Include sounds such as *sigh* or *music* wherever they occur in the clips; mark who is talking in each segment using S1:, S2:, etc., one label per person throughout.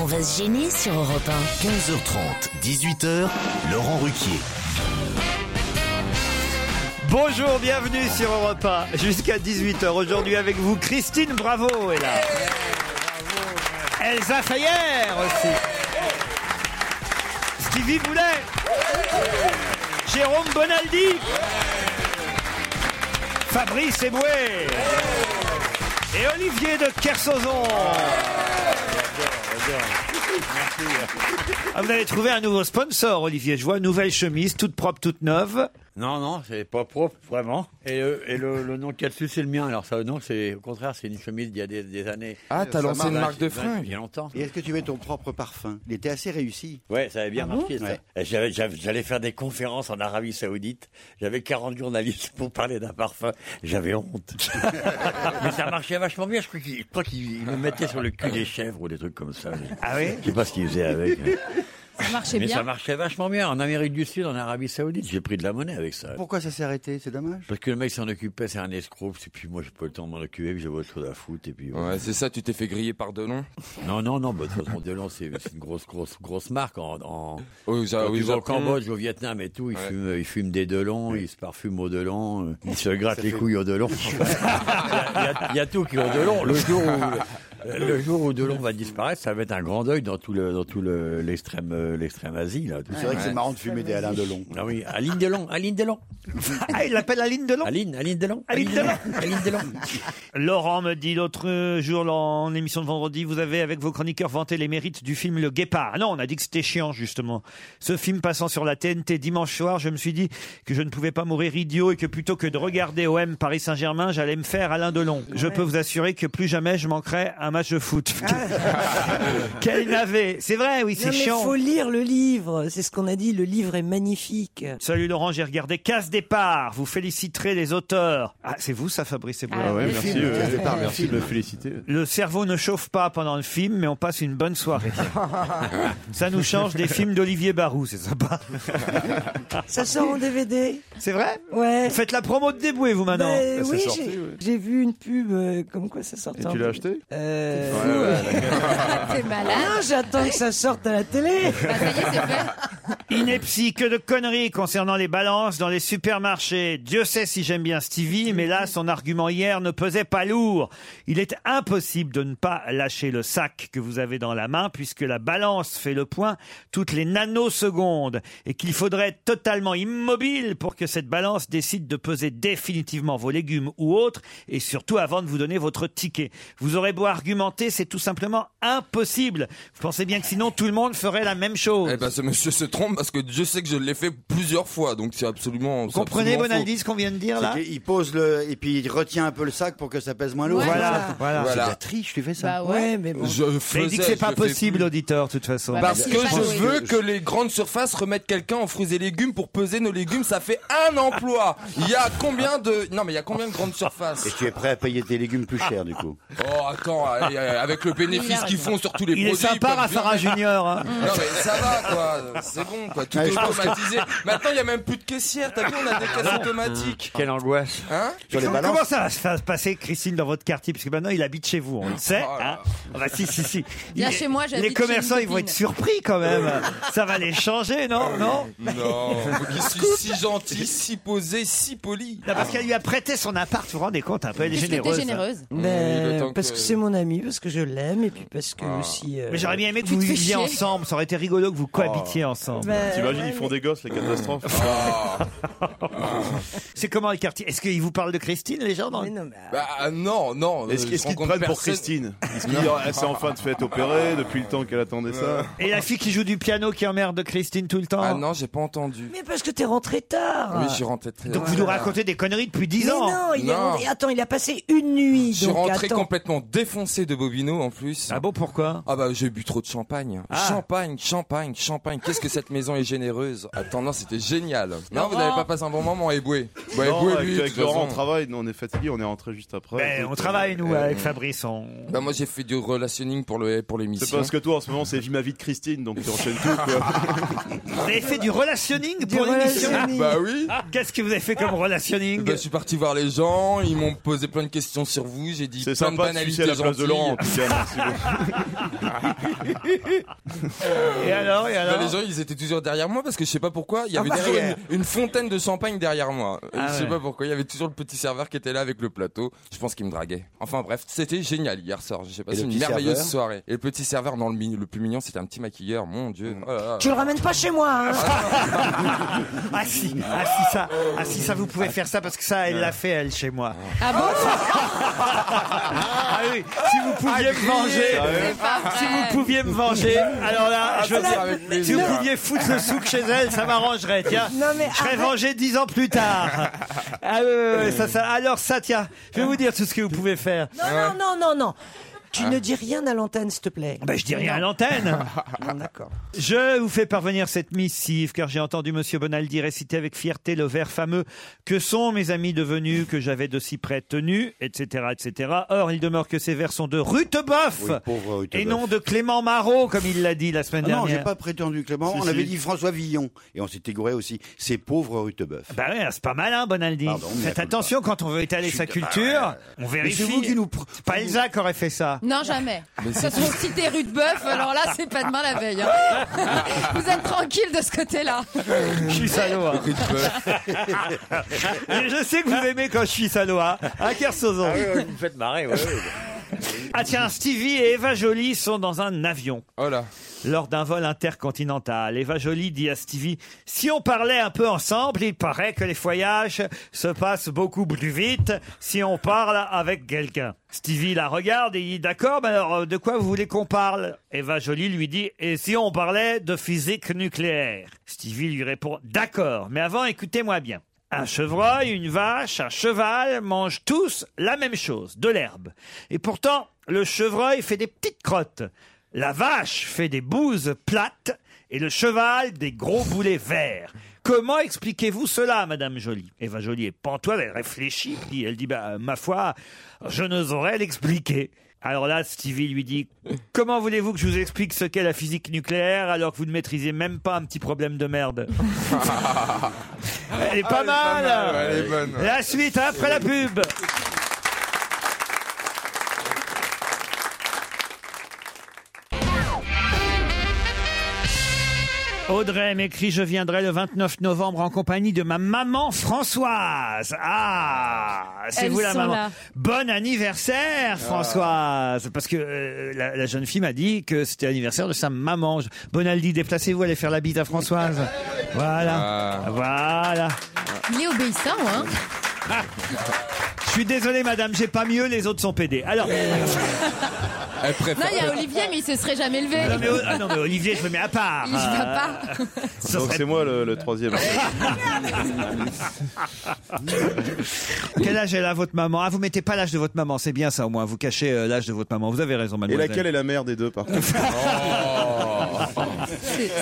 S1: On va se gêner sur Europe 1.
S2: 15h30, 18h, Laurent Ruquier.
S3: Bonjour, bienvenue sur Europe 1, jusqu'à 18h. Aujourd'hui avec vous, Christine Bravo est là. Elsa Fayer aussi. Stevie Boulet. Jérôme Bonaldi. Fabrice Eboué. Et Olivier de Kersauzon. Ah, vous avez trouvé un nouveau sponsor, Olivier. Je vois une nouvelle chemise, toute propre, toute neuve.
S4: Non, non, c'est pas propre, vraiment. Et, euh, et le, le nom qu'il y a dessus, c'est le mien. Alors, ça, non, c'est au contraire, c'est une chemise d'il y a des, des années.
S5: Ah, t'as
S4: Ça
S5: lancé une marque
S4: marche.
S5: de
S4: Ouais,
S5: fringues.
S4: Il y a longtemps.
S5: Et est-ce que tu mets ton propre parfum Il était assez réussi.
S4: Ouais, ça avait bien
S5: Ah bon
S4: marché, ça.
S5: Ouais.
S4: Et j'avais- j'avais- J'allais faire des conférences en Arabie Saoudite. J'avais 40 journalistes pour parler d'un parfum. J'avais honte. *laughs* Mais ça marchait vachement bien. Je crois qu'ils- je crois qu'ils ils me mettaient sur le cul des chèvres ou des trucs comme ça.
S3: Ah oui
S4: Je sais pas ce qu'ils faisaient avec.
S6: *laughs*
S4: hein.
S6: Ça marchait
S4: Mais ça
S6: bien.
S4: marchait vachement bien. En Amérique du Sud, en Arabie Saoudite, j'ai pris de la monnaie avec ça.
S5: Pourquoi ça s'est arrêté C'est dommage.
S4: Parce que le mec s'en occupait, c'est un escroc. Et puis moi, j'ai pas le temps de m'en occuper, puis j'avais autre chose à foutre. Et puis,
S5: Ouais,
S4: c'est ça, tu t'es fait griller par Delon Non, non, non, bah, de toute façon, Delon, c'est c'est une grosse, grosse, grosse marque. En, en-
S7: ah,
S4: quand
S7: oui,
S4: tu
S7: au
S4: vas au
S7: Japon.
S4: Cambodge, au Vietnam et
S5: Oh,
S4: tout, ils,
S7: Ouais.
S5: euh,
S4: fument, ils fument des Delons, ils se parfument au Delon, euh, ils se grattent
S7: Ça
S4: les
S5: *laughs*
S7: fait-
S4: couilles au Delon. Il y, a- il y a tout qui est au Delon. Le jour où, le jour où Delon va disparaître, ça va être un grand deuil dans tout le, dans tout le- l'extrême, euh, l'extrême Asie, là.
S5: C'est vrai que c'est marrant de fumer des Alain Delon.
S4: Ah oui, Aline Delon, Aline Delon.
S3: Ah, il l'appelle Aline Delon
S4: Aline, Aline Delon.
S3: Aline Delon.
S4: Aline Delon.
S3: Laurent me dit l'autre jour, Laurent, en émission de vendredi, vous avez avec vos chroniqueurs vanté les mérites du film Le Guépard. Ah Non, on a dit que c'était chiant, justement. Ce film passant sur la TNT dimanche soir, je me suis dit que je ne pouvais pas mourir idiot et que plutôt que de regarder OM Paris Saint-Germain, j'allais me faire Alain Delon. Je peux vous assurer que plus jamais je manquerai un match de foot. *laughs* *laughs* Quel navet C'est vrai, oui, c'est
S8: Non, mais
S3: chiant.
S8: faut lire le livre, c'est ce qu'on a dit, le livre est magnifique.
S3: Salut Laurent, j'ai regardé Casse Départ. Vous féliciterez les auteurs. Ah, c'est vous ça, Fabrice Eboué
S9: Ah ouais,
S3: Le
S9: merci,
S3: film.
S9: euh, merci de me féliciter.
S3: Le cerveau ne chauffe pas pendant le film, mais on passe une bonne *laughs* soirée. ça nous change des films d'Olivier Barou, c'est sympa.
S8: Ça sort en DVD.
S3: C'est vrai Ah bah,
S8: Ouais.
S3: Vous faites la promo de Déboué, vous, maintenant
S8: Ben oui, j'ai- j'ai vu une pub euh, comme quoi ça sortait.
S3: Et
S8: en
S3: tu l'as
S8: DVD.
S3: acheté
S8: Euh,
S3: T'es fou,
S6: T'es malade.
S8: *laughs* Ah, j'attends que ça sorte à la télé.
S3: *laughs* Ineptie, que de conneries concernant les balances dans les supermarchés. Dieu sait si j'aime bien Stevie, mais là, son argument hier ne pesait pas lourd. Il est impossible de ne pas lâcher le sac que vous avez dans la main, puisque la balance fait le point toutes les nanosecondes, et qu'il faudrait être totalement immobile pour que cette balance décide de peser définitivement vos légumes ou autres, et surtout avant de vous donner votre ticket. Vous aurez beau argumenter, c'est tout simplement impossible. Vous pensez bien que sinon, tout le monde ferait la même chose.
S7: Eh ben, ce monsieur se trompe parce que Dieu sait que je l'ai fait plusieurs fois, donc c'est absolument. Vous
S3: Comprenez, Bonaldi, ce qu'on vient de dire là
S5: Il pose le et puis il retient un peu le sac pour que ça pèse moins lourd.
S3: Ouais, Voilà, voilà.
S5: C'est de
S7: Voilà.
S5: la hein. triche, tu fais ça.
S6: Bah ouais.
S8: mais
S7: bon. Je
S3: Mais il dit que
S7: faisais,
S3: c'est pas
S7: je fais
S3: possible, l'auditeur, de toute façon.
S8: Bah,
S6: Ouais,
S7: Parce
S6: Vas-y,
S7: que
S6: vas-y.
S7: je
S6: Oui.
S7: veux que les grandes surfaces remettent quelqu'un en fruits et légumes pour peser nos légumes, ça fait un emploi. Il y a combien de non mais il y a combien de grandes surfaces
S5: Et tu es prêt à payer tes légumes plus cher du coup.
S7: Oh attends, allez, allez, avec le bénéfice qu'ils font sur tous les
S3: Il est
S7: produits.
S3: sympa,
S7: ils peuvent bien-
S3: Raffarin Junior. hein.
S7: Non mais ça va quoi, c'est rond, quoi. Tout
S4: Ouais,
S7: est
S4: je pense que-
S7: automatisé. Maintenant, il n'y a même plus de caissière. T'as vu, on a des caisses automatiques.
S4: Quelle angoisse.
S7: Hein
S3: Mais comment, comment ça va se fa- se passer, Christine, dans votre quartier Parce que maintenant, il habite chez vous, on le sait. hein. Ah bah, si, si, si.
S6: Viens
S3: Il-
S6: chez moi, j'habite
S3: Les
S6: chez
S3: commerçants,
S6: une
S3: ils vont
S6: copine.
S3: être surpris quand
S6: *laughs*
S3: même. ça va les changer, non Non
S7: Non, il suis si gentil, si posé, si poli.
S3: Non, parce qu'elle lui a prêté son appart, vous vous rendez compte un peu, elle est
S7: Qu'est-ce que t'es
S3: généreuse.
S7: généreuse
S8: Ben, parce que,
S3: c'est
S8: c'est mon ami, parce que je l'aime, et puis parce
S3: Ah.
S8: que aussi. euh,
S3: Mais j'aurais bien aimé que
S8: tu
S3: vous
S8: te fais
S3: viviez
S8: chier.
S3: ensemble, ça aurait été rigolo que vous cohabitiez ensemble.
S8: Bah,
S9: T'imagines, ils font des gosses,
S3: *laughs*
S9: les catastrophes.
S3: Ah. C'est comment le quartier Est-ce qu'ils vous parlent de Christine, les gens dans le-
S7: Bah euh, non, non. euh,
S9: Est-ce
S7: je
S9: est-ce qu'ils te
S7: rencontre
S9: prennent pour
S7: personne. *laughs*
S9: Christine Est-ce qu'ils disent, Ah, elle s'est en fin de fête opérée depuis le temps qu'elle attendait ça
S3: Et la fille qui joue du piano qui emmerde Christine tout le temps
S7: Ah non, j'ai pas entendu.
S8: Mais parce que t'es rentré tard.
S7: Oui, j'ai rentré très
S3: Donc vous nous racontez des conneries depuis 10
S8: Mais
S3: ans
S8: non, il est
S7: Non.
S8: rentré- Attends, il a passé une nuit.
S7: Je suis
S8: donc
S7: rentré
S8: attends.
S7: complètement défoncé de Bobino en plus.
S3: Ah bon, pourquoi Ah.
S7: Ah bah j'ai bu trop de champagne. Champagne, champagne, champagne. Qu'est-ce que cette maison est généreuse. Attends, non, c'était génial. Non, vous n'avez pas passé un bon moment, Eboué. Bah,
S9: Non,
S7: Eboué,
S9: avec,
S7: lui, de
S9: avec
S7: toute
S9: Laurent,
S7: façon.
S9: on travaille, nous on est fatigué, on est rentré juste après.
S3: Ben,
S9: Écoute,
S3: on travaille, nous,
S9: euh,
S3: avec Fabrice. On...
S7: Bah moi j'ai fait du relationing pour le pour l'émission.
S9: C'est parce que toi en ce moment c'est Vie ma vie de Christine, donc tu enchaînes tout
S7: *laughs*
S9: quoi.
S3: Vous avez fait du relationing pour l'émission
S7: relationing. Bah oui.
S3: Qu'est-ce que vous avez fait
S9: Ah.
S3: comme relationing
S7: Bah, je suis parti voir les gens, ils m'ont posé plein de questions sur vous, j'ai dit
S9: C'est
S7: plein de
S9: sympa de sucer
S7: banalités
S9: à la place de
S7: gentilles.
S9: Laurent en tout cas, merci beaucoup.
S3: Et alors, et alors
S7: Bah, les gens ils étaient toujours derrière moi parce que je sais pas pourquoi il y avait
S8: En
S7: derrière
S8: arrière.
S7: une, une fontaine de champagne derrière moi Et
S3: Ah
S7: je sais
S3: ouais.
S7: pas pourquoi il y avait toujours le petit serveur qui était là avec le plateau je pense qu'il me draguait enfin bref c'était génial hier soir j'ai passé
S5: le
S7: une
S5: petit
S7: merveilleuse
S5: serveur
S7: soirée et le petit serveur non le, mi- le plus mignon c'était un petit maquilleur mon dieu
S5: Mm.
S7: Oh là là.
S8: Tu le ramènes pas chez moi. hein.
S3: *laughs* Ah si, ah si ça, ah si ça, vous pouvez faire ça parce que ça, elle l'a fait elle chez moi.
S6: Ah bon
S3: Ah oui, si vous pouviez me venger, Ah,
S6: C'est pas
S3: si vous
S6: vrai.
S3: pouviez me venger, alors là,
S7: Ah,
S3: je veux
S7: ça,
S3: dire,
S7: avec
S3: si
S7: plaisir.
S3: vous pouviez foutre le souk chez elle, ça m'arrangerait. Tiens,
S8: Non, mais
S3: je serais
S8: arrête.
S3: vengé dix ans plus tard. Ah oui, oui, oui, ça, ça, alors ça, tiens, je vais vous dire tout ce que vous pouvez faire.
S8: Non, non, non, non, non. Tu ne dis rien à l'antenne, s'il te plaît.
S3: Hein Bah, je dis rien à
S8: *laughs*
S3: l'antenne.
S8: Non, d'accord.
S3: Je vous fais parvenir cette missive car j'ai entendu Monsieur Bonaldi réciter avec fierté le vers fameux Que sont mes amis devenus que j'avais de si près tenus, etc., etc. Or, il demeure que ces vers sont de Ruteboeuf
S5: Oui, pauvre Rutebeuf.
S3: et non de Clément Marot, comme il l'a dit la semaine
S5: Ah non,
S3: dernière.
S5: j'ai pas prétendu Clément.
S3: Si,
S5: on
S3: si.
S5: avait dit François Villon et on s'était gouré aussi. Ces pauvres Rutebeuf.
S3: Bah ouais, c'est pas malin, Bonaldi.
S5: Pardon, mais
S3: Faites
S5: la culpa.
S3: attention quand on veut étaler
S5: Je
S3: sa
S5: suis- bah,
S3: culture, on
S5: Mais
S3: vérifie.
S5: c'est vous qui nous pr-
S3: C'est Pas Elsa qui aurait fait ça.
S6: Non,
S4: *laughs*
S6: jamais. Ça se trouve, si t'es rue de bœuf, alors là, c'est pas demain la veille. hein.
S4: *laughs*
S6: Vous êtes tranquille de ce côté-là.
S3: *laughs* Je suis salaud. hein. Et *laughs* je sais que vous aimez quand je suis salaud. Hein, hein Kersozon
S4: Ah oui, ouais, vous me faites marrer, ouais, ouais.
S3: Ah tiens, Stevie et Eva Jolie sont dans un avion
S7: oh là
S3: lors d'un vol intercontinental. Eva Jolie dit à Stevie "Si on parlait un peu ensemble, il paraît que les voyages se passent beaucoup plus vite si on parle avec quelqu'un." Stevie la regarde et dit "D'accord, mais alors euh, de quoi vous voulez qu'on parle Eva Jolie lui dit "Et si on parlait de physique nucléaire Stevie lui répond "D'accord, mais avant écoutez-moi bien." Un chevreuil, une vache, un cheval mangent tous la même chose, de l'herbe. Et pourtant, le chevreuil fait des petites crottes. La vache fait des bouses plates et le cheval des gros boulets verts. Comment expliquez-vous cela, Madame Jolie Eva Jolie est pantoise, elle réfléchit, puis elle dit bah, Ma foi, je n'oserais l'expliquer. Alors là, Stevie lui dit Comment voulez-vous que je vous explique ce qu'est la physique nucléaire alors que vous ne maîtrisez même pas un petit problème de merde Ah, Elle est pas mal,
S7: elle est bonne
S3: La suite hein, après la pub Audrey m'écrit Je viendrai le 29 novembre en compagnie de ma maman Françoise. Ah C'est
S6: Elles
S3: vous la
S6: sont
S3: maman.
S6: là.
S3: Bon
S9: Ah.
S3: anniversaire Françoise Parce que euh, la, la jeune fille m'a dit que c'était l'anniversaire de sa maman. Je- Bonaldi, déplacez-vous, allez faire la bite à Françoise.
S9: Ah.
S3: Voilà. Voilà.
S6: Il est obéissant, hein.
S9: Ah.
S3: Je suis désolé, madame, j'ai pas mieux, les autres sont pédés. Alors,
S7: elle
S6: Non,
S7: préfère
S6: il y a Olivier, mais il se serait jamais levé. Ah,
S3: non mais, ah
S6: *laughs*
S3: non, mais Olivier, je me mets à part.
S6: Il se va pas.
S3: Euh, ça *laughs*
S9: Donc
S3: serait-
S9: c'est moi le, le troisième.
S3: Quel âge est là votre maman Ah, vous mettez pas l'âge de votre maman, c'est bien ça au moins. Vous cachez euh, l'âge de votre maman. Vous avez raison,
S9: Et
S3: mademoiselle.
S9: laquelle est Oh. la mère des deux, par contre
S3: *laughs*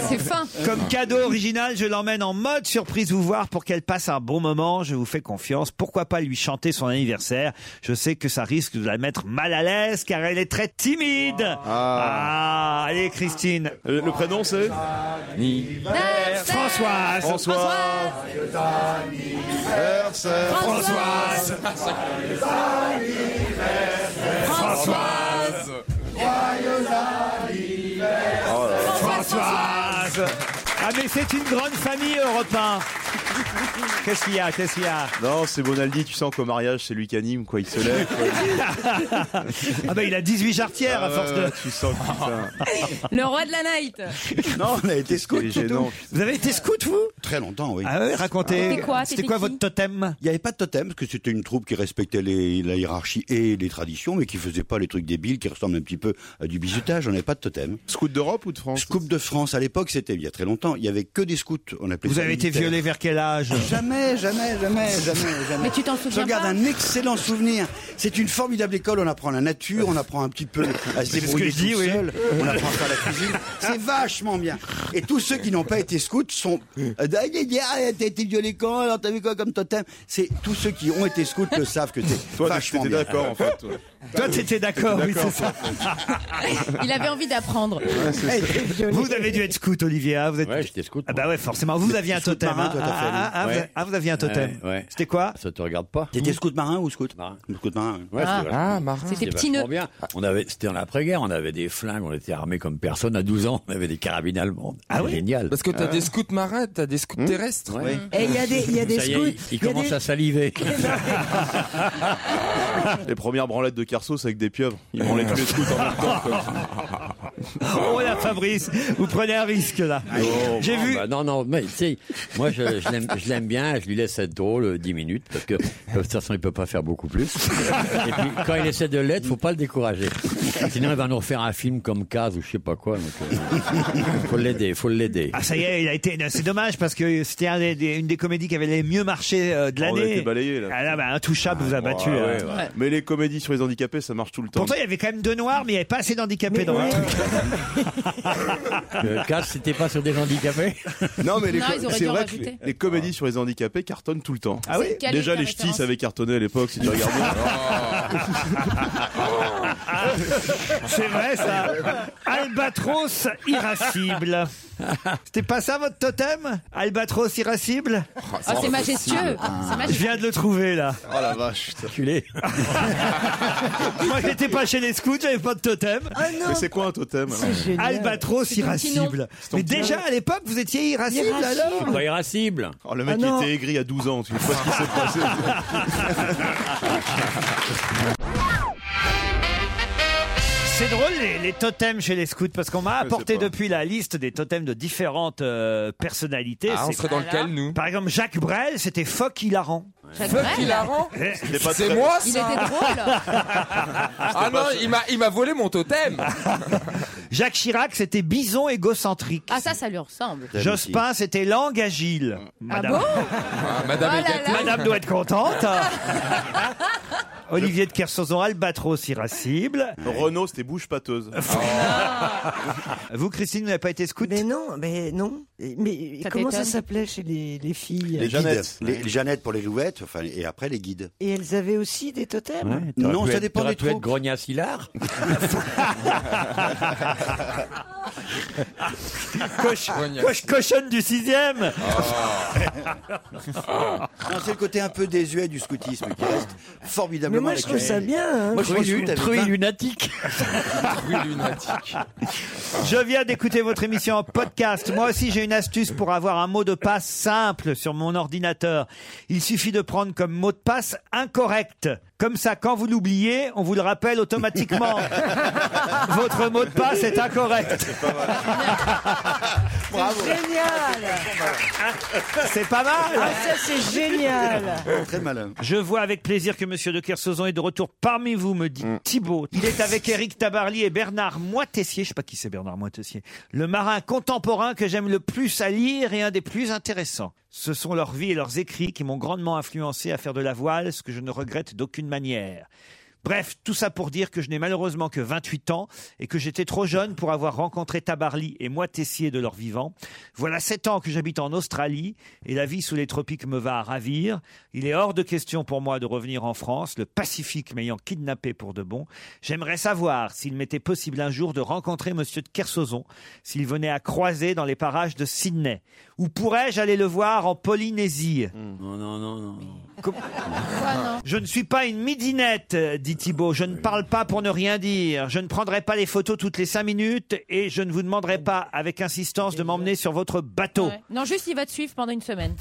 S6: C'est fin.
S3: Comme cadeau original, je l'emmène en mode surprise vous voir pour qu'elle passe un bon moment. Je vous fais confiance. Pourquoi pas lui chanter son anniversaire Je sais que ça risque de la mettre mal à l'aise car elle est très timide. Ah, allez Christine.
S9: Euh, Le, prénom c'est
S3: Françoise.
S9: Françoise.
S3: Françoise.
S9: Françoise.
S3: Françoise. Ah mais c'est une grande famille Europe 1. Qu'est-ce qu'il y a Qu'est-ce qu'il y a
S9: Non, c'est Bonaldi, tu sens qu'au mariage, c'est lui qui anime, quoi. Il se lève.
S3: *laughs* Ah bah il a 18 jarretières à
S9: Ah
S3: force
S9: ouais,
S3: de.
S9: ouais, tu sens que *laughs*
S6: Le roi de la night.
S5: Non, on a été scout.
S9: C'est gênant.
S3: Vous avez été scout, vous
S5: Très longtemps, oui.
S3: Ah ouais, racontez.
S6: C'était quoi C'était qui
S3: votre totem
S5: Il n'y avait pas de totem, parce que c'était une troupe qui respectait les- la hiérarchie et les traditions, mais qui faisait pas les trucs débiles qui ressemblent un petit peu à du bizutage. On n'avait pas de totem.
S9: Scout d'Europe ou de France
S5: Scoop de France, à l'époque, c'était il y a très longtemps, il y avait que des scouts. On appelait
S3: Vous
S5: ça
S3: avez été
S5: militaire.
S3: violé vers quel âge
S5: Jamais, jamais, jamais, jamais, jamais.
S6: Mais tu t'en
S5: Je
S6: souviens
S5: garde
S6: pas
S5: un excellent souvenir. C'est une formidable école. On apprend la nature, on apprend un petit peu à se
S3: C'est ce
S5: débrouiller
S3: que je dis,
S5: tout
S3: oui.
S5: seul. On apprend à faire la cuisine. C'est vachement bien. Et tous ceux qui n'ont pas été scouts sont. euh, Ah, T'as été violé quand Alors t'as vu quoi comme totem C'est tous ceux qui ont été scouts le savent que c'est
S9: Toi,
S5: vachement
S9: t'étais
S5: bien.
S9: d'accord, en fait. toi.
S3: Toi, t'étais d'accord, oui, c'est ça.
S6: Il avait envie d'apprendre.
S3: Vous avez dû être scout, Olivier. hein, vous êtes...
S4: Ouais, j'étais scout,
S3: Ah
S4: moi.
S3: bah ouais, forcément. Vous aviez un
S5: scout
S3: totem.
S5: marin,
S3: hein.
S5: toi, t'as fait,
S3: ah, ah, ah,
S4: oui.
S3: vous a- ah, vous aviez un totem.
S4: Ouais, ouais.
S3: C'était quoi
S4: Ça te regarde pas
S5: T'étais scout marin ou scout
S4: Marin.
S5: Scout marin.
S4: Ouais,
S6: Ah.
S4: c'est vrai.
S7: Ah, marin.
S6: C'était
S4: C'était
S6: petit
S4: vachement
S6: nœud.
S4: bien. On avait, c'était dans l'après-guerre, on avait des flingues, on était armés comme personne. À 12 ans, on avait des carabines allemandes.
S3: Ah oui
S4: Génial.
S7: Parce que t'as des scouts marins, t'as des
S9: Hmm.
S7: scouts terrestres.
S4: Ouais.
S8: Et il y a des, il y a des
S4: Ça y est,
S8: scouts.
S4: il- il
S8: y a
S4: commence
S8: des-
S4: à saliver.
S9: Les premières branlettes de Carso, c'est avec des pieuvres. Ils branlaient tous les scouts en même temps. quoi.
S3: Oh là, Fabrice, vous prenez un risque là. J'ai
S4: Ah,
S3: vu.
S4: bah non, non, mais tu sais, moi je, je l'aime- je l'aime bien, je lui laisse être drôle euh, 10 minutes, parce que de toute façon il peut pas faire beaucoup plus. Et puis quand il essaie de l'être, faut pas le décourager. Sinon il va nous refaire un film comme Caz ou je sais pas quoi. Donc, euh, faut l'aider, faut l'aider.
S3: Ah ça y est, il a été. C'est dommage parce que c'était un des- des- une des comédies qui avait les mieux marché euh, de
S9: On a
S3: l'année.
S9: été balayés, là.
S3: Ah là, bah, intouchable vous a battu.
S9: Ah ouais,
S3: hein.
S9: ouais, ouais. Mais les comédies sur les handicapés, ça marche tout le temps. *laughs*
S3: Pourtant, il y avait quand même deux noirs, mais il n'y avait pas assez d'handicapés dans le truc.
S4: Euh, Caz, c'était pas sur des handicapés
S9: *laughs* Non, mais les
S6: Non,
S9: co-
S6: ils auraient
S9: c'est
S6: dû en
S9: vrai que les,
S6: rajouter.
S9: les comédies sur les handicapés cartonnent tout le temps.
S3: Ah oui
S6: Quelle est
S9: Déjà,
S6: ta
S9: les
S6: référence
S9: ch'tis avaient cartonné à l'époque, si tu regardais. hein.
S3: *laughs* C'est vrai ça. Albatros irascible. C'était pas ça votre totem Albatros irascible Ah,
S6: Ah, c'est majestueux. C'est
S3: Je
S6: majestueux.
S3: viens de le trouver là.
S9: Oh la vache. putain.
S3: Moi j'étais pas chez les scouts, j'avais pas de totem.
S9: Mais c'est quoi un totem alors
S8: Génial.
S3: Albatros irascible. Mais déjà à l'époque vous étiez irascible
S8: Irascible.
S3: alors
S4: Pas irascible.
S9: Oh, le mec
S8: Ah
S9: il
S8: non.
S9: était aigri à 12 ans, tu vois ce qui s'est passé
S3: C'est drôle les, les totems chez les scouts parce qu'on m'a
S9: Je sais
S3: apporté
S9: pas.
S3: depuis la liste des totems de différentes euh, personnalités.
S7: Ah, on
S3: C'est-
S7: serait dans lequel, nous
S3: Par exemple Jacques Brel c'était Foc hilarant.
S6: Jacques
S7: Fuck,
S6: Brel,
S7: il la rend
S3: Eh,
S9: C'était Eh, pas
S7: C'est
S9: très-
S7: moi,
S6: Il
S7: ça
S6: était
S7: *laughs*
S6: drôle.
S7: Ah non, il m'a- il m'a volé mon totem
S3: *laughs* Jacques Chirac c'était Bison égocentrique.
S6: Ah ça, ça lui ressemble.
S3: Jospin, c'était langue agile. Madame,
S7: Ah, Madame
S6: Oh
S7: est
S6: là
S7: gâtée.
S3: Madame doit être
S7: *laughs*
S3: contente. Olivier de Kersauzon, Albatros irascible.
S9: Renault, c'était bouche
S3: *laughs*
S9: pâteuse.
S3: Ah. Vous, Christine, vous n'avez pas été scout
S8: Mais non, mais non. Et- Mais
S6: Ça
S8: comment ça
S6: t'étonne.
S8: s'appelait chez les, les filles
S5: Les
S9: Jeannettes.
S5: Jeannettes. Les, les Jeannettes pour les louettes, enfin, et après les guides.
S8: Et elles avaient aussi des totems
S5: t'aurais Non, pu ça être- dépend t'aurais des pu
S4: Tu
S5: être troupes.
S4: être grognasse
S9: *laughs*
S4: hilar
S9: Ah.
S3: Coche- coche- Cochonne du sixième
S9: Ah.
S5: Non, c'est le côté un peu désuet du scoutisme qui reste
S8: Mais
S5: formidablement.
S8: moi, je trouve ça
S5: actuel.
S8: bien. hein.
S5: Moi, je pense que t'avais
S4: Truie
S5: vingt-
S3: *laughs*
S4: lunatique.
S7: Oui, lunatique.
S3: Je viens d'écouter votre émission en podcast. Moi aussi, j'ai une astuce pour avoir un mot de passe simple sur mon ordinateur. Il suffit de prendre comme mot de passe incorrect. Comme ça, quand vous l'oubliez, on vous le rappelle *laughs* automatiquement. votre mot de passe est incorrect.
S5: Bravo.
S8: Génial
S3: C'est pas mal
S8: Ah, ça, c'est génial
S5: Très malin.
S3: Je vois avec plaisir que Monsieur de Kersauzon est de retour parmi vous, me dit Thibault. Il est avec Éric Tabarly et Bernard Moitessier. Je sais pas qui c'est Bernard Moitessier. Le marin contemporain que j'aime le plus à lire et un des plus intéressants. Ce sont leurs vies et leurs écrits qui m'ont grandement influencé à faire de la voile, ce que je ne regrette d'aucune manière. Bref, tout ça pour dire que je n'ai malheureusement que 28 ans et que j'étais trop jeune pour avoir rencontré Tabarly et moi Tessier de leur vivant. Voilà 7 ans que j'habite en Australie et la vie sous les tropiques me va à ravir. Il est hors de question pour moi de revenir en France, le Pacifique m'ayant kidnappé pour de bon. J'aimerais savoir s'il m'était possible un jour de rencontrer monsieur de Kersauzon, s'il venait à croiser dans les parages de Sydney. Ou pourrais-je aller le voir en Polynésie
S5: Non, Oh, non, non, non.
S3: Je ne suis pas une midinette, euh, dit Thibault. Je ne parle pas pour ne rien dire. Je ne prendrai pas les photos toutes les cinq minutes et je ne vous demanderai pas avec insistance de m'emmener sur votre bateau.
S6: Ouais. Non, juste, il va te suivre pendant une semaine.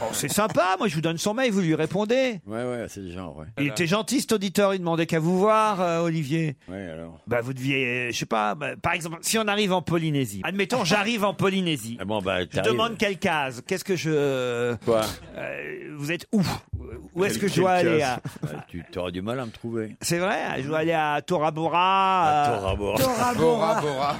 S3: Oh, c'est sympa, moi je vous donne son mail, vous lui répondez.
S4: Ouais, ouais, c'est le genre, ouais.
S3: Il était gentil cet auditeur, il demandait qu'à vous voir, euh, Olivier.
S4: Ouais, alors.
S3: Bah vous deviez, euh, je sais pas, bah, par exemple, si on arrive en Polynésie. Admettons,
S4: Ah,
S3: j'arrive en Polynésie.
S4: Bon, bah,
S3: Je
S4: t'arrives.
S3: demande quelle case. Qu'est-ce que je...
S4: Quoi
S3: Euh, Vous êtes où Où est-ce que
S4: Quelle-
S3: je dois
S4: quelle
S3: aller
S4: case
S3: à-
S4: Bah, Tu t'auras du mal à
S3: *laughs*
S4: me trouver.
S3: C'est vrai, je dois aller à Tora Bora.
S4: À
S3: euh,
S4: Tora Bora.
S8: Tora
S7: Bora Bora.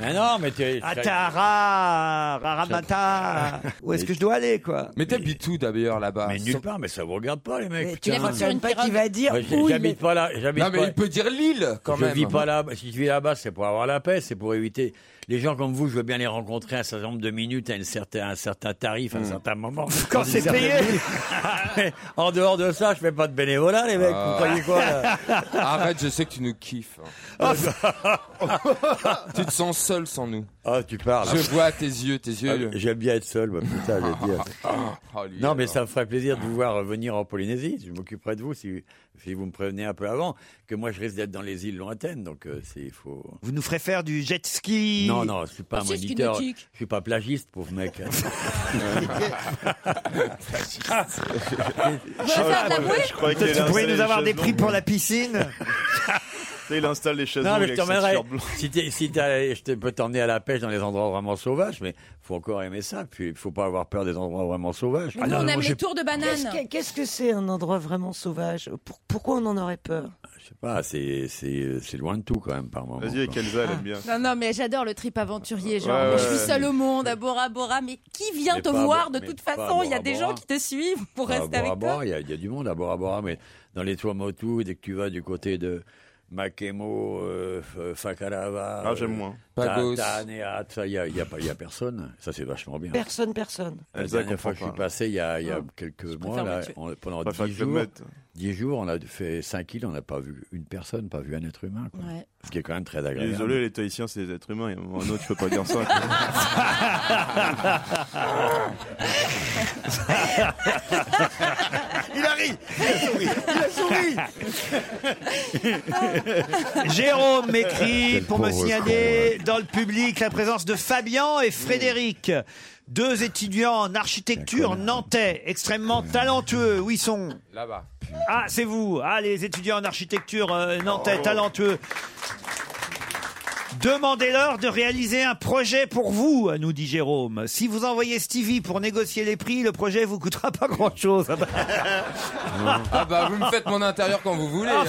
S4: Mais non, mais tu
S3: à Tara,
S4: *laughs*
S3: Raramata. Où est-ce que je dois aller, quoi
S7: Mais t'habites où d'ailleurs là-bas
S4: Mais nulle part, mais ça vous regarde pas, les mecs.
S8: Mais tu
S4: putain.
S3: hein.
S8: vas
S6: Putain.
S8: sur une pas qui va dire
S4: Moi, j'ai-
S8: où il
S4: J'habite
S8: est.
S4: pas là. J'habite
S7: Non mais
S4: pas.
S7: il peut
S8: *laughs*
S7: dire l'île quand
S4: je
S7: même.
S4: vis pas là-bas. Si je vis là-bas, c'est pour avoir la paix, c'est pour éviter. Les gens comme vous, je veux bien les rencontrer à un certain nombre de minutes, à, une certaine, à un certain tarif,
S7: Hmm.
S4: à un certain
S7: *laughs*
S4: moment.
S3: Quand
S4: Dans une
S3: c'est
S4: certaine
S3: payé.
S4: minute. Mais *laughs* en dehors de ça, je fais pas de bénévolat, les mecs.
S7: Ah.
S4: Vous croyez quoi là
S7: *laughs* Arrête, je sais que tu nous kiffes. hein.
S8: Ah,
S7: Ah, *laughs* tu te sens seul sans nous.
S4: Ah, tu parles.
S7: Je vois tes yeux, tes
S4: Ah,
S7: yeux.
S4: J'aime bien être seul, bah, putain, je veux dire.
S7: *laughs* Oh, lui,
S4: Non, mais
S7: alors.
S4: ça me ferait plaisir de vous voir venir en Polynésie. Je m'occuperai de vous si, si vous me prévenez un peu avant, que moi je risque d'être dans les îles lointaines, donc euh, c'est il faut.
S3: Vous nous ferez faire du jet ski
S4: Non, non, je suis
S9: Ah,
S4: pas un
S6: Francis
S4: moniteur. Je
S6: Kinetic.
S4: suis pas plagiste, pauvre
S9: *laughs*
S4: mec. *laughs* Ah,
S6: Tu
S4: bah,
S6: vas faire de la bouée
S9: Ah, Je croyais qu'il
S3: Peut-être
S9: allait
S3: vous pourriez
S9: installer
S3: nous avoir
S9: les
S3: des
S9: chaises
S3: prix
S9: longues.
S3: pour la piscine
S9: Tu sais, Il installe des chaises
S4: non,
S9: longues
S4: mais je
S9: avec
S4: t'emmènerai.
S9: ceinture blanche.
S4: Si, t'es- si t'as- je te- peux t'emmener à la pêche dans les endroits vraiment sauvages, mais faut encore aimer ça. Puis il faut pas avoir peur des endroits vraiment sauvages.
S9: Ah
S6: Nous,
S3: Ah non,
S6: on
S3: moi,
S6: aime
S3: j'ai-
S6: les tours de
S8: Qu'est-ce
S6: banane.
S8: que- Qu'est-ce que c'est un endroit vraiment sauvage Pour- Pourquoi on en aurait peur
S3: Ah.
S4: Je sais pas, Ah, c'est c'est c'est loin de tout quand même par moment.
S9: Vas-y, avec
S4: quoi.
S9: Elsa, elle aime bien.
S6: Non, non, mais j'adore le trip aventurier. Genre,
S9: Ouais, ouais,
S6: je
S9: ouais.
S6: suis seule au monde, à Bora Bora, mais qui vient
S4: Mais
S6: te
S4: pas à
S6: voir
S4: Bo-
S6: de
S4: mais
S6: toute
S4: pas à
S6: façon Il y a
S4: Bora
S6: des
S4: Bora.
S6: gens qui te suivent pour
S4: Ah, À Bora
S6: rester avec toi.
S4: Bora, il y, a- il y a du monde à Bora Bora, mais dans les Tuamotu, dès que tu vas du côté de Makemo, euh, F- Fakarava, euh,
S9: Ah, j'aime moins.
S4: Ta-
S7: Pagos.
S4: Taneat, ça, il y a, il y a pas- il y a personne. Ça, c'est vachement bien.
S8: Personne, personne.
S3: Eh ben,
S4: La
S9: Elsa,
S4: dernière fois
S9: comprend
S4: que je suis
S9: pas.
S4: passé, il y a, il y
S6: Ah.
S4: a quelques mois, là,
S6: Mathieu.
S4: on- pendant
S9: Pas faire
S4: 10
S9: que le
S4: jours,
S9: mettre.
S4: 10 jours, on a fait 5 îles, on n'a pas vu une personne, pas vu un être humain. quoi.
S6: Ouais.
S4: Ce qui est quand même très agréable.
S9: Désolé, les Tahitiens, c'est des êtres humains. Il y a un moment ou un autre, je peux pas dire
S10: *laughs*
S9: ça.
S3: *laughs* Jérôme m'écrit
S4: Quel
S3: pour me
S4: pauvre
S3: signaler dans le public la présence de Fabien et Frédéric. Deux étudiants en architecture nantais, extrêmement talentueux. Où ils sont
S7: Là-bas.
S3: Ah, c'est vous Ah, les étudiants en architecture euh,
S4: Oh.
S3: nantais, talentueux Demandez-leur de réaliser un projet pour vous, nous dit Jérôme. Si vous envoyez Stevie pour négocier les prix, le projet vous coûtera pas
S4: *laughs*
S3: grand-chose. Ah bah,
S7: Ah bah vous me faites mon intérieur quand vous
S8: *laughs*
S7: voulez. hein.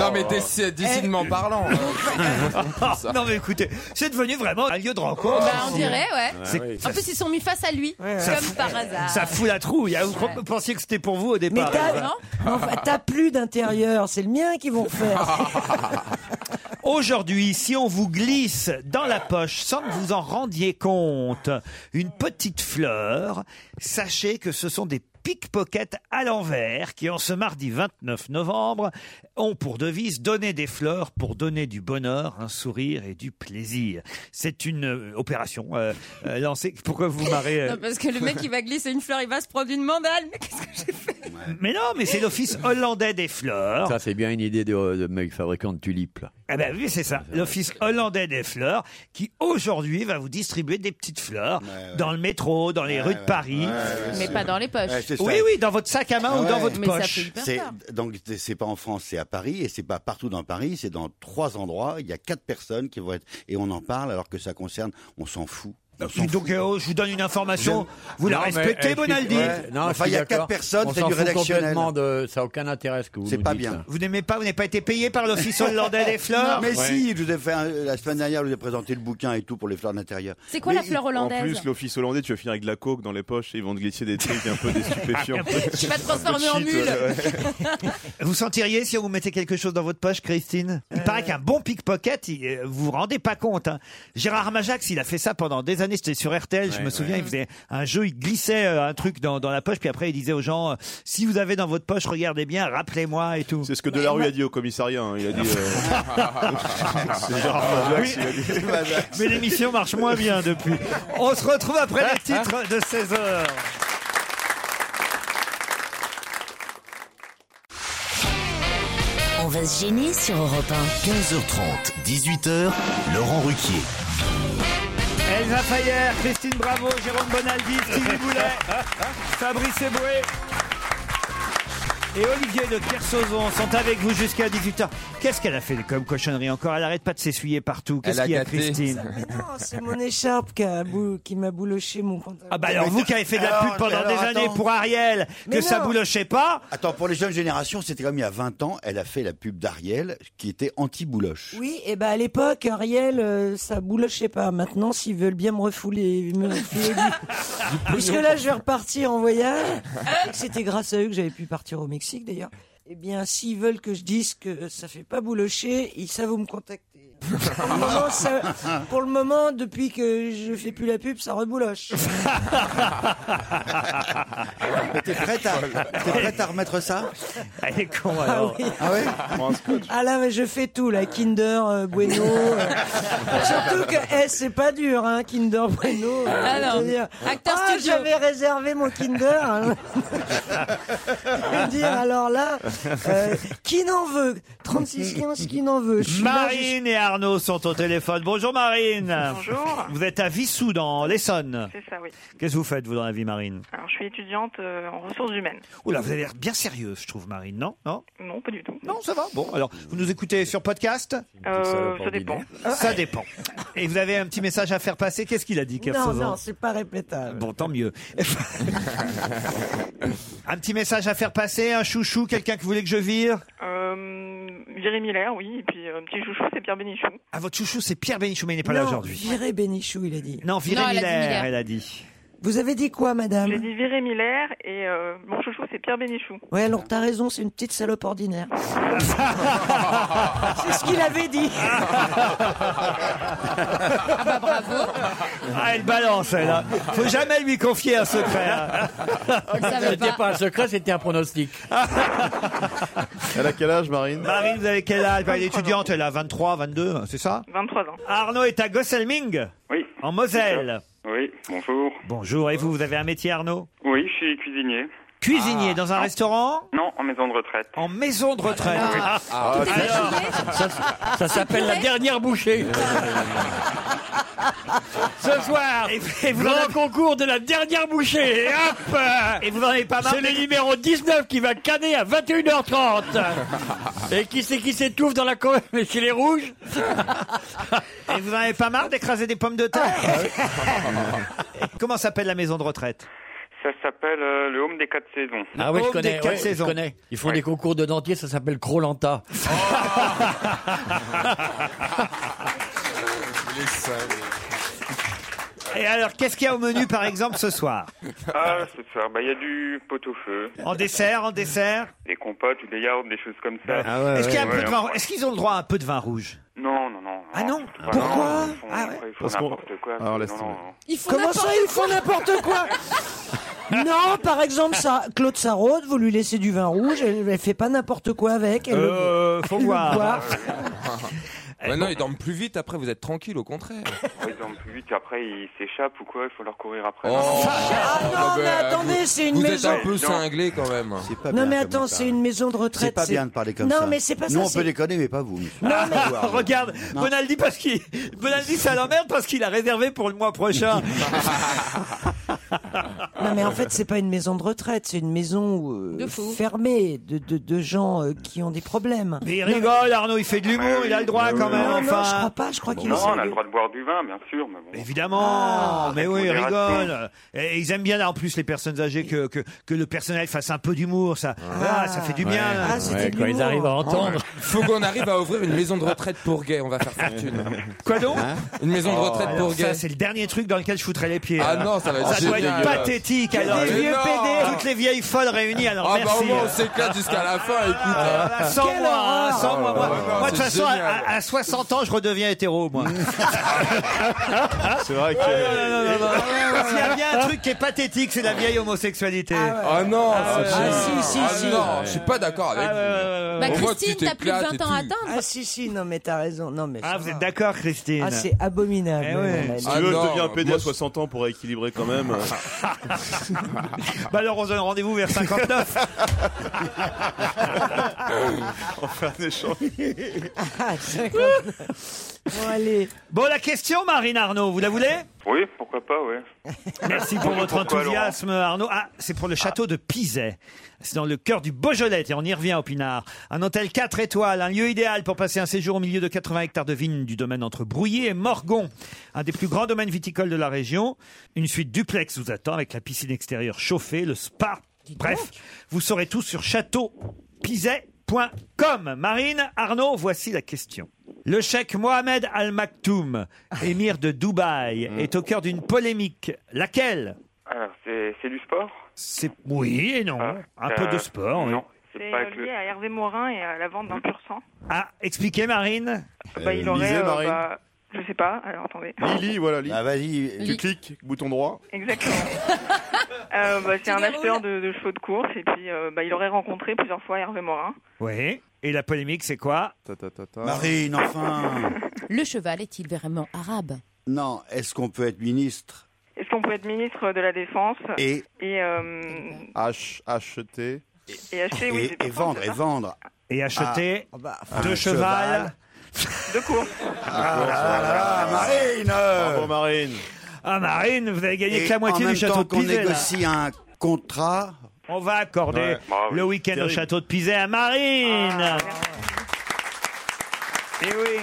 S7: non mais déci- décidément parlant. hein.
S8: *laughs*
S7: Ça.
S3: non mais écoutez, c'est devenu vraiment un lieu de rencontre.
S6: Bah, on dirait, ouais.
S3: C'est-
S11: Ah
S4: oui.
S6: En plus, ils sont mis face à lui, comme par hasard.
S3: Ça fout la trouille. hein. Vous cro- pensiez que c'était pour vous au
S8: Mais
S3: départ. *laughs*
S8: t'as
S6: non
S8: enfin, t'as plus d'intérieur, c'est le mien qui
S3: *laughs*
S8: vont refaire.
S3: Aujourd'hui, si on vous glisse dans la poche sans que vous en rendiez compte une petite fleur, sachez que ce sont des pickpockets à l'envers qui, en ce mardi 29 novembre, ont pour devise donner des fleurs pour donner du bonheur, un sourire et du plaisir. C'est une euh, opération euh, euh, lancée. Pourquoi vous vous marrez euh,
S6: Non, parce que le mec, il va glisser une fleur, il va se prendre une mandale. Mais qu'est-ce que j'ai fait
S3: Mais non, mais c'est l'Office hollandais des fleurs.
S4: Ça, c'est bien une idée de, de mec fabricant de tulipes. Là.
S3: Ah ben oui, c'est ça. L'Office hollandais des fleurs qui aujourd'hui va vous distribuer des petites fleurs dans le métro, dans les rues de Paris.
S6: Mais pas dans les poches.
S5: Ouais, c'est c'est ça. Ah
S3: Oui, oui, dans votre sac à main ou dans votre poche.
S5: C'est- Donc c'est- c'est pas en France, c'est à Paris et c'est pas partout dans Paris, c'est dans trois endroits. Il y a quatre personnes qui vont être et on en parle alors que ça concerne, on s'en fout. On s'en
S3: Donc,
S5: fout.
S3: euh, je vous donne une information. Vous la
S5: Non, mais,
S3: respectez,
S5: euh,
S3: Bonaldi
S5: ouais,
S4: Ah,
S5: non, Enfin, je suis il y a d'accord. quatre personnes, On c'est s'en du fout rédactionnel. complètement
S3: ça n'a aucun intérêt ce que vous
S5: C'est nous pas dites,
S4: hein.
S5: bien. là.
S3: Vous n'aimez pas, vous n'avez pas été payé par l'Office hollandais des fleurs
S5: Mais si, je vous ai fait un- la semaine dernière, je vous ai présenté le bouquin et tout pour les fleurs d'intérieur.
S11: C'est quoi la fleur hollandaise
S9: En plus, l'office hollandais, tu vas finir avec de la coke dans les poches et ils vont te glisser des trucs un peu des stupéfiants.
S6: Tu vas te transformer
S9: Un
S6: en
S9: peu de shit,
S6: mule.
S9: ouais, ouais.
S3: Vous sentiriez si on vous mettait quelque chose dans votre poche, Christine Il paraît qu'un bon pickpocket, il- euh, vous vous rendez pas compte. hein. Gérard Majax, il a fait ça pendant des années. C'était sur RTL, je me souviens. Il faisait un jeu, il glissait euh, un truc dans, dans la poche, puis après il disait aux gens euh, si vous avez dans votre poche, regardez bien, rappelez-moi et tout. C'est
S9: ce que Delarue a dit au commissariat. hein.
S3: *laughs*
S9: Il a dit. euh, C'est Gérard Majax,
S3: Oui.
S9: il a dit.
S3: Mais l'émission marche moins bien depuis. On se retrouve après les titres de 16h.
S1: On va se gêner sur Europe
S2: 15h30, 18h, Laurent Ruquier.
S3: Elsa Fayer, Christine Bravo, Jérôme Bonaldi,
S7: *laughs*
S3: Stevie Boulet, Fabrice Eboué et Olivier de Kersauzon sont avec vous jusqu'à 18h. Qu'est-ce qu'elle a fait comme cochonnerie encore Elle arrête pas de s'essuyer partout. Qu'est-ce
S7: Elle a
S3: qu'il y a,
S7: gâté.
S3: Christine
S8: *laughs* Non,
S3: *laughs*
S8: c'est mon écharpe qui a bou- qui m'a bouloché mon pantalon.
S3: Ah bah alors vous qui avez fait de la
S5: Alors,
S3: pub pendant
S5: alors,
S3: des
S5: attends.
S3: années pour Ariel, que
S5: Mais
S3: ça
S5: non.
S3: boulochait pas.
S5: Attends, pour les jeunes générations, c'était comme il y a 20 ans, elle a fait la pub d'Ariel qui était anti-bouloche.
S8: Oui, et bah à l'époque, Ariel, euh, ça boulochait pas. Maintenant, s'ils veulent bien me refouler, me refiler du- puisque là, je vais repartir en voyage. et que C'était grâce à eux que j'avais pu partir au Mexique, d'ailleurs. Eh bien, s'ils veulent que je dise que ça fait pas boulocher, ils savent où me contacter. Pour le moment, ça- pour le moment, depuis que je fais plus la pub, ça rebouloche.
S5: *laughs* T'es prête, à, t'es prête à remettre ça
S3: Elle est con
S8: alors.
S5: Ah ouais *laughs*
S8: Ah là, mais je fais tout, là. Kinder, euh, Bueno. euh, Surtout que, eh, c'est pas dur, hein, Kinder, Bueno. euh,
S6: Ah non.
S8: je veux dire.
S6: Acteur
S8: Ah,
S6: studio.
S8: j'avais réservé mon Kinder. hein. Je veux dire, alors là, euh, qui n'en veut 36-15, qui n'en veut Je suis là, je-
S3: Marine et Arnaud sont au téléphone. Bonjour Marine.
S12: Bonjour.
S3: Vous êtes à Vissou dans *laughs* l'Essonne.
S12: C'est ça, Ah. oui.
S3: Qu'est-ce que vous faites vous dans la vie, Marine
S12: Alors, je suis étudiante euh, en ressources humaines.
S3: Oula, vous avez l'air bien sérieuse, je trouve, Marine, non Non
S12: Non, pas du tout.
S3: Non, ça va. Ah Bon, alors, vous nous écoutez sur podcast
S12: Euh, ça dépend.
S3: Ça dépend. Et vous avez un petit message à faire passer. Qu'est-ce qu'il a dit,
S8: Non,
S3: Kersauzon
S8: non, c'est pas
S3: *laughs*
S8: répétable.
S3: Bon, tant
S8: *laughs*
S3: mieux. un petit message à faire passer, un chouchou, quelqu'un que vous voulez que je vire
S12: Euh, Jérémy Lair, oui. Et puis, euh, petit chouchou, c'est Pierre Bénichou.
S3: *laughs* Ah, votre chouchou, c'est Pierre Bénichou, mais il n'est pas là
S8: Non,
S3: aujourd'hui.
S8: Virez Bénichou, il a dit.
S3: Non, virez
S12: Non, elle a dit
S3: Miller,
S12: Miller.
S3: elle a dit.
S8: Vous avez dit quoi, madame
S12: J'ai dit Viré Miller et euh, mon chouchou, c'est Pierre Bénichou.
S8: Ouais, alors t'as raison, c'est une petite salope ordinaire. c'est ce qu'il avait dit.
S6: Ah bah bravo.
S3: Ah, elle balance, elle. hein. Faut jamais lui confier un secret. hein.
S6: C'était pas
S4: un secret, *laughs* c'était
S5: *laughs*
S4: un pronostic.
S9: Elle a quel âge, Marine
S3: Marine, vous avez quel âge Elle est étudiante, elle a 23, 22, c'est ça
S12: 23 ans.
S3: Arnaud est à Gosselming
S13: Oui.
S3: En Moselle.
S13: Oui, bonjour.
S3: Bonjour, et vous, vous avez un métier, Arnaud
S13: Oui, je suis cuisinier.
S3: Cuisinier dans un restaurant
S13: Non, en maison de retraite.
S3: En maison de retraite.
S13: Ah.
S3: Ah,
S13: Tout est
S3: alors,
S4: Ça, ça s'appelle la
S13: *laughs*
S4: dernière bouchée. Ce soir, grand concours de la dernière bouchée. Et hop
S3: Et vous n'en avez pas marre
S4: C'est
S3: des-
S4: le numéro 19 qui va canner
S5: *laughs*
S4: à 21h30. Et qui c'est qui s'étouffe dans la cour *laughs* chez les rouges
S3: Et vous n'en avez pas marre d'écraser des pommes de terre
S13: Ah,
S3: Comment s'appelle la maison de retraite
S13: Ça s'appelle euh, le home des quatre saisons.
S4: Ah oui, je connais, ouais, je connais. Ils font
S13: Ouais.
S4: des concours de dentiers, ça s'appelle
S7: *laughs*
S4: Crolanta.
S7: Ah,
S3: Et alors, qu'est-ce qu'il y a au menu, par exemple, ce soir
S13: Ah, c'est ça. Bah, il y a du pot-au-feu,
S3: En dessert, en dessert
S13: des compotes ou des yaourts, des choses comme ça.
S3: Est-ce qu'il y a un peu de vin-
S13: Ah, Ouais,
S3: Est-ce qu'ils ont le droit à un peu de vin rouge
S13: Non, non, non.
S3: Ah non
S13: Bah,
S3: Pourquoi
S13: non, ils font,
S5: Ah
S13: ils font
S9: Parce qu'on-
S13: n'importe quoi.
S9: Alors, laisse
S13: non,
S9: tomber.
S13: non,
S8: hein.
S13: non.
S8: Comment ça, ils font n'importe quoi *laughs* Non, par exemple, ça, Claude Sarraute, vous lui laissez du vin rouge, elle, elle fait pas n'importe quoi avec. Elle
S3: Euh, faut
S8: elle le
S3: voir.
S8: boit.
S7: *laughs* Bah non, ils dorment plus vite après, vous êtes tranquille, au contraire.
S13: Ouais, Ils dorment plus vite, après ils s'échappent ou quoi, il faut leur courir
S7: Oh.
S13: après.
S8: Ah non, mais attendez, c'est une
S7: bah, Vous êtes
S8: maison.
S7: un peu cinglé quand même.
S8: Non, mais attends, c'est une maison de retraite.
S5: C'est pas bien de parler comme ça.
S8: Non, mais c'est pas
S5: Nous,
S8: ça.
S5: on peut
S8: c'est-
S5: déconner, mais pas vous. monsieur.
S3: Ah,
S5: Vous, Arnaud.
S3: Regarde, Bonaldi, parce qu'il, Bonaldi, ça l'emmerde parce qu'il a réservé pour le mois prochain.
S8: Non, mais en fait, c'est pas une maison de retraite, c'est une maison euh,
S3: De fous.
S8: fermée de, de, de gens euh, qui ont des problèmes.
S3: Mais il rigole,
S7: hein.
S3: Arnaud, il fait de
S8: Ah
S3: l'humour, il a le droit quand même.
S8: Non, non,
S3: enfin.
S8: je crois pas, je crois qu'il
S13: non,
S8: est
S13: on a le
S8: sérieux.
S13: droit de boire du vin, Ah, bien sûr. Mais bon.
S3: Évidemment,
S13: Ah,
S3: mais
S13: avec
S3: oui, ils
S13: modération.
S3: rigolent. Et ils aiment bien là, en plus les personnes âgées que, que, que le personnel fasse un peu d'humour, ça. Ah, ça fait du bien. là.
S7: Faut qu'on arrive à ouvrir une maison de retraite pour gays, on va faire fortune. Hein
S3: Quoi donc
S7: Une maison de
S3: Oh,
S7: retraite
S3: alors
S7: pour
S3: Ça,
S7: gays.
S3: c'est le dernier truc dans lequel je foutrais les pieds.
S7: Ah
S3: hein.
S7: non, ça va être
S3: Ça doit être
S7: dégueulasse.
S3: pathétique.
S7: Que
S3: Alors,
S7: des vieux
S3: Non.
S7: PD.
S3: Toutes les vieilles folles réunies. Alors,
S7: Ah bah,
S3: merci.
S7: au moins, on s'éclate jusqu'à la fin, écoute.
S3: Ah, là, sans
S7: Quelle
S3: moi, hein,
S7: horreur.
S3: sans moi, moi.
S7: Oh là là,
S3: Moi, de toute
S7: c'est
S3: façon, ah, à,
S7: génial.
S3: à- à 60 ans, je redeviens hétéro, moi. Ah,
S9: C'est vrai que.
S3: S'il y a bien un truc qui est pathétique, c'est la vieille homosexualité.
S7: Ah non,
S3: Ah
S7: c'est-
S3: ouais. Ah, si, si,
S7: Ah
S3: si.
S7: non, je suis pas d'accord avec
S3: ouais,
S7: vous.
S3: ouais.
S7: On
S3: Bah,
S7: voit que tu
S8: Christine,
S7: t'es-
S8: t'as plus de
S7: éclate
S8: 20
S7: et
S8: ans à
S7: tout.
S8: atteindre. Ah si, si, non, mais t'as raison. Non, mais
S3: Ah, vous êtes d'accord, Christine
S8: Ah, c'est abominable.
S3: Eh ouais.
S8: Non,
S9: Si
S8: mais-
S9: tu veux,
S7: Ah
S3: non,
S9: je deviens un PD
S3: moi,
S9: à 60 ans pour rééquilibrer quand même.
S3: Bah alors on se donne rendez-vous vers 59.
S9: On fait un échange.
S3: bon, allez. Bon, la question, Marine Arnaud, vous la voulez
S13: *laughs* Oui, pourquoi pas, ouais.
S3: Merci pour votre
S13: Pourquoi, Laurent
S3: enthousiasme, Arnaud. Ah, c'est pour le château de Pizet. C'est dans le cœur du Beaujolais, et on y revient au Pinard. Un hôtel 4 étoiles, un lieu idéal pour passer un séjour au milieu de 80 hectares de vignes du domaine entre Brouillé et Morgon. Un des plus grands domaines viticoles de la région. Une suite duplex vous attend avec la piscine extérieure chauffée, le spa. Bref, vous saurez tout sur châteaupizet.com. Marine, Arnaud, voici la question. Le cheikh Mohamed Al Maktoum, émir de Dubaï, est au cœur d'une polémique. Laquelle
S13: Alors, c'est c'est du sport
S3: c'est oui et non, un peu de sport. oui.
S13: Non, c'est
S12: C'est
S13: pas
S12: euh,
S13: que le-
S12: lié à Hervé Morin et à la vente d'un pur sang.
S3: Ah, expliquez Marine.
S12: Bah, il aurait. euh, bah, je sais pas, alors attendez.
S9: Lily, voilà, Lily. Ah, vas-y. Tu
S12: bah. Lily.
S9: cliques, bouton droit.
S12: *laughs*
S3: *laughs*
S12: Exactement. Euh, bah, c'est un acheteur de, de chevaux de course et puis euh, bah, il aurait rencontré plusieurs fois Hervé Morin.
S3: Oui. Et la polémique, c'est quoi
S5: Marine, enfin.
S11: Le cheval est-il vraiment arabe
S5: Non, est-ce qu'on peut être ministre
S12: Est-ce qu'on peut être ministre de la Défense
S5: Et
S12: et, euh,
S9: H, acheter.
S12: et acheter oui, des
S5: et, et vendre, et vendre.
S3: Et
S12: acheter
S3: deux chevals.
S12: de course.
S5: Ah là là, Marine
S9: Bravo, Marine
S3: Ah Marine, vous avez gagné
S5: Et
S3: que la moitié
S5: en
S3: du
S5: même
S3: château
S5: temps
S3: de
S5: qu'on
S3: Pizet. là.
S5: négocie un contrat.
S3: On va accorder
S5: Ouais.
S3: le week-end au
S5: Terrible.
S3: château de Pizet à Marine. Eh oui.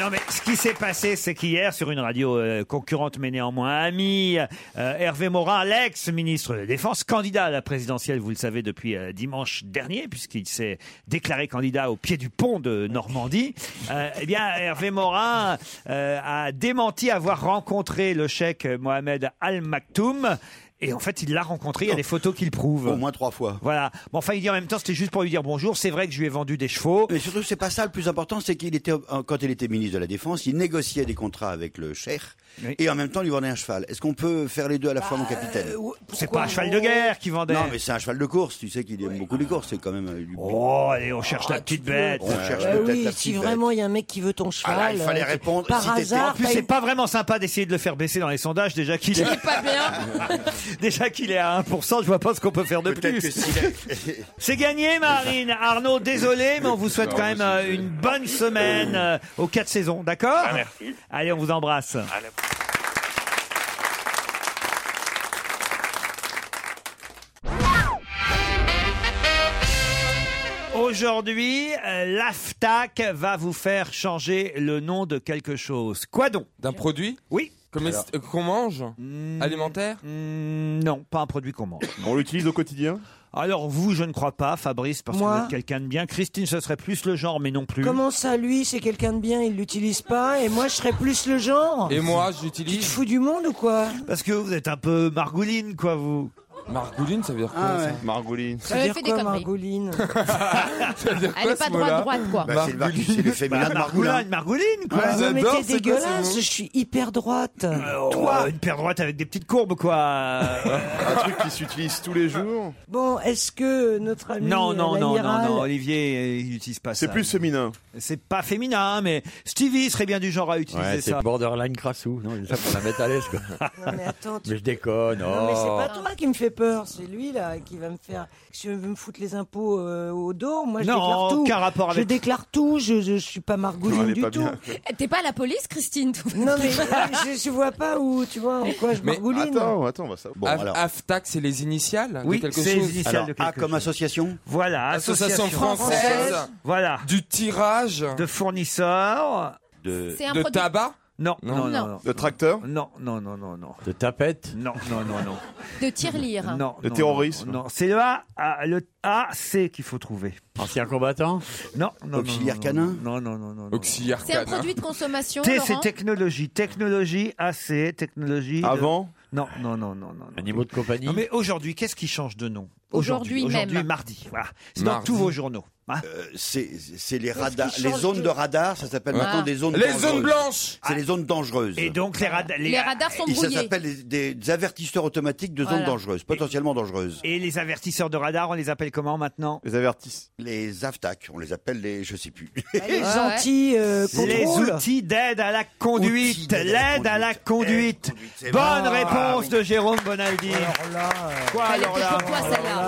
S3: Non mais ce qui s'est passé, c'est qu'hier sur une radio euh, concurrente mais néanmoins amie, euh, Hervé Morin, l'ex-ministre de la Défense, candidat à la présidentielle, vous le savez depuis euh, dimanche dernier, puisqu'il s'est déclaré candidat au pied du pont de Normandie, euh, eh bien Hervé Morin euh, a démenti avoir rencontré le cheikh Mohamed Al Maktoum. Et en fait, il l'a rencontré. Il y a des photos qui le prouvent. Au
S5: moins trois fois.
S3: Voilà. Bon, enfin, il dit en même temps, c'était juste pour lui dire bonjour. C'est vrai que je lui ai vendu des chevaux.
S5: Mais surtout, c'est pas ça. Le plus important, c'est qu'il était, euh, quand il était ministre de la Défense, il négociait des contrats avec le cheikh et en même temps, il vendait un cheval. Est-ce qu'on peut faire les deux à la fois, mon capitaine
S3: C'est pas un cheval de guerre qui vendait.
S5: Non, mais c'est un cheval de course. Tu sais qu'il aime beaucoup les courses. C'est quand même. euh, du-
S3: Oh, allez, on cherche la petite bête.
S5: On cherche
S8: Bah
S5: peut-être
S8: oui,
S5: la
S8: si
S5: petite
S8: vraiment il y a un mec qui veut ton cheval,
S5: Ah là, il fallait
S8: euh,
S5: répondre.
S8: par
S3: En
S8: hasard,
S3: plus,
S8: t'as
S3: c'est
S8: une-
S3: pas vraiment sympa d'essayer de le faire baisser dans les sondages. Déjà qu'il est,
S6: Pas bien.
S3: *laughs* déjà qu'il est à 1%, je vois pas ce qu'on peut faire de
S5: Peut-être que
S3: plus.
S5: s'il a-
S3: C'est gagné, Marine. Arnaud, désolé, mais on vous souhaite
S5: Non,
S3: quand même
S5: mais
S3: euh, une bonne semaine euh, aux quatre saisons, d'accord
S13: Ah, merci.
S3: Allez, on vous embrasse.
S13: À la-
S3: Aujourd'hui, euh, l'AFTAC va vous faire changer le nom de quelque chose. Quoi donc
S7: D'un produit
S3: Oui.
S7: Comme est- euh, Qu'on mange
S3: Hmm.
S7: Alimentaire
S3: Mm, Non, pas un produit qu'on mange.
S9: On l'utilise au quotidien
S3: Alors vous, je ne crois pas, Fabrice, parce que
S8: Moi
S3: vous êtes quelqu'un de bien. Christine, ce serait plus le genre, mais non plus.
S8: Comment ça, lui, c'est quelqu'un de bien, il l'utilise pas, et moi, je serais plus le genre.
S7: Et moi, je
S8: Tu te
S7: l'utilise.
S8: fous du monde ou quoi
S3: Parce que vous êtes un peu margouline, quoi, vous.
S7: Margouline, ça veut dire quoi
S8: Ah ouais.
S7: ça Margouline.
S8: Ça veut dire
S3: *laughs*
S8: quoi, Margouline
S11: Elle est pas droite-droite, quoi.
S5: Bah, c'est le bar- c'est le féminin de Margoulin.
S3: Margouline, Margouline, quoi.
S8: Ah, mais t'es dégueulasse, je suis hyper droite.
S3: Toi, Oh, une paire droite avec des petites courbes, quoi.
S9: *laughs* Un truc qui s'utilise tous les jours
S8: Bon, est-ce que notre ami
S3: Non, non,
S8: euh,
S3: non, non,
S8: l'amiral-
S3: non, Olivier, euh, il n'utilise pas ça.
S9: C'est plus féminin.
S3: C'est pas féminin, mais Stevie serait bien du genre à utiliser
S4: Ouais, c'est
S3: ça.
S4: borderline crassou, non, ça pour la mettre à l'aise quoi.
S8: mais attends, tu-
S4: Mais je déconne.
S8: Non, mais c'est
S4: oh.
S8: pas toi qui me fais peur, c'est lui là qui va me faire. Si je veux me foutre les impôts euh, au dos, moi je
S3: Non,
S8: déclare tout.
S3: aucun rapport
S8: Je
S3: avec-
S8: déclare tout, je, je, je suis pas
S9: Non,
S8: margouline
S9: elle est
S8: du
S9: pas
S8: tout.
S9: bien.
S8: T'es pas à la police, Christine Non mais je, je vois pas où, tu vois, en quoi je
S7: Mais
S8: margouline.
S9: Attends, attends, on va savoir. Bon,
S7: Af-
S9: alors.
S7: AFTAC, c'est les initiales
S9: Oui,
S7: de quelque
S9: c'est
S7: chose
S9: les initiales Alors, de quelque A
S5: comme association
S3: Voilà,
S7: Association française.
S3: Voilà.
S7: Du tirage.
S3: De fournisseurs.
S7: De,
S11: C'est un de produit- tabac
S3: non non, non,
S11: Non.
S3: non, De tracteur Non, non, non, non, non.
S4: De tapette
S3: Non, non, non,
S11: *laughs*
S3: non.
S11: De tirelire.
S3: Non.
S9: Le
S3: non,
S9: terrorisme.
S3: Non, non. c'est le A, A- le A, C qu'il faut trouver.
S4: Ancien combattant
S3: Non, non. Auxiliaire canin Non, non, non, non.
S7: Auxiliaire
S11: C'est un produit de consommation.
S3: T,
S11: Laurent
S3: c'est technologie. Technologie, AC, technologie. de-
S9: Avant
S3: Non, non, non, non, non.
S4: Animaux de compagnie
S3: Non, mais aujourd'hui, qu'est-ce qui change de nom
S11: Aujourd'hui même.
S3: Aujourd'hui, mardi. Voilà. C'est dans
S5: Mardi.
S3: tous vos journaux. hein.
S5: Euh, c'est c'est les
S3: Qu'est-ce
S5: radars,
S3: qui
S5: les
S3: change
S5: zones
S3: de-
S5: de radar, ça s'appelle
S3: Ouais.
S5: maintenant des zones
S3: Les
S5: dangereuses.
S3: zones blanches.
S5: C'est les zones dangereuses.
S3: Et donc, les, rada-
S11: Les radars sont
S5: Et ça
S11: brouillés.
S5: s'appelle les- des, des avertisseurs automatiques de zones
S11: Voilà.
S5: dangereuses, potentiellement dangereuses.
S3: Et les avertisseurs de radar, on les appelle comment maintenant
S9: Les avertisseurs.
S5: Les AFTAC, on les appelle les, je sais plus.
S8: Les gentils euh,
S3: Les
S8: contrôles.
S3: outils d'aide à la conduite.
S5: d'aide à la
S3: L'aide à la conduite.
S5: c'est
S3: Bonne
S5: vrai.
S3: réponse de Jérôme Bonaldi. Quoi
S11: Elle
S3: alors
S11: était
S3: là
S11: pour toi, celle-là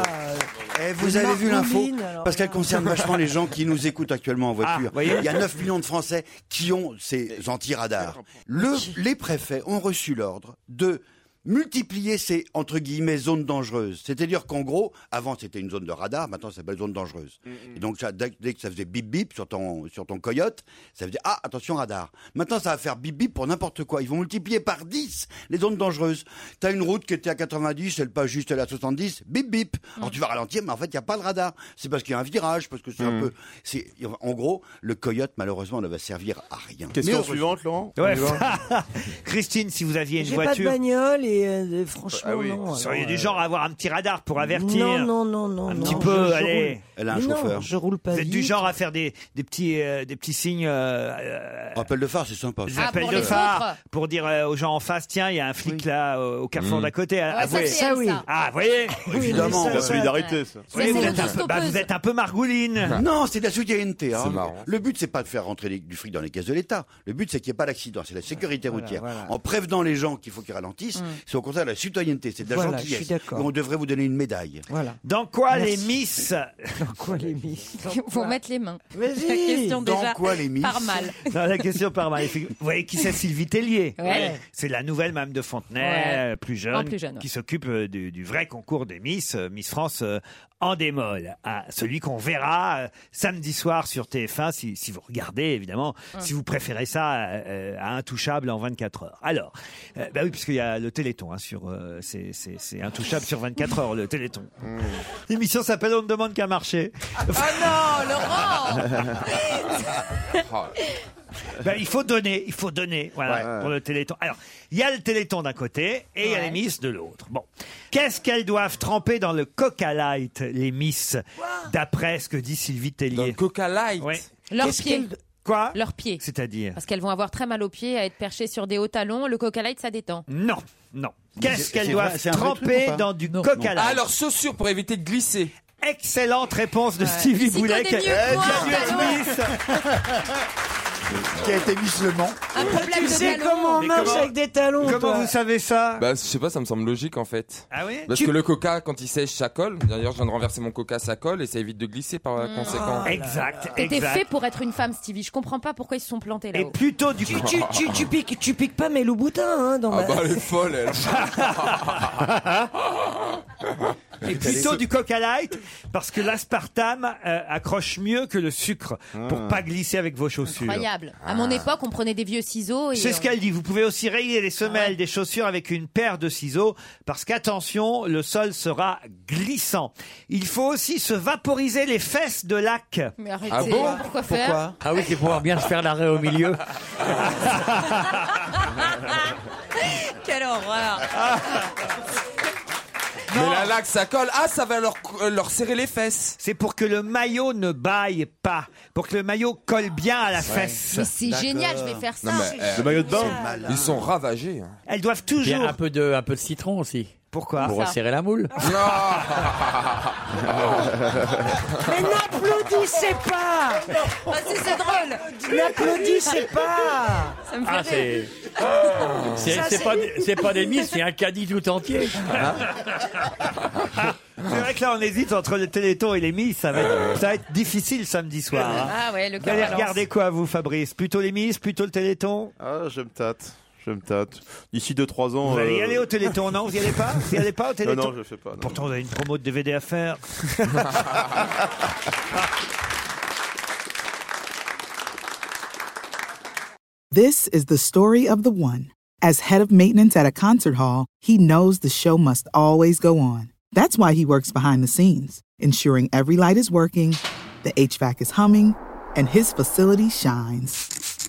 S5: Eh, vous avez vu l'info Parce qu'elle concerne vachement les gens qui nous écoutent actuellement en voiture.
S3: voyez
S5: Il y a 9 millions de Français qui ont ces anti-radars. Le, les préfets ont reçu l'ordre de multiplier ces entre guillemets zones dangereuses. C'est-à-dire qu'en gros, avant c'était une zone de radar, maintenant ça s'appelle zone dangereuse. Et donc ça, dès, dès que ça faisait bip bip sur ton sur ton coyote, ça faisait ah attention radar. Maintenant ça va faire bip bip pour n'importe quoi. Ils vont multiplier par 10 les zones dangereuses. T'as une route qui était à 90, elle passe juste à la 70, bip bip. Alors tu vas ralentir, mais en fait il y a pas de radar. C'est parce qu'il y a un virage, parce que c'est un peu. C'est en gros le coyote malheureusement ne va servir à rien.
S9: Question
S5: Mais
S9: suivante, Laurent
S3: Ouais.
S9: On y va
S3: Christine, si vous aviez *laughs* une
S8: J'ai pas de
S3: voiture,
S8: bagnole et euh, franchement
S9: Ah oui.
S8: non.
S3: vous
S8: alors,
S3: seriez du
S8: euh,
S3: genre à avoir un petit radar pour avertir.
S8: Non, non, non, non.
S3: Un
S8: non,
S3: petit
S8: je-
S3: peu,
S8: je
S3: allez.
S8: roule.
S5: Elle a un
S8: Mais non,
S5: chauffeur.
S8: Je roule pas
S3: Vous êtes
S8: vite.
S3: du genre à faire des, des petits, euh, des petits signes, euh, euh,
S5: Rappel de phare, c'est sympa.
S3: des
S5: ça.
S3: appels
S11: Ah, pour
S3: de
S11: les
S3: phare,
S11: autres.
S3: pour dire euh, aux gens en face, tiens, il y a un flic là euh, au carrefour d'à côté.
S11: Ouais,
S3: Ah,
S11: ça,
S3: avouez.
S11: c'est elle,
S8: oui.
S11: ça.
S3: Ah, voyez,
S5: Mm. Évidemment.
S9: La solidarité, ça.
S3: Vous voyez,
S11: c'est
S3: vous,
S11: la
S3: êtes un peu, bah,
S11: topeuse.
S3: vous êtes un peu margouline.
S5: Non, c'est de la solidarité. hein.
S7: C'est marrant.
S5: Le but, c'est pas de faire rentrer les- du fric dans les caisses de l'État. Le but, c'est qu'il n'y ait pas d'accident. C'est la sécurité routière. En prévenant les gens qu'il faut qu'ils ralentissent,
S11: Mm.
S5: c'est au contraire de la citoyenneté, c'est de la
S8: Voilà, je suis
S5: gentillesse. Et
S8: d'accord.
S5: on devrait vous donner une médaille.
S8: Voilà.
S3: Dans quoi
S8: Merci.
S3: les Miss
S8: Dans quoi les mises
S11: Faut mettre les mains.
S8: Vas-y.
S11: La question
S5: Dans
S11: déjà
S5: quoi les miss
S3: *laughs*
S11: par mal.
S3: Non, la question par mal. Vous voyez qui c'est Sylvie Tellier
S11: Ouais.
S3: C'est la nouvelle Mme de Fontenay,
S11: Ouais.
S3: euh, plus jeune,
S11: En plus jeune, ouais.
S3: qui s'occupe euh, du, du vrai concours des Miss, euh, Miss France euh, en démol. Ah, celui qu'on verra euh, samedi soir sur TF1, si, si vous regardez évidemment,
S11: Hum.
S3: si vous préférez ça euh, à Intouchable en 24 heures. Alors, euh, bah oui, puisqu'il y a le Téléthon, hein, sur, euh, c'est, c'est- c'est Intouchable sur 24 heures, le Téléthon.
S5: Hum.
S3: L'émission s'appelle On ne demande qu'à marcher.
S11: Ah non, Laurent
S3: *laughs*
S5: Oh.
S3: Ben, il faut donner, il faut donner, voilà,
S9: Ouais.
S3: pour le Téléthon. Alors, il y a le Téléthon d'un côté et il y a les Miss de l'autre. Bon, qu'est-ce qu'elles doivent tremper dans le Coca Light, les Miss, d'après ce que dit Sylvie
S7: Dans le
S3: Tellier
S7: Coca Light.
S3: Ouais.
S11: Leurs
S8: Qu'est-ce
S11: pieds.
S8: qu'elle-
S3: Quoi
S11: Leurs pieds.
S3: C'est-à-dire
S11: Parce qu'elles vont avoir très mal aux pieds à être perchées sur des hauts talons. Le coca light, ça détend.
S3: Non, non. Qu'est-ce
S5: c'est-
S3: qu'elles
S5: c'est
S3: doivent
S5: vrai, c'est un vrai
S3: tremper
S5: truc ou pas
S3: dans du Coca Light
S7: Ah, leurs chaussures pour éviter de glisser.
S3: Excellente réponse de
S11: Ouais.
S3: Stevie
S11: Il s'y
S3: Boulet.
S11: connaît
S3: qui Eh, a-
S11: mieux que moi,
S3: qui a dû
S11: alors.
S3: être Miss.
S5: Qui a été Miss Le Mans.
S11: Un problème
S8: Tu
S11: de
S8: sais
S11: ballon.
S8: comment on
S3: Mais
S8: marche
S3: comment-
S8: avec des talons
S3: Comment
S8: toi
S3: vous savez ça
S7: Bah, je sais pas, ça me semble logique en fait.
S3: Ah oui
S7: Parce que le coca, quand il sèche, ça colle. D'ailleurs, je viens de renverser mon coca, ça colle et ça évite de glisser par conséquent.
S3: Ah. Exact,
S11: T'étais
S3: exact.
S11: Mmh. fait pour être une femme, Stevie. Je comprends pas pourquoi ils se sont plantés
S3: Et
S11: là-haut.
S3: plutôt du
S8: Tu, tu, tu,
S5: *laughs*
S8: tu piques, tu piques pas mes loups boutins hein, dans
S7: Ah
S8: ma-
S7: bah, elle est folle, elle.
S4: Ah.
S3: Et plutôt du Coca Light parce que l'aspartame euh, accroche mieux que le sucre
S4: Ah.
S3: pour pas glisser avec vos chaussures.
S11: Incroyable. À mon époque, on prenait des vieux ciseaux. et
S3: Ah. C'est
S11: on-
S3: ce qu'elle dit. Vous pouvez aussi rayer les
S11: Ah
S3: semelles des chaussures avec une paire de ciseaux parce qu'attention, le sol sera glissant. Il faut aussi se vaporiser les fesses de lac.
S11: Mais arrêtez,
S7: Ah bon
S11: pourquoi faire
S4: Ah oui, c'est pour pouvoir bien se faire l'arrêt
S3: *laughs*
S4: au milieu.
S11: *laughs* Quelle horreur
S7: Mais la laque, ça colle. Ah, ça va leur, leur serrer les fesses.
S3: C'est pour que le maillot ne baille pas, pour que le maillot colle bien à la fesse.
S11: Mais c'est génial, je vais faire ça.
S7: Non, mais, euh,
S9: Le maillot de bain
S7: ils sont ravagés. hein.
S3: Elles doivent toujours
S4: peu de, un peu de citron aussi.
S3: Pourquoi
S4: Pour resserrer la
S8: *laughs*
S4: moule.
S8: Mais n'applaudissez pas
S11: Ah,
S8: Ah,
S6: si, c'est drôle
S8: N'applaudissez pas
S6: Ça me fait
S4: Ah,
S6: rire.
S4: c'est. c'est-
S6: Ça,
S4: c'est
S6: c'est-
S4: pas, des- c'est pas des mises, c'est un caddie tout entier.
S9: Hein
S3: C'est vrai que là, on hésite entre le Téléthon et les Miss. Ça va
S9: Euh.
S3: être, ça va être difficile samedi soir. hein.
S11: Ah ouais, le
S3: Vous allez
S11: cœur balance.
S3: regarder quoi, vous, Fabrice Plutôt les Miss, plutôt le Téléthon
S9: Ah, je me tâte. Je me tâte. D'ici 2-3 ans.
S3: Vous allez y
S9: euh,
S3: aller au Téléthon, non Vous y allez pas Vous y allez pas au Téléthon
S9: Non, non, je le fais pas. non.
S3: Pourtant, vous avez une promo de DVD à
S9: *laughs*
S3: faire.
S14: This is the story of the one. As head of maintenance at a concert hall, he knows the show must always go on. That's why he works behind the scenes, ensuring every light is working, the HVAC is humming, and his facility shines.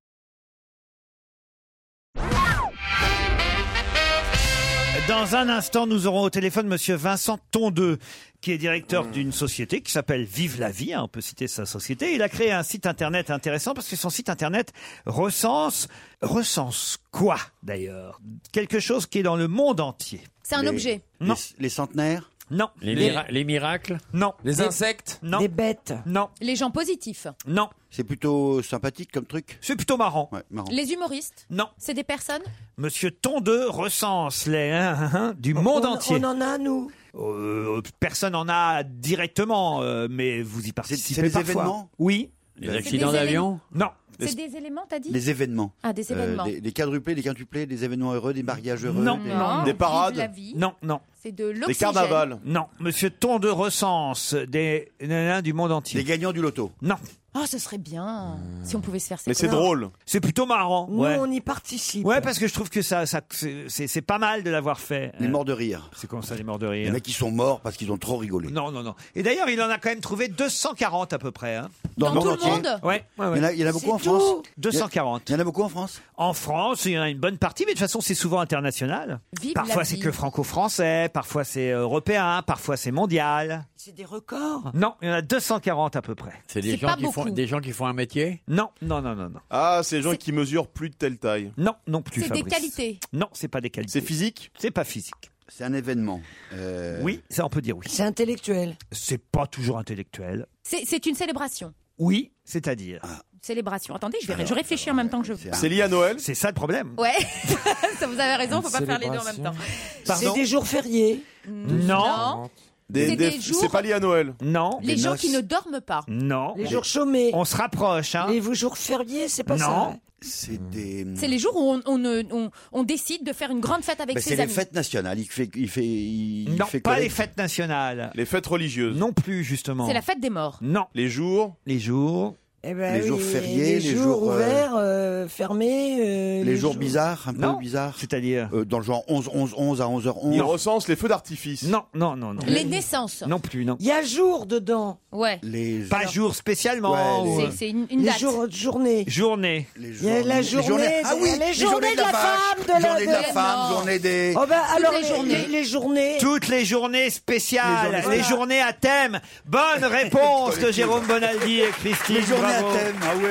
S3: Dans un instant, nous aurons au téléphone Monsieur Vincent Tondeux, qui est directeur
S5: Hmm.
S3: d'une société qui s'appelle Vive la Vie. hein, on peut citer sa société. Il a créé un site internet intéressant parce que son site internet recense recense quoi d'ailleurs Quelque chose qui est dans le monde entier.
S11: C'est un Les- objet.
S3: Non.
S5: Les centenaires
S3: Non.
S4: *laughs* Les, mira- les miracles
S3: Non.
S4: Les insectes
S3: Non.
S8: Des bêtes
S3: Non.
S11: Les gens positifs.
S3: Non.
S5: C'est plutôt Oh, sympathique comme truc
S3: C'est plutôt marrant.
S5: Ouais, marrant.
S11: Les humoristes.
S3: Non.
S11: C'est des personnes.
S3: Monsieur Tondeux recense les hein, hein, hein, du monde
S8: on,
S3: entier.
S8: on en a, nous
S3: Euh, personne en a directement, euh, mais vous y participez
S5: c'est les
S3: parfois.
S5: événements
S3: Oui.
S5: Les
S11: C'est des éléments-
S3: Non.
S11: C'est des éléments, t'as dit
S5: Les événements.
S11: Ah, des
S5: Euh,
S11: événements.
S5: les, les quadruplés, les quintuplés, des événements heureux, des mariages heureux.
S3: Non,
S5: des-
S11: Non,
S5: des
S11: vive
S5: parades.
S11: la vie.
S3: Non, non.
S11: C'est de l'oxygène.
S3: Non, monsieur Tondeux recense des nanas du monde entier.
S5: Des gagnants du loto.
S3: Non.
S11: Oh, ce serait bien si on pouvait se faire ces
S9: c'est
S11: copains.
S9: drôle.
S3: C'est plutôt marrant.
S8: Nous,
S3: ouais.
S8: on y participe.
S3: Ouais, parce que je trouve que ça, ça c'est- c'est c'est pas mal de l'avoir fait.
S5: Les
S3: Euh,
S5: morts de rire.
S3: C'est comme ça, les morts de
S5: Les
S3: rire
S5: mecs qui sont morts parce qu'ils ont trop rigolé.
S3: Non, non, non. Et d'ailleurs, il en a quand même trouvé 240 à peu près. hein.
S11: Dans tout le monde
S3: Ouais, ouais,
S5: Il y en a,
S3: ouais.
S5: il y en a beaucoup en
S8: tout.
S5: France.
S3: 240.
S5: Il y en a beaucoup en France.
S3: En France, il y en a une bonne partie, mais de toute façon, c'est souvent international.
S11: Vive la
S3: Parfois, c'est
S11: vie.
S3: que franco-français, parfois, c'est européen, parfois, c'est mondial.
S8: C'est des records.
S3: Non, il y en a 240 à peu près.
S4: C'est des,
S11: C'est
S4: gens
S11: pas
S4: qui font,
S11: beaucoup.
S4: des gens qui font un métier
S3: Non, non, non, non, non.
S9: Ah, c'est les gens
S11: C'est-
S9: qui mesurent plus de telle taille.
S3: Non, non plus.
S11: C'est des
S3: Fabrice.
S11: qualités.
S3: Non, c'est pas des qualités.
S9: C'est physique
S3: C'est pas physique.
S5: C'est un événement. Euh,
S3: Oui, ça on peut dire oui.
S8: C'est intellectuel.
S3: C'est pas toujours intellectuel.
S11: C'est c'est une célébration.
S3: Oui, c'est-à-dire.
S11: Une Célébration. Attendez, je, vais, ré- je réfléchis en même temps que je vous.
S5: C'est
S9: Ah, C'est lié à Noël
S3: C'est ça le problème.
S11: Ouais, *laughs* ça vous avez raison, faut pas
S7: Une
S11: faire les deux en même
S7: célébration.
S11: temps.
S8: C'est
S3: Pardon
S8: des jours fériés.
S3: Non,
S11: C'est des jours-
S9: C'est pas lié à Noël.
S3: non,
S11: Les gens qui ne dorment pas.
S3: non.
S8: Les jours chômés.
S3: On se rapproche, hein.
S8: Les vous- jours fériés, c'est pas
S3: Non.
S8: ça.
S5: C'est
S3: Hmm.
S5: des. hmm,
S11: C'est les jours où on, on ne- on- on décide de faire une grande fête avec
S5: Ben, c'est
S11: ses
S5: les
S11: amis.
S5: fêtes nationales. Il fait, il fait, il
S3: Non,
S5: fait
S3: pas les
S5: connaître-
S3: fêtes nationales.
S9: Les fêtes religieuses.
S3: Non plus, justement.
S11: C'est la fête des morts.
S3: Non.
S9: Les jours
S3: Les jours.
S8: Eh ben
S5: Les jours fériés,
S8: les,
S5: les
S8: jours,
S5: jours, euh,
S8: ouverts, euh, fermés. euh,
S5: les, jours bizarres, un
S3: Non.
S5: peu bizarres.
S3: C'est-à-dire.
S5: Euh, dans le genre 11, 11, 11 à 11h11.
S9: *laughs* Ils recensent les feux d'artifice.
S3: Non, non, non, non.
S11: Les naissances.
S3: Non plus, non.
S8: Il y a jour dedans.
S11: Ouais.
S5: Les,
S3: Pas jour spécialement.
S5: Ouais,
S3: ou,
S5: les-
S3: euh,
S11: C'est- C'est une, une
S8: les
S11: date.
S8: jours de journée.
S3: Journée.
S5: les
S8: Il y a la
S5: les
S8: journée,
S5: journées- Ah oui,
S8: les
S5: les
S8: journées de la
S5: vache,
S8: femme, de la-
S5: journée de la
S11: de-
S5: femme,
S11: Non.
S5: journée des.
S8: Oh ben alors
S11: les
S8: les,
S11: journées.
S8: les- les journées.
S3: Toutes les journées spéciales, les
S5: Les
S3: journées,
S5: journées- Voilà.
S3: à thème.
S5: *laughs*
S3: Bonne réponse de Jérôme Bonaldi et Christine.
S5: Les journées à
S3: bravo.
S5: thème. Ah ouais.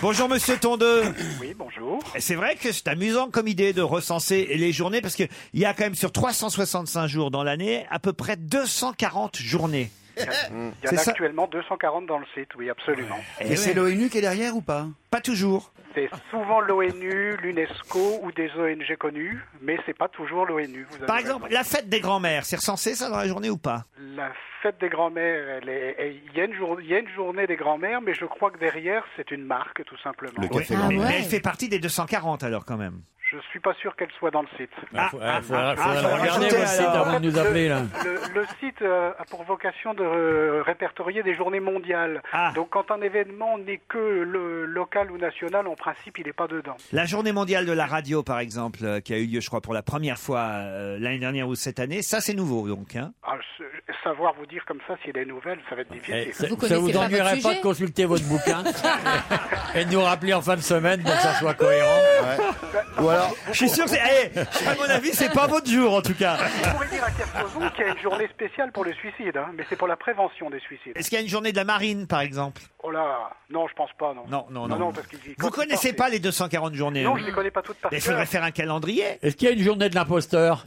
S3: Bonjour Monsieur Tondeux.
S13: Oui, bonjour.
S3: C'est vrai que c'est amusant comme idée de recenser les journées parce qu'il y a quand même sur 365 jours dans l'année à peu près 240 journées.
S5: Hmm.
S13: Il y
S3: C'est
S13: en a
S3: ça.
S13: actuellement 240 dans le site, oui, absolument.
S3: Eh
S5: Et c'est
S3: ouais,
S5: l'ONU qui est derrière ou pas
S3: Pas toujours.
S13: C'est souvent l'ONU, l'UNESCO ou des ONG connues, mais c'est pas toujours l'ONU. vous avez
S3: Par
S13: raison.
S3: exemple, la fête des grands-mères, c'est recensé ça dans la journée ou pas
S13: La fête des grands-mères, elle est- elle- il y, a une jour- il y a une journée des grands-mères, mais je crois que derrière, c'est une marque, tout simplement.
S5: Le café
S3: Ouais,
S11: Ah
S3: mais,
S11: ouais.
S3: mais elle fait partie des 240 alors quand même.
S13: Je suis pas sûr qu'elle soit dans le site.
S3: Ah,
S4: faut,
S3: ah,
S4: faudra-
S3: ah,
S4: faudra
S3: ah,
S4: le
S3: j'aurais
S4: regarder
S3: rajouté,
S4: votre site
S3: alors.
S4: avant de nous appeler là.
S13: Le, le site euh, a pour vocation de euh, répertorier des journées mondiales.
S3: Ah.
S13: Donc quand un événement n'est que le local ou national, en principe, il n'est pas dedans.
S3: La journée mondiale de la radio, par exemple, euh, qui a eu lieu, je crois, pour la première fois euh, l'année dernière ou cette année, ça c'est nouveau donc. Hein
S13: Ah, ce- savoir vous dire comme ça s'il y a des nouvelles, ça va être difficile.
S4: Eh, ça-
S11: Vous
S4: ça
S11: connaissez
S4: vous
S11: pas votre
S4: ennuierait pas
S11: sujet
S3: *laughs*
S4: de consulter votre bouquin et de nous rappeler en fin de semaine pour que ça soit cohérent
S3: Ou alors- Je suis sûr que c'est- eh, *laughs* à mon avis, c'est pas votre jour, en tout cas.
S13: On pourrait dire à Kerkoson qu'il y a une journée spéciale pour le suicide, hein, mais c'est pour la prévention des suicides.
S3: Est-ce qu'il y a une journée de la marine, par exemple
S13: Oh là, non, je pense pas, non.
S3: Non, non, non.
S13: non, parce qu'il- quand
S3: Vous
S13: il
S3: connaissez pas les 240 journées hein
S13: Non, je les connais pas toutes par
S3: Mais Il
S13: cœur.
S3: faudrait faire un calendrier.
S15: Est-ce qu'il y a une journée de l'imposteur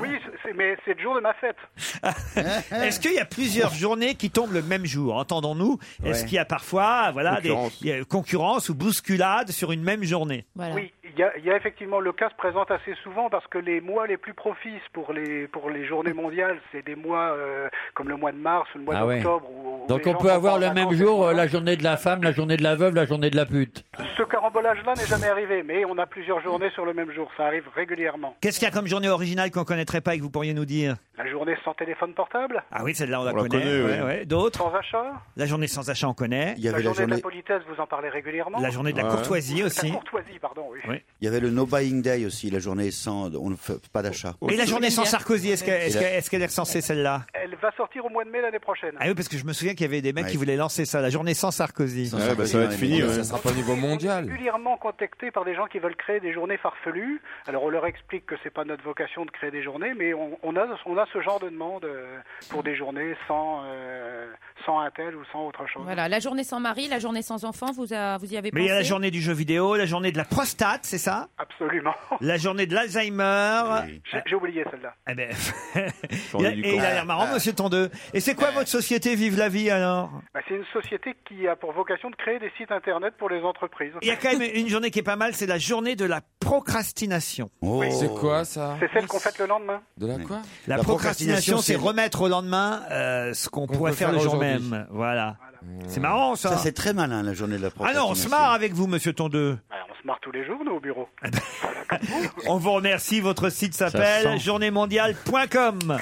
S13: Oui, c'est- mais c'est le jour de ma fête.
S3: *laughs* Est-ce qu'il y a plusieurs journées qui tombent le même jour Entendons-nous. Est-ce
S13: Ouais.
S3: qu'il y a parfois, voilà, des
S13: Concurrence.
S3: il y a concurrence ou bousculade sur une même journée
S13: Oui, il y, a- il y a effectivement le cas se présente assez souvent parce que les mois les plus propices pour les pour les journées mondiales, c'est des mois euh, comme le mois de mars ou le mois
S15: Ah ouais.
S13: d'octobre. où- où
S15: Donc
S13: les
S15: on
S13: gens
S15: peut
S13: sont
S15: avoir
S13: pas en
S15: le même
S13: vacances.
S15: jour euh, la journée de la femme, la journée de la veuve, la journée de la pute.
S13: Ce carambolage-là n'est jamais arrivé, mais on a plusieurs journées sur le même jour. Ça arrive régulièrement.
S3: Qu'est-ce qu'il y a comme journée originale qu'on connaîtrait pas et que vous pourriez nous dire
S13: La journée sans téléphone portable.
S3: Ah oui, celle-là on la
S13: la
S3: connaît.
S13: connaît,
S3: ouais,
S13: oui.
S3: ouais. D'autres
S13: Sans achat.
S3: La journée sans achat, on connaît.
S5: Il y
S13: la journée, de la politesse, vous en parlez régulièrement.
S3: La journée de la Ouais. courtoisie aussi.
S13: La courtoisie, pardon, oui.
S5: Il y avait le No Buying Day aussi, la journée sans. On ne fait pas d'achat.
S3: Et la journée sans Sarkozy, est-ce qu'elle est,
S5: Et la-
S3: est recensée celle-là
S13: Elle va sortir au mois de mai l'année prochaine.
S3: Ah oui, parce que je me souviens qu'il y avait des mecs qui voulaient lancer ça, la journée sans Sarkozy.
S7: Ouais, Sarkozy, bah, ça va être ouais, fini, mais bon, ouais. ça sera pas au niveau mondial.
S13: régulièrement contactés par des gens qui veulent créer des journées farfelues. Alors on leur explique que c'est pas notre vocation de créer des journées, mais on, on a on a ce genre de demande euh, pour des journées sans euh, sans un tel ou sans autre chose.
S11: Voilà, la journée sans mari, la journée sans enfant, vous, a- vous y avez
S3: Mais
S11: pensé
S3: il y a la journée du jeu vidéo, la journée de la prostate, c'est ça
S13: Absolument.
S3: La journée de l'Alzheimer. *laughs*
S13: J'ai- J'ai oublié celle-là.
S3: Eh ben, il
S13: Journée
S3: a-
S13: du
S3: et il a
S13: cancer.
S3: l'air marrant, monsieur Tondeux. Et c'est quoi votre société Vive la vie alors
S13: Bah, c'est une société qui a pour vocation de créer des sites internet pour les entreprises.
S3: Il y a quand
S13: *laughs*
S3: même une journée qui est pas mal, c'est la journée de la procrastination.
S7: C'est quoi ça
S13: C'est celle qu'on fête le lendemain.
S7: De la quoi
S3: La, procrastination, c'est remettre au lendemain euh, ce qu'on pourrait
S5: peut
S3: faire, le
S5: faire
S3: jour
S5: aujourd'hui.
S3: même. Voilà. C'est marrant ça.
S5: Ça, c'est très malin, la journée de la
S3: Ah non, on se
S5: procrastination.
S3: marre avec vous, monsieur Tondeux.
S13: Bah, on se marre tous les jours, nous, au bureau.
S3: On vous remercie. Votre site s'appelle
S13: sent.
S3: journéemondiale.com.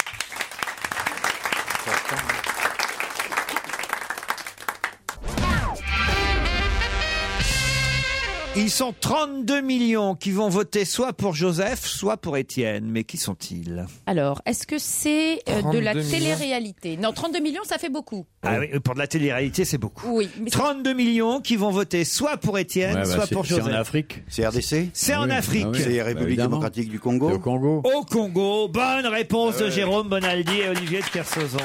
S3: Ils sont 32 millions qui vont voter soit pour Joseph, soit pour Étienne. Mais qui sont-ils
S11: Alors, est-ce que c'est euh, de la
S3: 32 millions.
S11: télé-réalité Non, 32 millions, ça fait beaucoup.
S3: Ah oui, pour de la télé-réalité, c'est beaucoup.
S11: Oui, mais
S3: 32 millions qui vont voter soit pour
S5: bah,
S3: Étienne, soit pour Joseph.
S5: Afrique. C'est RDC
S3: C'est en Afrique.
S5: C'est République démocratique du Congo. Au
S15: Congo.
S3: Au Congo, bonne réponse
S5: Ouais.
S3: de Jérôme Bonaldi et Olivier de Kersauzon.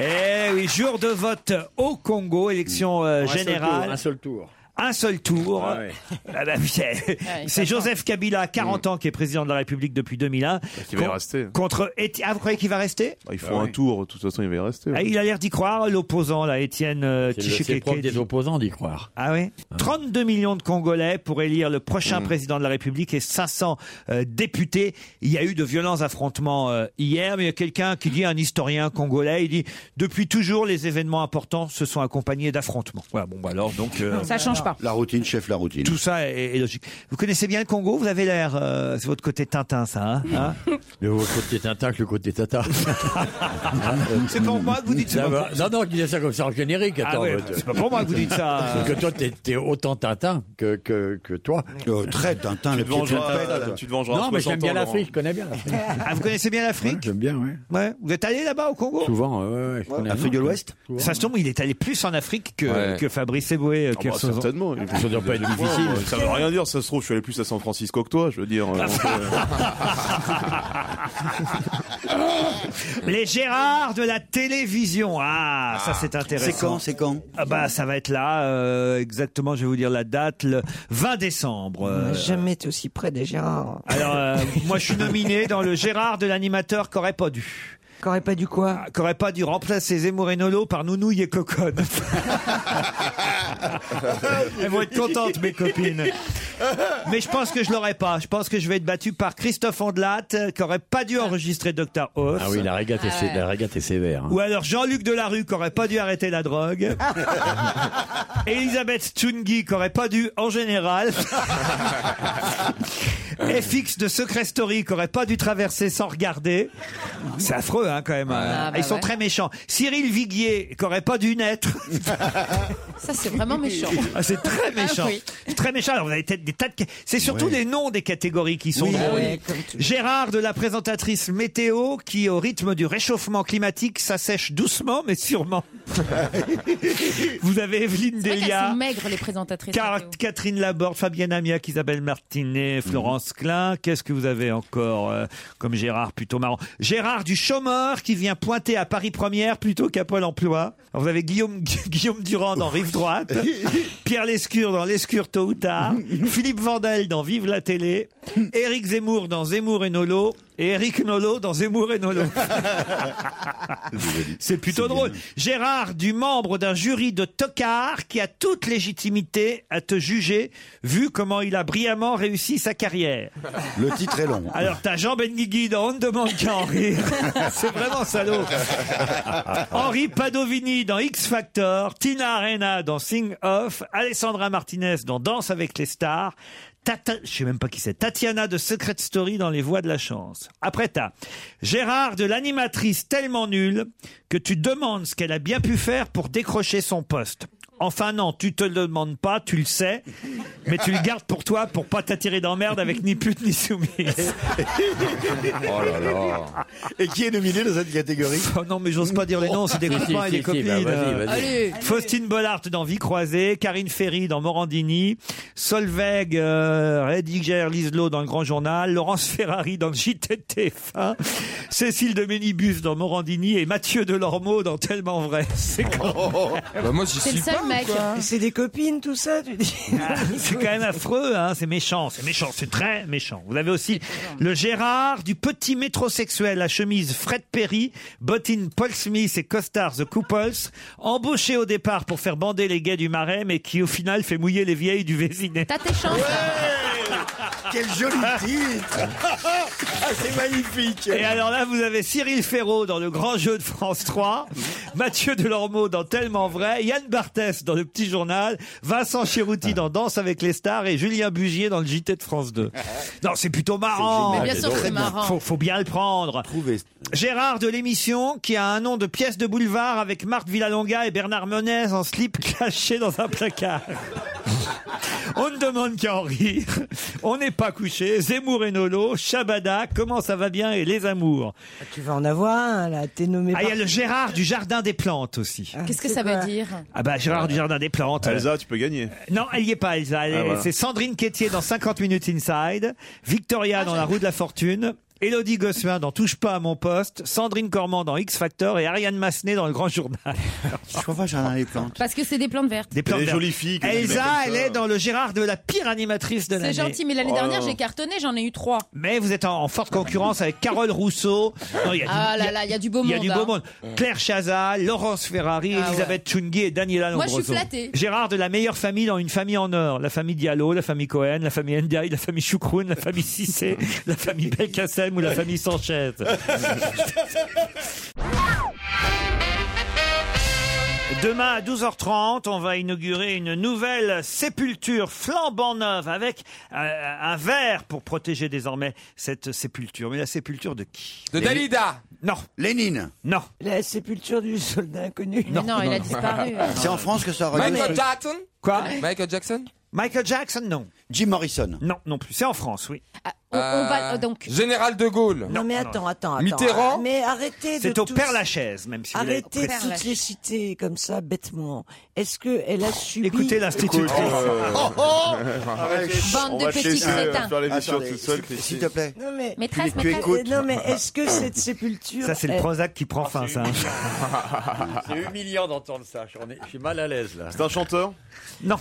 S3: Eh oui, jour de vote au Congo, élection euh,
S15: Mmh. Un seul
S3: générale.
S15: tour, Un seul tour.
S3: Un seul tour.
S15: Ah ouais.
S3: *laughs*
S15: Mmh.
S3: Ah bah, c'est
S15: Ouais, il
S3: c'est
S15: comprend.
S3: Joseph Kabila, 40 ans, qui est président de la République depuis
S15: Bah,
S3: 2001.
S9: qu'il va y
S3: Con-
S9: rester.
S3: Contre Éti- Ah, vous croyez qu'il va rester
S9: Bah, ils font un tour, de toute façon, il va y rester. hein.
S3: Ah, il a l'air d'y croire, l'opposant, là, Étienne euh,
S15: C'est le- c'est le propre
S3: Tshisekedi.
S15: des opposants d'y croire.
S3: Ah oui 32 millions de Congolais pour élire le
S15: Mm.
S3: prochain président de la République et 500 euh, députés. Il y a eu de violents affrontements euh, hier, mais il y a quelqu'un qui dit, un historien congolais, il dit « Depuis toujours, les événements importants se sont accompagnés d'affrontements. » Voilà, bon, bah alors, donc... euh,
S11: Ça change pas.
S5: La routine, chef, la routine.
S3: Tout ça est, est logique. Vous connaissez bien le Congo Vous avez l'air... euh, c'est votre côté Tintin, ça, hein, hein
S15: Le côté Tintin que le côté *laughs* Tata.
S3: C'est pour moi que vous dites ça.
S15: Non, non, je disais ça comme ça en générique.
S3: Ah
S15: attends,
S3: ouais,
S15: euh,
S3: c'est pas pour moi que vous dites ça.
S15: *laughs*
S5: *laughs*
S15: C'est que toi, t'es t'es autant Tintin que, que, que toi.
S5: Euh, très Tintin, Tu le te petit vengeras, Tintin. euh, tu te vengeras à
S15: Non, mais j'aime
S5: 60
S15: bien
S5: ans,
S15: l'Afrique,
S5: Laurent.
S15: je connais bien l'Afrique.
S3: Ah, vous connaissez bien l'Afrique
S15: J'aime bien, oui.
S3: Ouais. Vous êtes allé là-bas au Congo
S15: Souvent, ouais, ouais, ouais, je connais bien. Souvent.
S3: Ça se tombe, il est allé plus en Afrique que,
S9: Ouais.
S3: que Fabrice Eboué. euh,
S9: Ah bah,
S3: Kersozon.
S9: certainement.
S15: Ça doit pas être difficile.
S9: Ça veut rien dire, ça se trouve, je suis allé plus à San Francisco que toi, je
S3: *laughs*
S9: veux dire. euh, donc, euh,
S3: Ah. Les Gérards de la télévision. Ah, ça c'est intéressant.
S5: C'est quand, c'est quand
S3: ah bah ça va être là euh, exactement. Je vais vous dire la date, le 20 décembre.
S8: On
S3: Euh,
S8: n'a jamais été aussi près des Gérards.
S3: Alors
S8: *laughs*
S3: euh, moi je suis nominé dans le Gérard de l'animateur Ah, qu'aurait pas dû.
S8: Qu'aurait pas dû quoi
S3: Qu'aurait pas dû remplacer Zemmour et Nolo par Nounouille et
S8: *laughs*
S3: Coconne. Elles vont être contentes mes copines. Mais je pense que je l'aurai pas. Je pense que je vais être battu par Christophe Ondelat euh, qui aurait pas dû enregistrer Dr House.
S15: Ah oui, la régate, est, sé- la régate est sévère. hein.
S3: Ou alors Jean-Luc Delarue qui aurait pas dû arrêter
S15: *laughs*
S3: la drogue. Elisabeth Stungi qui aurait pas dû
S15: *laughs*
S3: en général. FX de Secret Story qui aurait pas dû traverser sans regarder. C'est affreux hein, quand même.
S11: Ah, bah
S3: Ils sont
S11: ouais.
S3: très méchants. Cyril Viguier qui aurait pas dû
S15: *laughs*
S3: naître.
S11: Ça, c'est vraiment méchant.
S3: *laughs* Ah, c'est très méchant.
S11: Ah oui.
S3: C'est Très méchant. Alors, vous avez peut-être des tas de. ca- C'est surtout les noms des catégories qui sont
S16: Oui,
S3: drôles.
S16: oui, comme toujours.
S3: Gérard de la présentatrice météo qui, au rythme du réchauffement climatique, s'assèche doucement mais
S11: *laughs*
S3: sûrement. Vous avez Evelyne
S11: C'est vrai qu'elles
S3: Delia.
S11: sont maigres, les présentatrices.
S3: Car- Catherine Laborde, Fabienne Amiac, Isabelle Martinet, Florence Klein. Qu'est-ce que vous avez encore euh, comme Gérard plutôt marrant Gérard du chômeur qui vient pointer à Paris Première plutôt qu'à Pôle Emploi. Alors, vous avez Guillaume, *laughs* Guillaume Durand dans Rive Droite, Pierre Lescure dans Lescure tôt ou tard, Philippe Vandel dans Vive la télé, Éric Zemmour dans Zemmour et Nolo et Éric Nolo dans Zemmour et Nolo. C'est plutôt drôle. Gérard, du membre d'un jury de tocards qui a toute légitimité à te juger, vu comment il a brillamment réussi sa carrière.
S5: Le titre est long.
S3: Alors t'as Jean Benguigui dans On ne demande qu'à en rire. C'est vraiment salaud. Henri Padovini dans X Factor, Tina Arena dans Sing Off, Alessandra Martinez dans Danse avec les stars, Tata, je sais même pas qui c'est, Tatiana de Secret Story dans Les Voix de la Chance. Après t'as Gérard de l'animatrice tellement nulle que tu demandes ce qu'elle a bien pu faire pour décrocher son poste. Enfin non, tu te le demandes pas, tu le sais, mais tu le gardes pour toi pour pas t'attirer d'emmerde avec ni pute ni soumise.
S16: Oh là là.
S3: Et qui est nominé dans cette catégorie Oh Non, mais j'ose pas dire les noms, c'est des
S4: Si, si,
S3: copains et
S4: si,
S3: des
S4: si,
S3: copines.
S4: bah, vas-y, vas-y.
S3: Euh, Faustine Bollard dans Vie croisée, Karine Ferry dans Morandini, Solveig euh, Rediger Lislo dans Le Grand Journal, Laurence Ferrari dans le JTTF1, Cécile de Ménibus dans Morandini et Mathieu Delormeau dans Tellement Vrai. C'est
S4: Oh,
S3: quand même...
S7: Bah, moi, j'y
S8: C'est le suis seul pas, ou mec. hein. quoi
S3: C'est des copines, tout ça, tu dis *laughs* C'est quand même affreux, hein, c'est méchant, c'est méchant, c'est très méchant. Vous avez aussi le Gérard du petit métrosexuel à chemise Fred Perry, bottine Paul Smith et costard The Couples, embauché au départ pour faire bander les gays du marais, mais qui au final fait mouiller les vieilles du Vésinet.
S11: T'as tes chances
S3: Quel *laughs* joli titre C'est magnifique Et alors là, vous avez Cyril Ferraud dans le grand jeu de France 3, Mathieu Delormeau dans Tellement Vrai, Yann Barthès dans Le Petit Journal, Vincent Chirouti dans Danse avec les stars et Julien Bugier dans le JT de France 2. Non, c'est plutôt marrant
S16: Ah. C'est génial, Ah, Mais bien sûr que c'est très bien. marrant.
S3: Faut, faut bien le prendre Gérard de l'émission, qui a un nom de pièce de boulevard avec Marthe Villalonga et Bernard Menez en slip *laughs* caché dans un placard. *laughs* On ne demande qu'à en rire. On n'est pas couché. Zemmour et Nolo, Shabada, comment ça va bien et les amours.
S8: Ah, Tu vas en avoir un, là, t'es nommé.
S3: Ah, il y a
S8: par- Ah,
S3: le Gérard du Jardin des Plantes aussi.
S11: Qu'est-ce que ça veut dire
S3: Ah bah Gérard du Jardin des Plantes.
S9: Elsa, tu peux gagner.
S3: Euh, Non, elle n'y est pas, Elsa. Elle
S9: Ah,
S3: est-
S9: voilà.
S3: C'est Sandrine Quétier dans 50 Minutes Inside,
S11: Ah,
S3: Victoria dans La Roue de la Fortune, Elodie Gosselin dans Touche pas à mon poste, Sandrine Cormand dans X Factor et Ariane Massenet dans Le Grand Journal.
S11: *laughs*
S3: Je crois pas Jardin des Plantes.
S11: Parce que c'est des plantes vertes.
S3: Des plantes vertes. Elsa, elle est dans le Gérard de la pire animatrice de l'année.
S11: C'est gentil, mais
S3: Oh.
S11: l'année
S9: Oh.
S11: dernière, j'ai cartonné, j'en ai eu trois.
S3: Mais vous êtes en, en forte concurrence avec Carole Rousseau. Non, il y a du-
S11: Ah
S3: il y a-
S11: là là, il y a du beau
S3: Il y a
S11: monde,
S3: du beau
S11: hein.
S3: monde. Claire Chazal, Laurence Ferrari,
S11: Ah ouais.
S3: Elisabeth Chungui et Daniela
S11: Moi, je suis
S3: Lombroso.
S11: flattée.
S3: Gérard de la meilleure famille dans une famille en or. La famille Diallo, la famille Cohen, la famille Ndiaye, la famille Choukroun, la famille
S11: *laughs*
S3: Cissé, la famille Belkacem ou la famille Sanchez. Demain à 12h30, on va inaugurer une nouvelle sépulture flambant neuve avec euh, un verre pour protéger désormais cette sépulture. Mais la sépulture de qui
S7: De Dalida.
S3: Non.
S5: Lénine
S3: Non.
S8: La sépulture du soldat inconnu.
S3: Non, Non, non, il a non. disparu. C'est en France que ça
S7: Michael
S3: regarde.
S7: Jackson
S3: Quoi
S7: Michael Jackson
S3: Michael Jackson, non.
S5: Jim Morrison
S3: Non, non plus. C'est en France, oui.
S8: Ah,
S11: on- on va- donc-
S7: Euh, Général de Gaulle.
S8: Non, mais attends, attends, attends.
S7: Mitterrand
S8: Mais arrêtez de.
S7: C'est au
S8: tous-
S7: Père Lachaise, même si vous l'avez
S8: Arrêtez de
S7: apprécié.
S8: toutes les citer comme ça, bêtement. Est-ce qu'elle a subi.
S3: Écoutez l'institutrice.
S8: Écoute, euh, *laughs*
S3: Oh, oh
S8: Bande de petits crétins.
S5: Attendez, s'il- S'il te plaît.
S8: Non, mais.
S5: Maîtresse, Tu maîtresse. écoutes.
S8: Non, mais est-ce que cette sépulture.
S3: Ça, c'est le
S8: elle-
S3: Prozac qui prend fin, ça. hein.
S15: hein.
S3: *laughs*
S4: C'est humiliant d'entendre ça. J'en ai- Je suis mal à l'aise là.
S9: C'est un chanteur
S3: Non.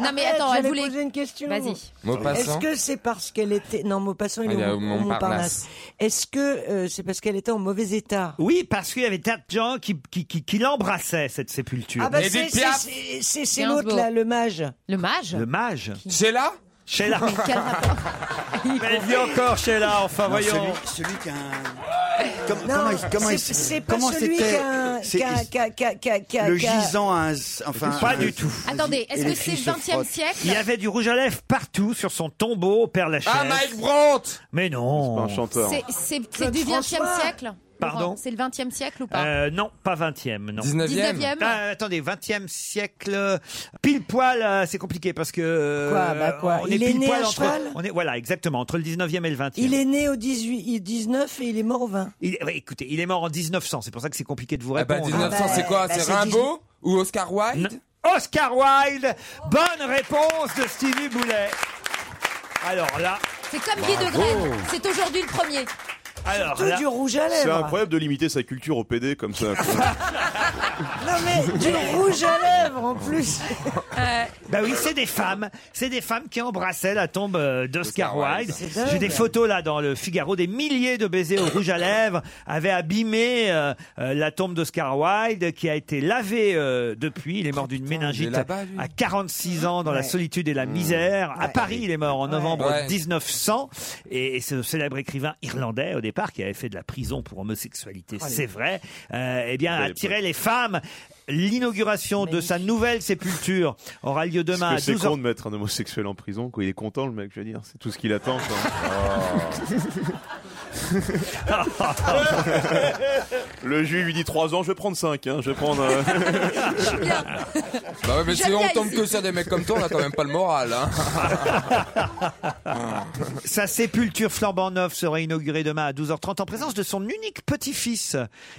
S11: Non, mais
S8: Oh, Arrête,
S11: attends, elle
S8: j'allais
S11: voulait.
S8: poser une question.
S11: Vas-y.
S8: Est-ce que c'est parce qu'elle était non Maupassant il
S3: Il
S8: est
S3: est
S5: euh,
S8: au,
S3: au
S8: au
S3: Montparnasse.
S8: Montparnasse. Est-ce que euh, c'est parce qu'elle était en mauvais état
S3: Oui, parce qu'il y avait tas de gens qui, qui, qui, qui l'embrassaient, cette sépulture.
S8: Ah bah c'est c'est- c'est- c'est- c'est
S11: Gainsbourg.
S8: l'autre là, le mage.
S11: Le mage
S3: Le mage.
S7: Sheila
S3: Sheila.
S11: Mais *laughs* quel rapport
S3: Elle vit encore, Sheila, enfin,
S5: Non,
S3: voyons.
S5: Celui, celui qui a un-
S8: Non,
S5: *laughs* comment il- comment il-
S8: c'est- c'est pas
S5: comment
S8: celui
S5: c'était-
S8: qu'un-
S5: c'est-
S8: qu'un- qu'un- qu'un- qu'un- qu'un-
S5: Le
S8: qu'un-
S5: gisant a un... Enfin,
S3: Pas du tout.
S11: Attendez,
S5: Et
S11: est-ce
S5: les
S11: que c'est
S5: filles se
S11: le 20 e
S5: frottent.
S11: siècle
S3: Il y avait du rouge à lèvres partout sur son tombeau, au Père Lachaise.
S7: Ah, Mike Brandt
S3: Mais non.
S9: C'est pas un chanteur.
S11: C'est- C'est c'est du 20 e
S8: François.
S11: siècle
S3: Pardon
S11: C'est le 20e siècle ou pas
S3: Euh, non, pas 20e, non.
S11: 19e? 19e?
S3: Ah, attendez, 20e siècle, euh, pile poil, euh, c'est compliqué parce que. euh,
S8: Quoi, bah quoi,
S3: On
S8: il
S3: est,
S8: est
S3: pile
S8: né
S3: poil
S8: à
S3: entre.
S8: cheval
S3: On est, voilà, exactement, entre le 19e et le 20e.
S8: Il est né au 18, il- 19 et il est mort au 20.
S3: Il- ouais, écoutez, il est mort en 1900, c'est pour ça que c'est compliqué de vous
S7: bah,
S3: répondre. hein.
S7: 1900,
S8: Ah
S7: c'est quoi C'est Rimbaud ou Oscar Wilde
S3: Oscar Wilde Bonne réponse de Stevie Boulet. Alors là.
S11: C'est comme Guy de
S9: Bravo.
S11: Grève. C'est aujourd'hui le premier.
S3: Alors
S11: Surtout du rouge à lèvres.
S9: C'est incroyable de limiter sa culture au PD
S3: *laughs*
S9: comme ça.
S8: Non mais du rouge à lèvres en plus.
S11: Euh,
S3: Bah oui, c'est des femmes, c'est des femmes qui embrassaient la tombe euh, d'Oscar Wilde.
S8: C'est dingue.
S3: J'ai des photos là dans le Figaro, des milliers de baisers au rouge à lèvres avaient abîmé euh, euh, la tombe d'Oscar Wilde qui a été lavée euh, depuis. Il est mort d'une méningite
S7: là-bas, lui.
S3: à 46 ans dans la
S7: Ouais.
S3: solitude et la misère. À Paris, il est mort en novembre
S7: Ouais.
S3: 1900 et c'est le célèbre écrivain irlandais au départ qui avait fait de la prison pour homosexualité,
S7: Oh, Allez.
S3: c'est vrai. Euh, eh bien,
S7: Belle
S9: ben,
S3: attirait les femmes. L'inauguration de sa nouvelle sépulture aura lieu demain à
S9: Parce que c'est
S3: 12h.
S9: con de mettre un homosexuel en prison, quoi. Il est content, le mec, je veux dire. C'est tout ce qu'il attend, quoi.
S3: Ah.
S9: *laughs* le juge lui dit 3 ans, je vais prendre 5, hein. Je vais
S11: *laughs*
S9: prendre. euh.
S7: Bah ouais, mais
S9: J'aime
S7: si on
S9: bien
S7: tombe
S9: ici.
S7: que sur des mecs comme toi, on a quand même pas le moral. Hein.
S3: *laughs* Sa sépulture flambant neuve sera inaugurée demain à 12h30 en présence de son unique petit-fils.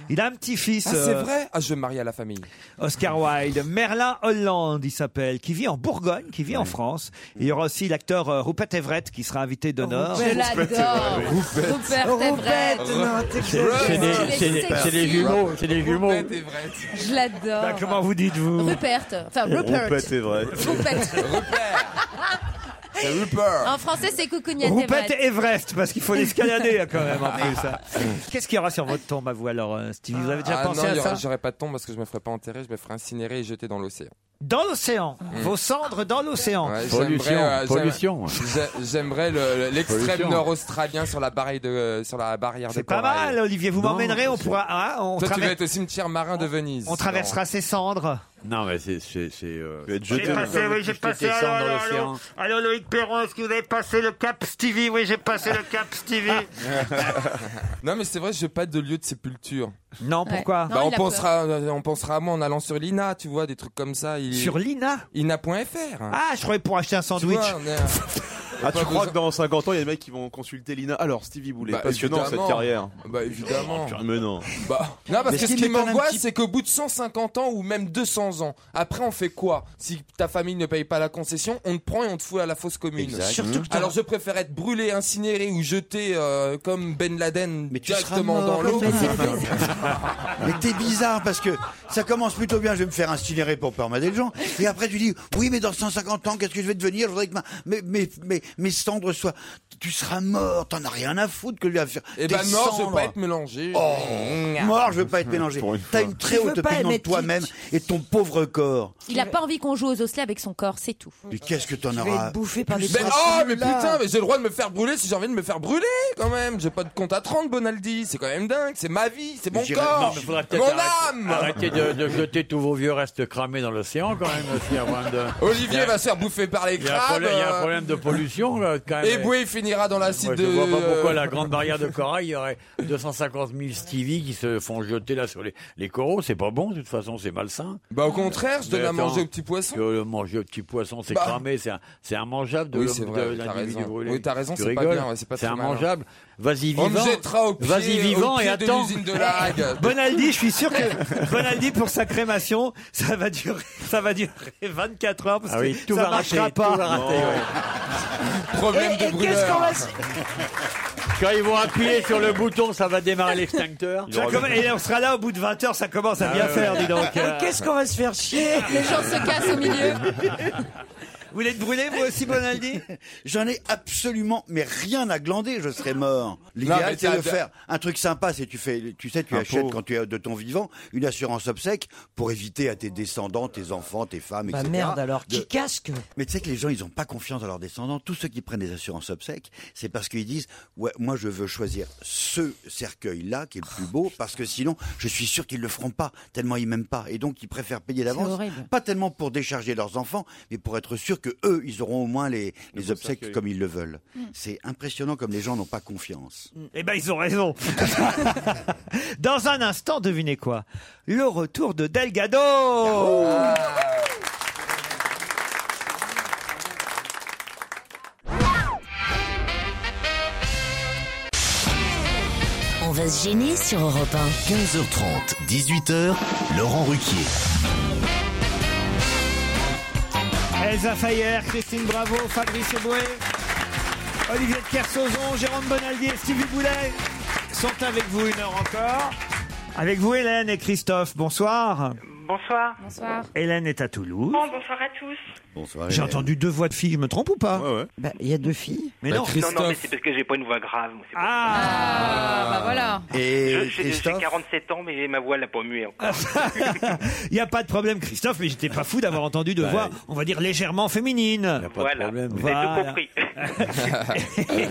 S3: Il a un petit-fils.
S7: Ah, c'est
S3: euh,
S7: vrai Ah, je vais me marier à la famille.
S3: Oscar Wilde, Merlin Hollande, il s'appelle, qui vit en Bourgogne, qui vit en France. Et il y aura aussi l'acteur euh, Rupert Everett qui sera invité
S7: Ah,
S3: d'honneur.
S16: Je l'adore. Rupert. Rupert Everett.
S8: non,
S16: C'est des- c'est des- c'est des jumeaux,
S3: c'est des jumeaux.
S11: Je l'adore.
S3: comment vous dites-vous
S11: Rupert. Enfin, Rupert.
S3: Everett.
S11: En français, c'est Cucugnat
S3: Rupert
S11: Everett.
S3: Everest, parce qu'il faut l'escalader hein, quand même
S7: Ah.
S3: en plus. hein. Qu'est-ce qu'il y aura sur votre tombe à vous alors, euh, Stevie Vous avez déjà
S7: Ah
S3: pensé
S7: non, il
S3: à
S7: y aura-
S3: ça
S7: J'aurais pas de tombe parce que je me ferais pas enterrer, je me ferais incinérer et jeter dans l'océan.
S3: Dans l'océan, vos cendres dans l'océan.
S7: Mm. Ouais, j'aimerais, euh, j'aimerais- j'ai- J'aimerais le- le- l'extrême
S3: Pollution.
S7: nord australien sur la barrière de euh, sur la barrière
S3: C'est pas mal, Olivier. Vous m'emmènerez, on pourra. hein, on,
S7: Toi, tu
S3: traverse-
S7: vas être au cimetière marin de Venise.
S3: on traversera ces cendres.
S17: Non, mais c'est. c'est, c'est euh,
S3: J'ai passé, oui, j'ai passé. Allô, allô, allô, allô, Loïc Perron, est-ce que vous avez passé le cap Stevie Oui, j'ai passé le cap Stevie.
S7: non, mais c'est vrai, je n'ai pas de lieu de sépulture.
S3: Non,
S11: Ouais. pourquoi Non,
S7: Bah, on,
S11: il a
S7: pensera, on pensera à moi en allant sur l'INA, tu vois, des trucs comme ça. Il...
S3: Sur l'INA
S7: INA.fr.
S3: Ah, je croyais pour acheter un
S7: Tu
S3: sandwich.
S7: vois, on est-
S9: Ah, tu
S7: Pas
S9: crois
S7: besoin.
S9: que dans 50 ans, il y a des mecs qui vont consulter Lina Alors, Stevie Boulet,
S7: Bah,
S9: passionnant cette
S7: évidemment.
S9: carrière.
S7: Bah, évidemment.
S9: Oh, mais non.
S7: Bah, Non,
S9: Mais
S7: parce que
S9: ce
S7: ce
S9: qui
S7: qui
S9: m'étonne un
S7: m'angoisse,
S9: petit-
S7: c'est qu'au bout de 150 ans ou même 200 ans, après on fait quoi Si ta famille ne paye pas la concession, on te prend et on te fout à la fosse commune.
S17: Exact. Surtout que t'as-
S7: Alors je préfère être brûlé, incinéré ou jeté euh, comme Ben Laden directement
S5: seras
S7: dans
S5: mort
S7: l'eau.
S5: comme
S7: *laughs*
S5: Ben Laden. Mais t'es bizarre parce que ça commence plutôt bien, je vais me faire incinérer pour pas emmerder les gens. Et après tu dis, oui mais dans 150 ans, qu'est-ce que je vais devenir Je voudrais que ma- mes, mes, mes, mes cendres soient... Tu seras mort, t'en as rien à foutre que lui à faire.
S7: Et
S5: Tes
S7: ben mort, je veux
S5: cendres.
S7: pas être mélangé.
S5: Oh, mort, je veux pas être mélangé.
S7: Pour une
S5: T'as
S7: fois.
S5: une très
S7: Tu veux
S5: haute
S7: pas
S5: opinion de
S7: être
S5: toi-même et de ton pauvre corps.
S11: Il a pas envie qu'on joue aux osselets avec son corps, c'est tout.
S5: Mais qu'est-ce que t'en
S7: Tu vas
S5: auras
S7: être
S8: bouffé
S7: Mais, oh, mais putain, mais j'ai le droit de me faire brûler si j'ai envie de me faire brûler quand même. J'ai pas de compte à 30, Bonaldi. C'est quand même dingue. C'est ma vie, c'est mon
S17: J'irai-
S7: corps,
S17: Non, mais faudra peut-être
S7: mon
S17: arrêter-
S7: âme.
S17: Arrêtez de, de jeter tous vos vieux restes cramés dans l'océan quand même aussi avant de.
S7: Olivier
S17: Il y a-
S7: va se faire bouffer par les
S17: Il y a un
S7: crabes.
S17: problème- il y a un
S7: euh,
S17: problème de pollution là, quand même.
S7: Eboué finira dans l'acide
S17: Moi,
S7: de.
S17: Je vois pas pourquoi la grande barrière de corail, il y aurait 250 000 Stevie qui se font jeter là sur les, les coraux. C'est pas bon, de toute façon, c'est malsain.
S7: Bah, au contraire, je donne
S17: Mais
S7: à
S17: attends,
S7: manger aux petits poissons.
S17: que le manger aux petits poissons, c'est
S7: Bah.
S17: cramé, c'est un- c'est immangeable de
S7: Oui,
S17: l'homme-
S7: c'est vrai,
S17: de
S7: t'as
S17: l'individu
S7: raison.
S17: brûlé.
S7: Oui, t'as raison,
S17: Tu
S7: c'est pas
S17: rigoles,
S7: bien, ouais, c'est pas
S17: C'est
S7: très malin.
S17: immangeable. Vas-y
S7: On me
S17: vivant.
S7: jettera au pied-
S17: Vas-y
S7: au
S17: vivant
S7: pied
S17: et
S7: de
S17: attends.
S7: l'usine de
S17: *laughs*
S7: la Hague.
S3: *laughs* Bonaldi, je suis sûr que Bonaldi pour sa crémation, ça va durer, ça va durer 24 heures parce
S17: Ah oui,
S3: que
S17: tout
S3: ça
S17: va
S3: marchera
S17: rater,
S3: pas.
S17: tout va rater,
S7: *laughs* Problème
S17: de
S7: brûleur.
S17: Quand ils vont appuyer sur le bouton, ça va démarrer l'extincteur. Ah
S3: Ça commence- et on sera là au bout de 20 heures, ça commence à bien faire, dis
S17: *laughs*
S3: donc. euh,
S8: Et Qu'est-ce qu'on va se faire chier
S11: *laughs* Les gens se cassent au milieu.
S3: Vous voulez te brûler, vous aussi, Bonaldi
S5: J'en ai absolument, mais rien à glander, je serais mort.
S7: Non, mais
S5: L'idéal, c'est
S7: t'as-
S5: de faire un truc sympa, c'est tu fais, tu sais, tu
S9: Un
S5: achètes
S9: pot.
S5: quand tu es de ton vivant une assurance obsèque pour éviter à tes descendants, tes enfants, tes femmes,
S8: Bah
S5: etc.
S8: merde alors,
S5: de-
S8: qui casque
S5: Mais tu sais que les gens, ils n'ont pas confiance dans leurs descendants. Tous ceux qui prennent des assurances obsèques, c'est parce qu'ils disent ouais, moi, je veux choisir ce cercueil-là qui est le plus beau, parce que sinon, je suis sûr qu'ils le feront pas tellement ils m'aiment pas, et donc ils préfèrent payer d'avance,
S11: horrible.
S5: pas tellement pour décharger leurs enfants, mais pour être sûr sûr que eux, ils auront au moins les, les obsèques
S3: cercueil.
S5: comme ils le veulent.
S3: Mm.
S5: C'est impressionnant comme les gens n'ont pas confiance.
S3: Eh ben, ils ont raison. *laughs* Dans un instant, devinez quoi Le retour de Delgado
S1: On va se gêner sur Europe 1.
S2: 15h30, 18h, Laurent Ruquier.
S3: Elsa Fayer, Christine Bravo, Fabrice Eboué, Olivier de Kersauzon, Jérôme Bonaldi et Stevie Boulet sont avec vous une heure encore. Avec vous, Hélène et Christophe, bonsoir.
S12: Bonsoir. Bonsoir.
S3: Hélène est à Toulouse.
S12: Bon, bonsoir à tous.
S5: Bonsoir.
S3: J'ai entendu deux voix de filles, je me trompe ou pas
S5: Il
S8: Bah, y a deux filles.
S5: Bah,
S3: Mais non, *laughs*
S18: Non, mais c'est parce que j'ai pas une voix grave. moi, c'est pour
S11: Ah, bah voilà.
S18: ça.
S5: Et
S18: Je- j'ai- J'ai 47 ans, mais ma voix l'a pas muée. encore.
S3: Ah. Il n'y a pas de problème, Christophe, mais j'étais pas fou d'avoir entendu deux
S18: Bah,
S3: voix, on va dire légèrement féminines.
S18: Voilà. Vous avez
S3: Voilà.
S18: tout compris.
S5: *laughs*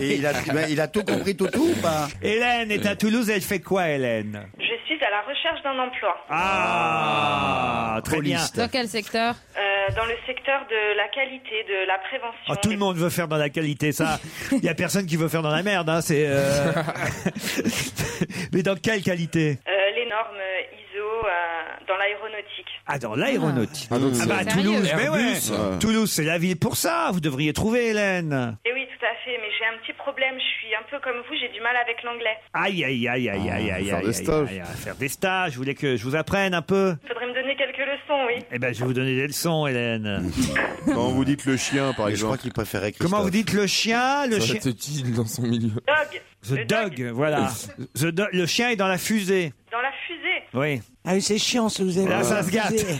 S3: *laughs*
S5: Et il a- ben, il a tout compris, tout tout ou pas
S3: Hélène est à Toulouse, elle fait quoi, Hélène
S19: Je suis à la recherche d'un emploi
S3: Ah, très bien.
S11: Dans quel secteur
S19: euh, dans le secteur de la qualité, de la prévention.
S3: Ah, tout le monde veut faire dans la qualité, ça. Il n'y a personne qui veut faire dans la merde, hein, c'est.
S5: *laughs*
S3: euh, *laughs* Mais dans quelle qualité
S19: euh, les normes ISO euh, dans l'aéronautique.
S3: Ah, dans l'aéronautique.
S9: Ah, donc
S3: Ah, bah, à
S9: c'est-
S3: Toulouse,
S9: Sérieux
S3: mais ouais.
S9: Airbus, ouais.
S3: Toulouse, c'est la ville pour ça. Vous devriez trouver, Hélène.
S19: Et Eh oui, tout à fait, mais j'ai un petit problème, je suis un peu comme vous, j'ai du mal avec l'anglais.
S3: Aïe, aïe, aïe, aïe, aïe, aïe, aïe,
S9: Ah, faire des
S3: aïe,
S9: stages.
S3: aïe, aïe, Faire des stages. Vous voulez que je vous apprenne un peu
S19: Faudrait me donner quelques leçons, oui.
S3: Eh ben, je vais vous donner des leçons,
S9: *laughs*
S3: Hélène.
S9: Quand vous dites le chien, par exemple.
S5: Je crois qu'il préférait
S3: Comment vous dites le chien Le
S7: Ça
S3: chien.
S7: te dit dans son milieu.
S19: Dog,
S3: The dog, voilà. The do- le chien est dans la fusée.
S19: dans la fusée.
S3: Oui.
S8: Ah oui, c'est chiant ce que vous avez.
S3: Là, ça se gâte.
S8: refusé.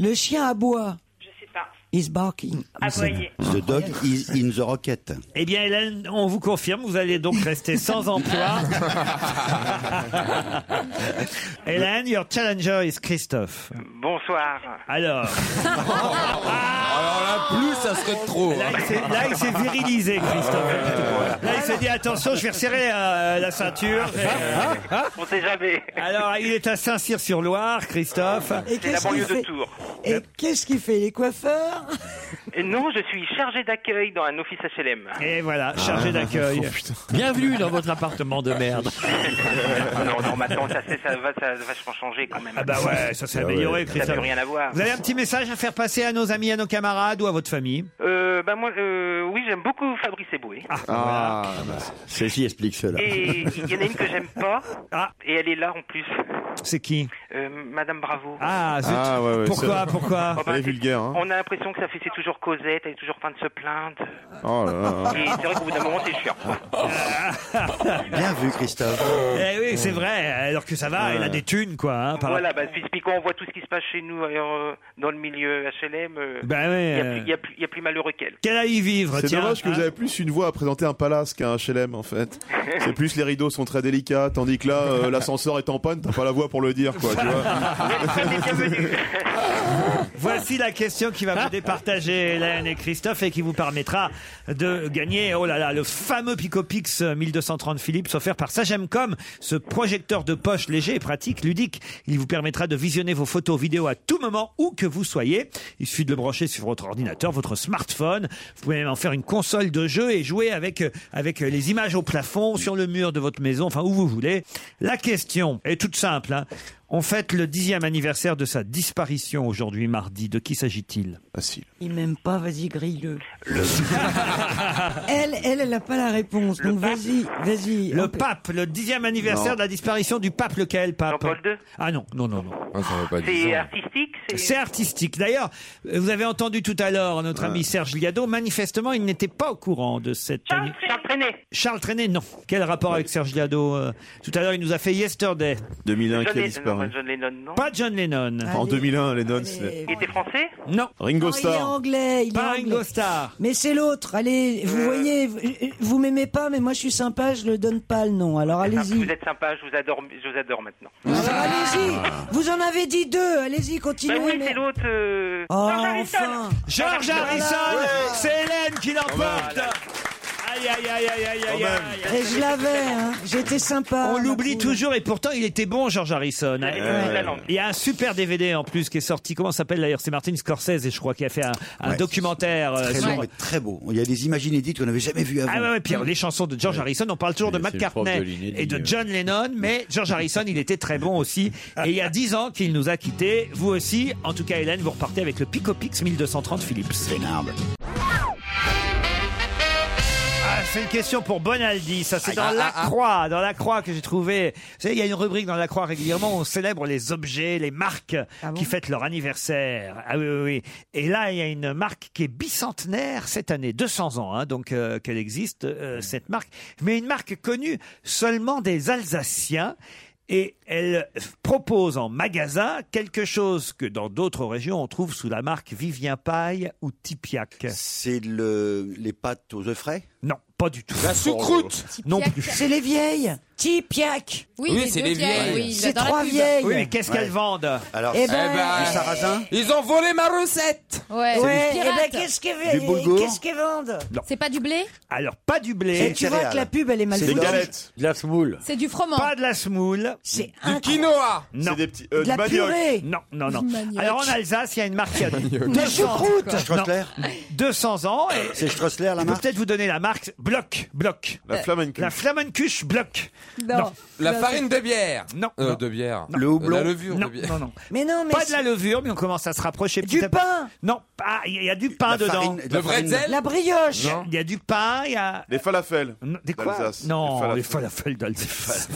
S8: Le chien aboie. Je sais
S19: pas.
S8: He's barking.
S19: Aboyer.
S5: The dog is in the rocket.
S3: Eh bien, Hélène, on vous confirme, vous allez donc
S9: *laughs*
S3: rester sans emploi. Hélène, your challenger is Christophe.
S18: *laughs* Bonsoir.
S10: *laughs*
S3: Alors.
S7: Alors là, plus ça serait trop.
S3: Là, il s'est- là, il s'est virilisé,
S9: *laughs*
S3: Christophe. Là, il s'est dit attention, je vais resserrer euh, la ceinture.
S9: Ah,
S3: euh,
S18: On sait jamais.
S3: Alors, il est à Saint-Cyr-sur-Loire, Christophe.
S18: C'est la banlieue de Tours.
S8: Et qu'est-ce qu'il fait Les coiffeurs
S18: Et non, je suis chargé d'accueil dans un office HLM.
S3: Et
S4: Ah,
S3: voilà, chargé
S4: bah,
S3: d'accueil.
S17: Ah, Bienvenue dans votre appartement de merde.
S18: *laughs* non, non, maintenant, ça, c'est- ça va, ça va vachement changer quand même.
S3: Ah bah ouais, ça s'est
S18: Ah ouais.
S3: amélioré,
S18: Ça n'a
S3: Christophe.
S18: plus rien à voir.
S3: Vous avez un petit message à faire passer à nos amis, à nos camarades ou à votre famille
S18: Euh, bah moi, euh, oui, j'aime beaucoup Fabrice Eboué.
S17: Ah, ceci explique cela.
S18: Et il y en a une que j'aime pas.
S3: Ah.
S18: Et elle est là en plus.
S3: C'est qui
S18: Euh, Madame Bravo.
S3: Ah, zut.
S9: Ah, ouais, ouais,
S3: pourquoi,
S9: c'est-
S3: pourquoi
S18: Oh, bah,
S9: Elle est
S18: c'est-
S9: vulgaire, hein.
S18: On a l'impression que ça fait c'est toujours Cosette, elle est toujours en train de se plaindre.
S9: Oh là là.
S18: Et c'est vrai qu'au bout d'un moment, c'est chiant.
S5: Bien vu, Christophe.
S3: Eh oui, c'est vrai, alors que ça va, elle a des thunes, quoi. hein, par-
S18: Voilà, bah, typiquement, on voit tout ce qui se passe chez nous euh, dans le milieu HLM. euh,
S3: Bah ouais,
S18: il y a
S3: euh.
S18: plus- il y, a plus- il y hein. a plus malheureux qu'elle.
S3: Qu'elle aille vivre,
S9: C'est
S3: tiens. hein.
S9: dommage que vous avez plus une voix à présenter un palace qu'un HLM en fait. C'est plus les rideaux sont très délicats, tandis que là euh, l'ascenseur est en panne, t'as pas la voix pour le dire quoi.
S3: *laughs*
S9: Tu vois.
S3: Voici la question qui va vous départager Hélène et Christophe et qui vous permettra de gagner, oh là là, le fameux Picopix 1230 Philips offert par Sagemcom. Ce projecteur de poche léger et pratique, ludique. Il vous permettra de visionner vos photos, vidéos à tout moment, où que vous soyez. Il suffit de le brancher sur votre ordinateur, votre smartphone. Vous pouvez même en faire une console de jeu et jouer avec, avec les images au plafond, sur le mur de votre maison, enfin où vous voulez. La question est toute simple. hein. On fête le dixième anniversaire de sa disparition aujourd'hui, mardi. De qui s'agit-il Facile.
S8: Il m'aime pas, vas-y, grille-le. *laughs* elle, elle, elle n'a pas la réponse. Donc vas-y, vas-y.
S3: Le pape, le dixième anniversaire
S8: Non.
S3: de la disparition du pape lequel, pape
S18: Jean-Paul II
S3: Ah non, non, non, non.
S18: C'est artistique, c'est
S3: C'est artistique. D'ailleurs, euh, vous avez entendu tout à l'heure notre ami Serge Liado. Manifestement, il n'était pas au courant de cette. Charles,
S18: Traîné.
S3: Charles Trenet, non. Quel rapport avec Serge Liado euh, Tout à l'heure, il nous a fait Yesterday.
S18: John,
S9: 2001 qui a
S18: Lennon, non,
S9: disparu.
S18: John Lennon, non
S3: Pas John Lennon.
S9: En 2001 les nonnes.
S18: Il était français
S3: Non.
S9: Ringo
S8: Non, Oh, Il est
S9: Starr.
S8: anglais, il
S3: Pas
S8: est
S3: Ringo
S8: anglais.
S3: Starr.
S8: Mais c'est l'autre. Allez,
S18: Euh.
S8: vous voyez, vous, vous m'aimez pas, mais moi je suis sympa, je le donne pas le nom. Alors allez-y.
S18: Vous êtes sympa, je vous adore, je vous adore maintenant.
S7: Ah,
S8: Alors allez-y.
S9: Ah.
S8: Vous en avez dit deux. Allez-y, continuez.
S18: Bah oui,
S8: mais-
S18: c'est l'autre. euh,
S8: Oh, enfin.
S3: George Harrison, c'est Hélène qui l'emporte Aïe, aïe, aïe, aïe, aïe, aïe, aïe.
S8: Et je l'avais, hein. j'étais sympa.
S3: On l'oublie toujours et pourtant il était bon George Harrison. Euh,
S8: ouais.
S3: Il y a un super DVD en plus qui est sorti. Comment ça s'appelle d'ailleurs C'est Martin Scorsese, je crois, qui a fait un, un
S5: Ouais.
S3: documentaire. euh,
S5: Très
S3: sur-
S5: long et très beau. Il y a des images inédites qu'on n'avait jamais vues avant.
S3: Ah ouais, ouais, puis alors, les chansons de George Harrison, on parle toujours de
S5: c'est le prof de
S3: McCartney
S5: l'inédit,
S3: et de
S5: euh.
S3: John Lennon, mais George Harrison, il était très bon aussi.
S5: Ah.
S3: Et il y a 10 ans qu'il nous a quittés, vous aussi. En tout cas, Hélène, vous repartez avec le Picopix 1230 Philips. Ah, c'est une question pour Bonaldi. Ça, c'est
S17: Aïe,
S3: dans
S17: ah,
S3: la
S17: ah, ah.
S3: croix, dans la croix que j'ai trouvé. Vous savez, il y a une rubrique dans la croix régulièrement où on célèbre les objets, les marques qui fêtent leur anniversaire. Ah oui, oui, oui. Et là, il y a une marque qui est bicentenaire cette année, 200 ans, hein, donc euh, qu'elle existe euh, cette marque, mais une marque connue seulement des Alsaciens. Et elle propose en magasin quelque chose que dans d'autres régions on trouve sous la marque Vivien Paille ou Tipiac.
S5: C'est le, les pâtes aux œufs frais
S3: Non, pas du tout.
S5: La
S3: soucroute Non plus.
S8: C'est les vieilles. Tipiac.
S5: Oui, Oui, les c'est deux les vieilles, vieilles. oui,
S8: C'est
S5: dans la
S8: trois
S5: pub.
S8: vieilles.
S3: Oui, mais qu'est-ce qu'elles vendent
S5: Alors,
S8: Eh ben,
S5: du sarrasin
S7: Ils ont volé ma recette.
S8: Ouais,
S7: du
S8: eh
S7: pirate.
S8: ben, qu'est-ce qu'elles
S7: Du boulgour.
S8: qu'est-ce qu'elles vendent
S3: Non.
S11: C'est pas du blé
S3: Alors, pas du blé.
S8: Et tu vois que la pub, elle est mal
S3: C'est des
S8: foutue.
S3: galettes.
S17: De la semoule.
S11: C'est du froment.
S3: Pas de la semoule.
S8: C'est
S3: un quinoa. Non. C'est des petits.
S5: euh,
S11: De du la manioc. purée.
S3: Non, non, non.
S11: Du manioc.
S3: Alors en Alsace, il y a une marque qui a 200 ans.
S5: choucroute.
S3: Non.
S5: Stroessler.
S3: 200 ans.
S5: C'est Stroessler, la
S3: Je peux
S5: marque
S3: peut-être vous donner la marque Bloc. Bloc.
S5: La Flamencuche.
S3: La Flamencuche Bloc.
S8: Non.
S7: La farine de bière.
S3: Non.
S7: Euh,
S3: non.
S7: de bière.
S3: Non.
S7: Le houblon. La levure de
S3: Non,
S7: bière.
S3: non, non.
S8: Mais non, mais
S3: Pas de la levure, mais on commence à se rapprocher. Du
S8: pain
S3: Non, pas- il y a du pain
S9: La
S3: dedans.
S9: farine- Le la vrai farine- zel La brioche. Non.
S3: Il y a du pain, il y a.
S9: Les falafels.
S3: Des quoi
S9: d'Alsace.
S3: Non, les
S9: Les
S3: falafels d'Alsace.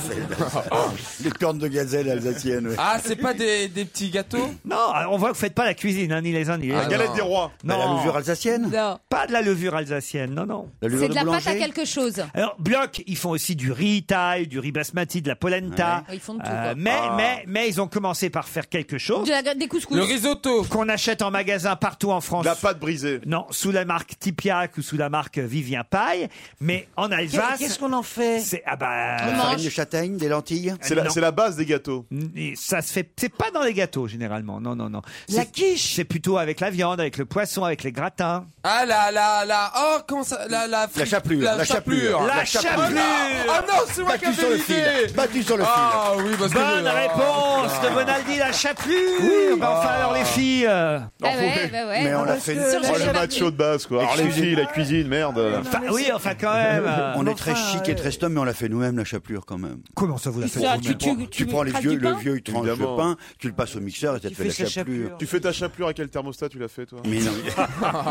S5: Les cornes de gazelle alsaciennes. ouais.
S7: Ah, c'est pas des, des petits gâteaux
S3: *laughs* Non, euh, on voit que vous faites pas la cuisine, hein, ni les uns ni les
S7: La
S3: autres.
S7: galette des rois.
S3: Non.
S5: Bah, la levure alsacienne
S11: Non.
S3: Pas de la levure alsacienne, non, non.
S11: C'est de la pâte à quelque chose.
S3: Alors, Bloch, ils font aussi du riz thaï, du riz basmati, de la polenta. Euh,
S11: Ouais. Ils font de tout, quoi.
S3: mais,
S11: Ah.
S3: mais, mais ils ont commencé par faire quelque chose.
S11: De la- des couscous.
S3: risotto. Qu'on achète en magasin partout en France. La pâte brisée. Non, sous la marque Tipiac ou sous la marque Vivien Paille. Mais en Alsace.
S8: Qu'est-ce qu'on en fait
S3: C'est, ah bah.
S5: La farine de châtaigne, des lentilles
S3: C'est la- c'est
S5: base des gâteaux.
S3: euh, Et Ça se fait, c'est pas dans les gâteaux généralement, non, non, non.
S7: La
S3: quiche. C'est plutôt avec la viande, avec le poisson, avec les gratins.
S7: Ah là là là Oh, comment ça La, la, fri-
S3: chapelure, la chapelure, la
S7: Oh
S3: chapelure.
S7: non, oh non, c'est moi
S3: Battu
S7: qui avais
S3: sur le
S7: l'idée
S3: fil, battu sur le fil.
S7: Ah oui, parce que
S3: Bonne
S7: je-
S3: réponse
S7: Ah.
S3: de Bonaldi, la chapelure. Bah, enfin,
S9: Ah.
S3: alors les filles. euh,
S11: Ah ouais, bah ouais.
S9: Mais on l'a
S11: Parce
S9: fait
S11: que-
S9: oh,
S11: Sur
S9: le macho de base, quoi. Alors, les
S5: Excusez-moi.
S9: filles, la cuisine, merde.
S3: Enfin, oui, enfin, quand même. euh,
S5: *laughs* On
S3: bon,
S5: est très
S3: enfin,
S5: chic
S3: euh,
S5: et très stom, mais on l'a fait nous-mêmes, la chapelure, quand même.
S3: Comment ça vous
S9: la faites Ça, vous-même tu- tu-
S5: prends-
S9: tu
S5: prends les
S9: craques
S5: vieux,
S9: du
S5: le
S9: pain
S5: vieux, il tranche le
S9: Évidemment.
S5: pain, tu le passes au mixeur et ça te fait la chapelure.
S9: Tu fais ta chapelure à quel thermostat tu l'as fait, toi
S5: Mais non.
S3: *laughs*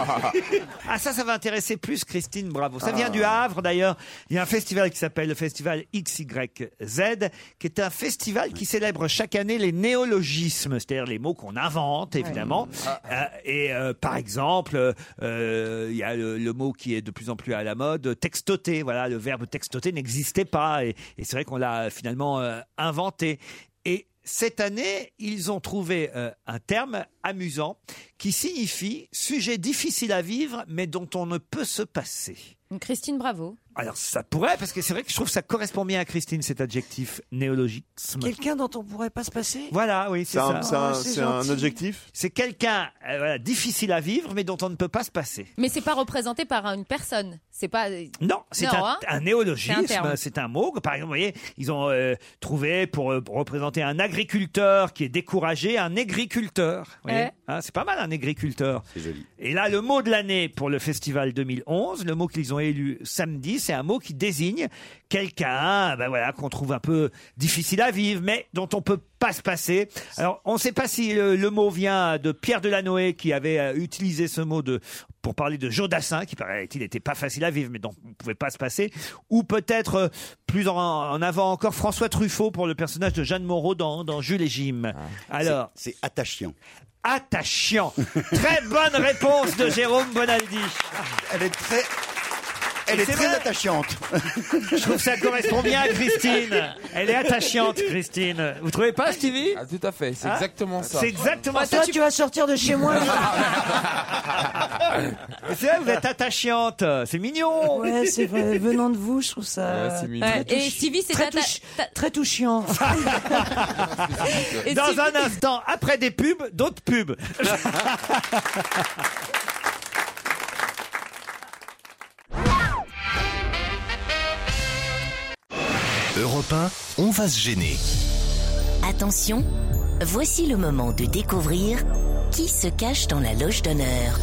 S3: Ah ça, ça va intéresser plus Christine Bravo. Ça
S9: Ah.
S3: vient du Havre d'ailleurs. Il y a un festival qui s'appelle le festival XYZ, qui est un festival qui célèbre chaque année les néologismes, c'est-à-dire les mots qu'on invente évidemment. Euh, et euh, par exemple, euh, euh, il y a le, le mot qui est de plus en plus à la mode, textoter. Voilà, le verbe textoter n'existait pas et, et c'est vrai qu'on l'a finalement euh, inventé. Et cette année, ils ont trouvé euh, un terme amusant qui signifie sujet difficile à vivre, mais dont on ne peut se passer.
S11: Christine Bravo.
S3: Alors ça pourrait, parce que c'est vrai que je trouve que ça correspond bien à Christine, cet adjectif néologisme.
S8: Quelqu'un dont on pourrait pas se passer
S3: Voilà, oui, c'est
S8: C'est un-
S3: ça.
S8: c'est un- Oh, c'est c'est un gentil.
S3: adjectif C'est quelqu'un euh, voilà, difficile à vivre, mais dont on ne peut pas se passer.
S11: Mais c'est pas représenté par une personne. C'est pas. euh,
S3: Non, c'est un,
S11: hein
S3: un néologisme,
S11: C'est un terme.
S3: c'est un, mot. que, Par exemple, vous voyez, ils ont euh, trouvé pour euh, représenter un agriculteur qui est découragé, un agriculteur. Vous voyez
S11: Ouais.
S3: Hein, c'est pas mal un agriculteur. Et là, le mot de l'année pour le festival 2011, le mot qu'ils ont élu samedi, c'est un mot qui désigne quelqu'un, ben voilà, qu'on trouve un peu difficile à vivre, mais dont on peut pas se passer. Alors, on ne sait pas si le, le mot vient de Pierre Delanoë qui avait euh, utilisé ce mot de pour parler de Jodassin, qui paraît-il n'était pas facile à vivre, mais dont on ne pouvait pas se passer, ou peut-être euh, plus en, en avant encore François Truffaut pour le personnage de Jeanne Moreau dans, dans Jules et Jim. Alors,
S5: c'est attachant.
S3: Attachant. Très bonne réponse de Jérôme Bonaldi.
S5: Elle est très, elle
S3: Et
S5: est
S3: c'est
S5: très
S3: vrai.
S5: attachante.
S3: Je trouve que ça correspond bien à
S5: *laughs*
S3: Christine. Elle est attachante, Christine. Vous trouvez pas, Stevie
S7: Ah, tout à fait, c'est
S3: Hein
S7: exactement ça.
S3: C'est exactement
S8: Ah,
S3: ça. Ah,
S8: toi, tu vas sortir de chez moi.
S3: Mais C'est vrai, vous êtes attachante. C'est mignon.
S8: Ouais, c'est vrai. Venant de vous, je trouve ça.
S3: Ouais, c'est mignon.
S8: très
S3: Ouais,
S11: et
S8: touch-
S11: Stevie, c'est
S8: très,
S11: ta-
S8: touch- très touchant.
S7: *laughs*
S3: Dans un instant, après des pubs, d'autres
S7: *laughs*
S3: pubs.
S2: Europe 1, on va se gêner.
S1: Attention, voici le moment de découvrir qui se cache dans la loge d'honneur.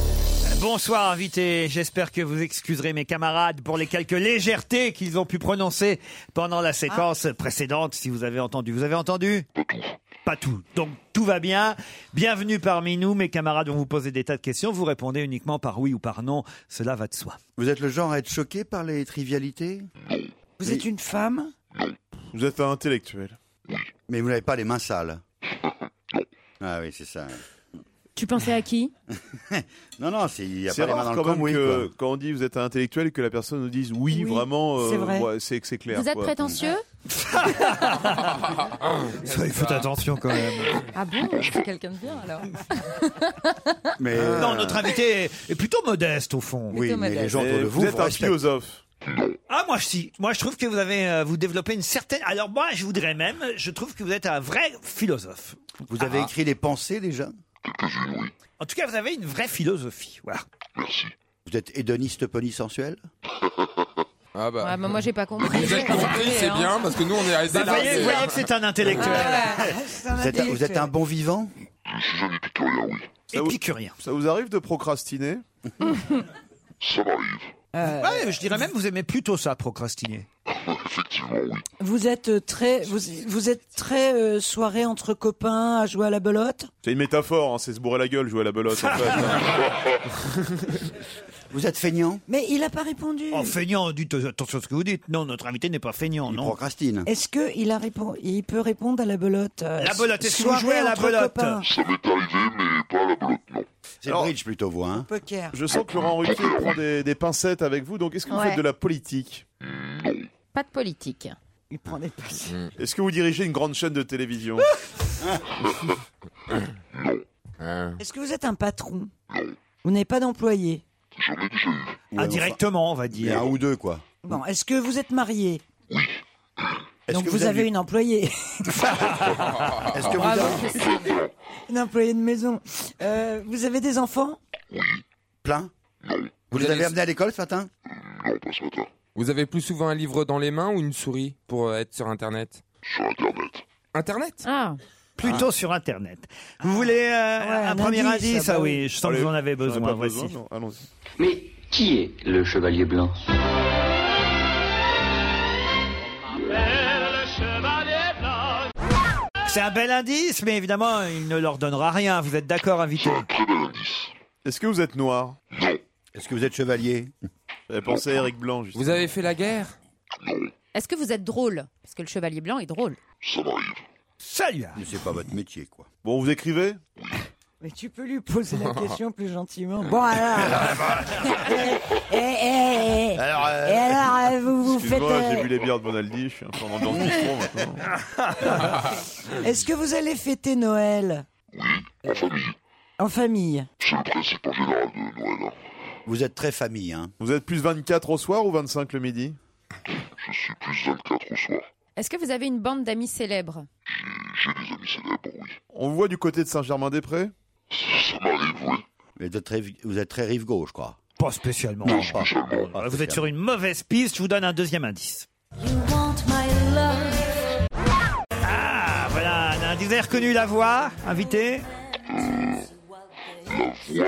S3: Bonsoir invité, j'espère que vous excuserez mes camarades pour les quelques légèretés qu'ils ont pu prononcer pendant la séquence précédente, si vous avez entendu. Vous avez entendu Ah. Pas tout. Donc tout va bien. Bienvenue parmi nous, mes camarades vont vous poser des tas de questions, vous répondez uniquement par oui ou par non, cela va de soi.
S5: Vous êtes le genre à être choqué par les trivialités
S8: Vous êtes une femme
S5: Vous êtes un intellectuel. Mais vous n'avez pas les mains sales. Ah oui, c'est ça.
S11: *laughs* Tu pensais à qui
S5: Non, non, c'est- il n'y a
S9: C'est
S5: pas les mains
S9: rare
S5: dans le
S9: quand même
S5: cambouis.
S9: que
S5: quoi.
S9: quand on dit vous êtes un intellectuel et que la personne nous dise oui, vraiment, euh,
S11: c'est vrai.
S9: ouais, c'est que c'est clair.
S11: Vous êtes
S9: quoi.
S11: prétentieux
S3: Faites attention quand même.
S6: Ah bon C'est quelqu'un de bien alors.
S5: Mais euh,
S3: Non, notre invité est- est plutôt modeste au fond.
S5: Oui, Ah. Plutôt mais modeste. les gens autour de vous
S9: vous êtes
S5: vous
S9: un
S5: respectent.
S9: philosophe.
S3: Ah moi je- si, moi je trouve que vous avez euh, vous développez une certaine. Alors moi je voudrais même, je trouve que vous êtes un vrai philosophe.
S5: Vous avez
S3: Ah.
S5: écrit des pensées déjà
S3: En tout cas vous avez une vraie philosophie. Voilà.
S5: Merci. Vous êtes hédoniste
S8: *laughs*
S5: polysensuel
S7: Ah bah.
S11: *laughs* Ouais, mais moi j'ai pas compris.
S7: Vous êtes
S11: *laughs*
S7: compris, c'est bien, parce que nous, on est à
S3: Vous voyez, vous voyez que c'est un intellectuel.
S5: vous, êtes, vous êtes un bon
S8: *laughs*
S5: vivant
S9: Ça vous- Ça vous arrive de procrastiner
S10: Ça m'arrive.
S3: Euh, Ouais, je dirais même que vous aimez plutôt ça procrastiner.
S10: *laughs* Effectivement, oui.
S8: *laughs* Vous êtes euh, très, vous, vous êtes très euh, soirée entre copains à jouer à la belote.
S9: C'est une métaphore, hein, c'est se bourrer la gueule, jouer à la belote. En fait.
S5: Vous êtes feignant
S8: Mais il a pas répondu.
S3: En Oh, feignant, dites attention à ce que vous dites. Non, notre invité n'est pas feignant. non.
S5: procrastine.
S8: Est-ce que il a répo- Il peut répondre à la belote. euh,
S3: La belote, est-ce que vous
S8: soirée
S3: jouez à la
S8: entre
S3: belote
S8: copains
S10: Ça m'est arrivé, mais pas à la belote, non.
S5: *laughs* C'est bridge plutôt, vous, hein
S8: Poker.
S9: Je sens que Laurent Ruquier prend des, des pincettes avec vous, donc est-ce que vous
S11: Ouais.
S9: faites de la politique
S11: *laughs* Pas de politique.
S8: Il prend des pincettes.
S7: Mm.
S9: Est-ce que vous dirigez une grande chaîne de
S7: *laughs*
S9: télévision
S8: Est-ce que vous êtes un patron Vous n'avez pas d'employé.
S3: Indirectement, on va dire.
S5: Un ou deux, quoi.
S8: Bon, est-ce que vous êtes marié
S5: Est-ce
S8: Donc
S5: que
S8: vous,
S5: vous
S8: avez
S5: avez-
S8: une employée. *laughs*
S5: Est-ce que vous
S8: Bravo.
S5: avez...
S8: une employée de maison. Euh, vous avez des enfants
S5: Plein Vous les avez amenés à l'école ce matin
S7: Vous avez plus souvent un livre dans les mains ou une souris pour euh, être sur Internet Sur Internet. Internet
S11: Ah.
S3: Plutôt sur Internet. Vous voulez euh, un, premier indice,
S11: bah
S3: Ah oui, je sens que vous en avez besoin.
S9: J'en ai pas
S3: voici.
S9: non, Allons-y.
S20: Mais qui est le chevalier blanc
S3: C'est un bel indice, mais évidemment, il ne leur donnera rien. Vous êtes d'accord, invité
S9: Est-ce que vous êtes noir
S5: Est-ce que vous êtes chevalier
S9: J'avais pensé à Eric Blanc, justement.
S7: Vous avez fait la guerre
S11: Est-ce que vous êtes drôle Parce que le chevalier blanc est drôle.
S3: Salut
S5: Mais c'est pas votre métier, quoi.
S9: Bon, vous écrivez
S8: Mais tu peux lui poser la question plus gentiment. Bon alors. *laughs* Eh, eh, eh.
S9: Alors, euh,
S8: Et alors, euh, vous vous faites.
S9: Excuse-moi, j'ai
S8: euh,
S9: bu les bières de Bonaldi, je suis un peu en ambiance micro maintenant.
S10: *laughs*
S8: eh. Est-ce que vous allez fêter Noël
S10: En famille.
S8: en famille
S10: C'est le principe en général de Noël. hein.
S5: Vous êtes très famille, hein
S9: Vous êtes plus 24 au soir ou 25 le midi
S10: Je suis plus 24 au soir.
S11: Est-ce que vous avez une bande d'amis célèbres
S10: J'ai des amis célèbres, oui.
S9: On vous voit du côté de Saint-Germain-des-Prés
S10: Ça m'arrive, oui.
S5: Vous êtes très, vous êtes très rive gauche, quoi.
S3: Pas spécialement.
S5: Non, pas spécialement.
S3: Ah, Vous êtes sur une mauvaise piste, je vous donne un deuxième indice. Ah, voilà un indice. Vous avez reconnu la voix, invité
S10: La voix, euh, non, mais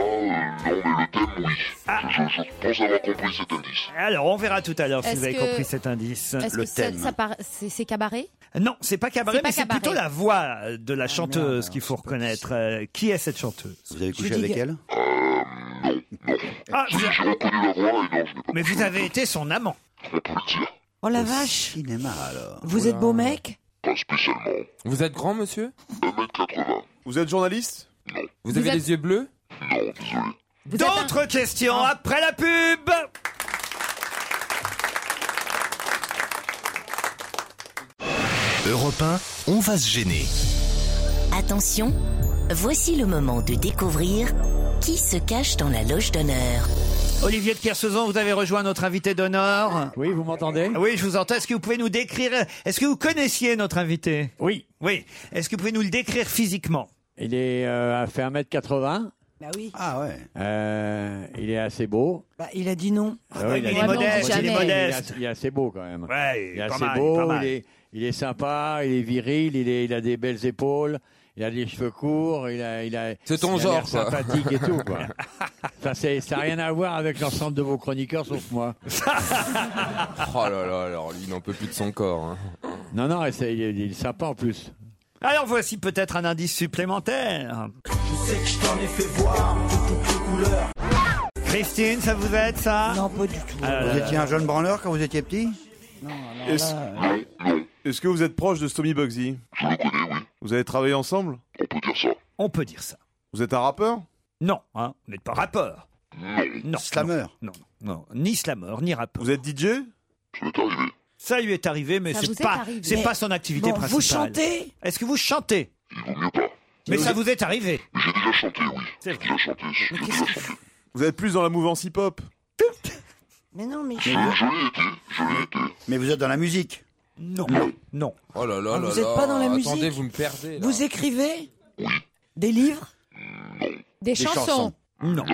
S10: le thème, oui.
S3: Ah.
S10: Je, je pense avoir compris cet indice.
S3: Alors, on verra tout à l'heure si
S11: Est-ce
S3: vous avez
S11: que-
S3: compris cet indice.
S11: Est-ce que ça- ça par- c'est c'est cabaret
S3: Non, c'est pas cabaret,
S11: C'est pas
S3: mais c'est
S11: cabaret. Ah,
S3: plutôt la voix de la chanteuse qu'il faut reconnaître. Euh, qui est cette chanteuse
S5: Vous avez couché
S3: Judy
S5: avec
S3: Ga-
S5: elle
S3: Ah, vous avez-
S10: Reconnu la voix, et non, je n'ai
S3: Mais vous avez été son *laughs* amant.
S10: pas pu le dire.
S8: Oh la vache
S5: Cinéma, alors.
S8: Vous êtes beau mec
S10: Pas spécialement.
S7: Vous êtes grand, monsieur
S10: 1m80.
S9: Vous êtes journaliste
S7: Vous, avez
S9: êtes-
S7: les yeux bleus
S3: D'autres questions après la pub
S2: Europe 1, on va se gêner.
S1: Attention, voici le moment de découvrir qui se cache dans la loge d'honneur.
S3: Olivier de Kersauzon, vous avez rejoint notre invité d'honneur. Oui, vous m'entendez Oui, je vous entends. Est-ce que vous pouvez nous décrire Est-ce que vous connaissiez notre invité Oui. Oui. Est-ce que vous pouvez nous le décrire physiquement
S15: Il est euh, a fait 1m80.
S8: Bah oui.
S5: Ah ouais.
S3: Euh,
S15: il est assez beau.
S8: Bah, il a dit non.
S15: Ah oui,
S8: il,
S15: a-
S8: a dit
S15: modeste,
S8: non,
S15: il est
S8: jamais.
S15: modeste. Il est assez beau quand même.
S3: Ouais,
S15: il est
S3: pas
S15: assez
S3: mal,
S15: beau,
S3: pas mal.
S15: Il, est, il est sympa, il est viril, il, est, il a des belles épaules, il a des cheveux courts, il a, il a,
S7: C'est ton
S15: il a l'air
S7: genre, quoi.
S15: sympathique et tout.
S17: *laughs*
S15: Quoi. ça c'est- ça n'a rien à voir avec l'ensemble de vos chroniqueurs sauf
S7: *laughs*
S15: moi.
S7: Oh là là, alors lui, il n'en peut plus de son corps. hein.
S15: Non, non, et c'est- il est, il est sympa en plus.
S3: Alors voici peut-être un indice supplémentaire.
S21: Je sais que je t'en ai fait voir de toutes les couleurs.
S3: Christine, ça vous aide ça Euh,
S8: Non, pas du tout.
S10: Euh,
S5: Vous étiez un jeune branleur quand vous étiez petit
S9: Est-ce est-ce que vous êtes proche de Stomy Bugsy Je le connais, oui. Vous avez travaillé ensemble On peut dire ça.
S3: On peut dire ça.
S9: Vous êtes un rappeur
S3: Non, hein, vous n'êtes pas rappeur. Non. Slammer. Non, non, non, ni slammer, ni rappeur.
S9: Vous êtes DJ
S3: Ça lui est arrivé, mais
S9: Ça vous
S3: c'est
S9: est
S3: pas,
S9: arrivé.
S3: c'est
S9: Mais-
S3: pas son activité
S9: Bon, vous
S3: principale.
S9: chantez
S3: Est-ce que vous chantez Mais ça vous est arrivé.
S10: J'ai déjà chanté, oui.
S3: C'est
S10: J'ai déjà chanté. si tu veux.
S9: Vous êtes plus dans la mouvance hip-hop
S8: Mais non, mais.
S5: Mais vous êtes dans la musique
S3: Non.
S5: euh,
S3: Non.
S7: Oh là là
S8: Ah,
S7: là
S8: vous êtes
S7: là,
S8: pas dans la
S7: Attendez,
S8: musique
S7: vous me perdez. là.
S8: Vous écrivez Des livres Des chansons.
S3: Non.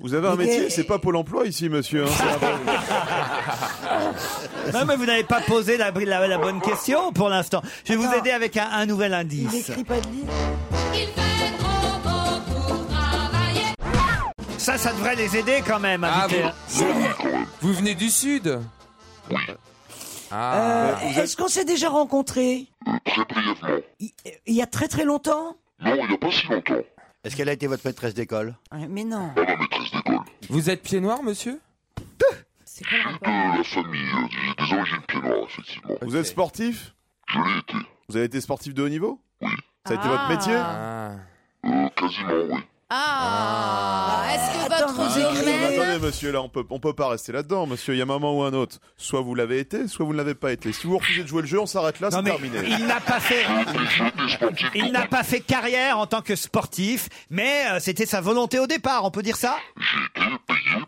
S9: Vous avez un
S8: Mais-
S9: métier, c'est pas Pôle emploi ici, monsieur.
S8: *laughs*
S9: hein, c'est la base.
S3: Non, mais vous n'avez pas posé la, la- la bonne question pour l'instant. Je vais vous aider avec un, un nouvel indice.
S8: pas de livres
S21: Il fait trop beau pour travailler.
S3: Ça, ça devrait les aider quand même.
S7: Ah,
S3: invité.
S7: vous, vous venez du Sud
S8: Euh,
S7: Ah.
S8: Est-ce qu'on s'est déjà rencontrés
S10: Très brièvement.
S8: Il y a très très longtemps
S10: Non, il n'y a pas si longtemps.
S5: Est-ce qu'elle a été votre maîtresse d'école
S8: Ouais, Mais non.
S7: Vous êtes pied noir, monsieur
S10: De la famille. euh, J'ai des origines pieds noirs, effectivement.
S9: Vous êtes sportif Vous avez été sportif de haut niveau Ça a été votre
S11: Ah.
S9: métier
S10: Euh, quasiment, oui.
S11: Ah, est-ce que votre domaine...
S9: Attendez, monsieur, là, on peut, on peut pas rester là-dedans, monsieur. Il y a un moment ou un autre. Soit vous l'avez été, soit vous ne l'avez pas été. Si vous refusez de jouer le jeu, on s'arrête là, c'est terminé.
S3: Il n'a pas fait. Il n'a pas fait carrière en tant que sportif, mais euh, c'était sa volonté au départ, on peut dire ça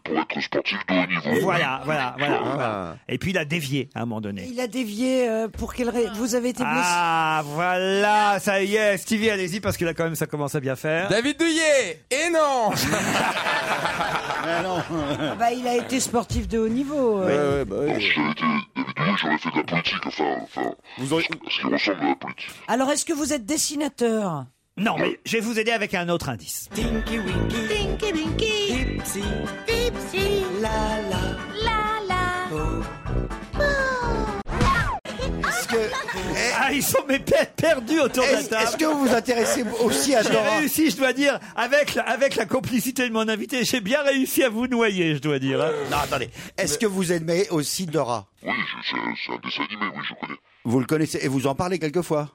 S10: Pour être sportif de haut niveau. Ah.
S3: Voilà, voilà, voilà. voilà. Et puis il a dévié à un moment donné.
S8: Il a dévié euh, pour quelle raison Vous avez été blessé
S3: Ah, voilà, ça y est, Stevie, allez-y, parce que là, quand même, ça commence à bien faire.
S7: David Douillet Et non
S8: Ah *laughs* bah, Il a été sportif de haut niveau.
S9: Ouais,
S8: euh.
S9: ouais, bah ouais.
S10: Moi, j'aurais fait de la politique, enfin, enfin, ce qui ressemble à la politique.
S8: Alors, est-ce que vous êtes dessinateur
S3: Non, mais je vais vous aider avec un autre indice.
S21: Tinky Winky. Tinky Winky. Dipsy. Dipsy. La la. La la.
S5: Est-ce que.
S3: Ah, ils sont mais per- perdus autour de la
S5: Est-ce-
S3: table.
S5: est-ce que vous vous intéressez aussi à
S3: J'ai
S5: Dora
S3: réussi, je dois dire, avec la, avec la complicité de mon invité, j'ai bien réussi à vous noyer, je dois dire. hein.
S5: Non, attendez. Est-ce que vous aimez aussi Dora
S10: Oui, je- c'est c'est un dessin animé, oui, je connais.
S5: Vous le connaissez et vous en parlez quelquefois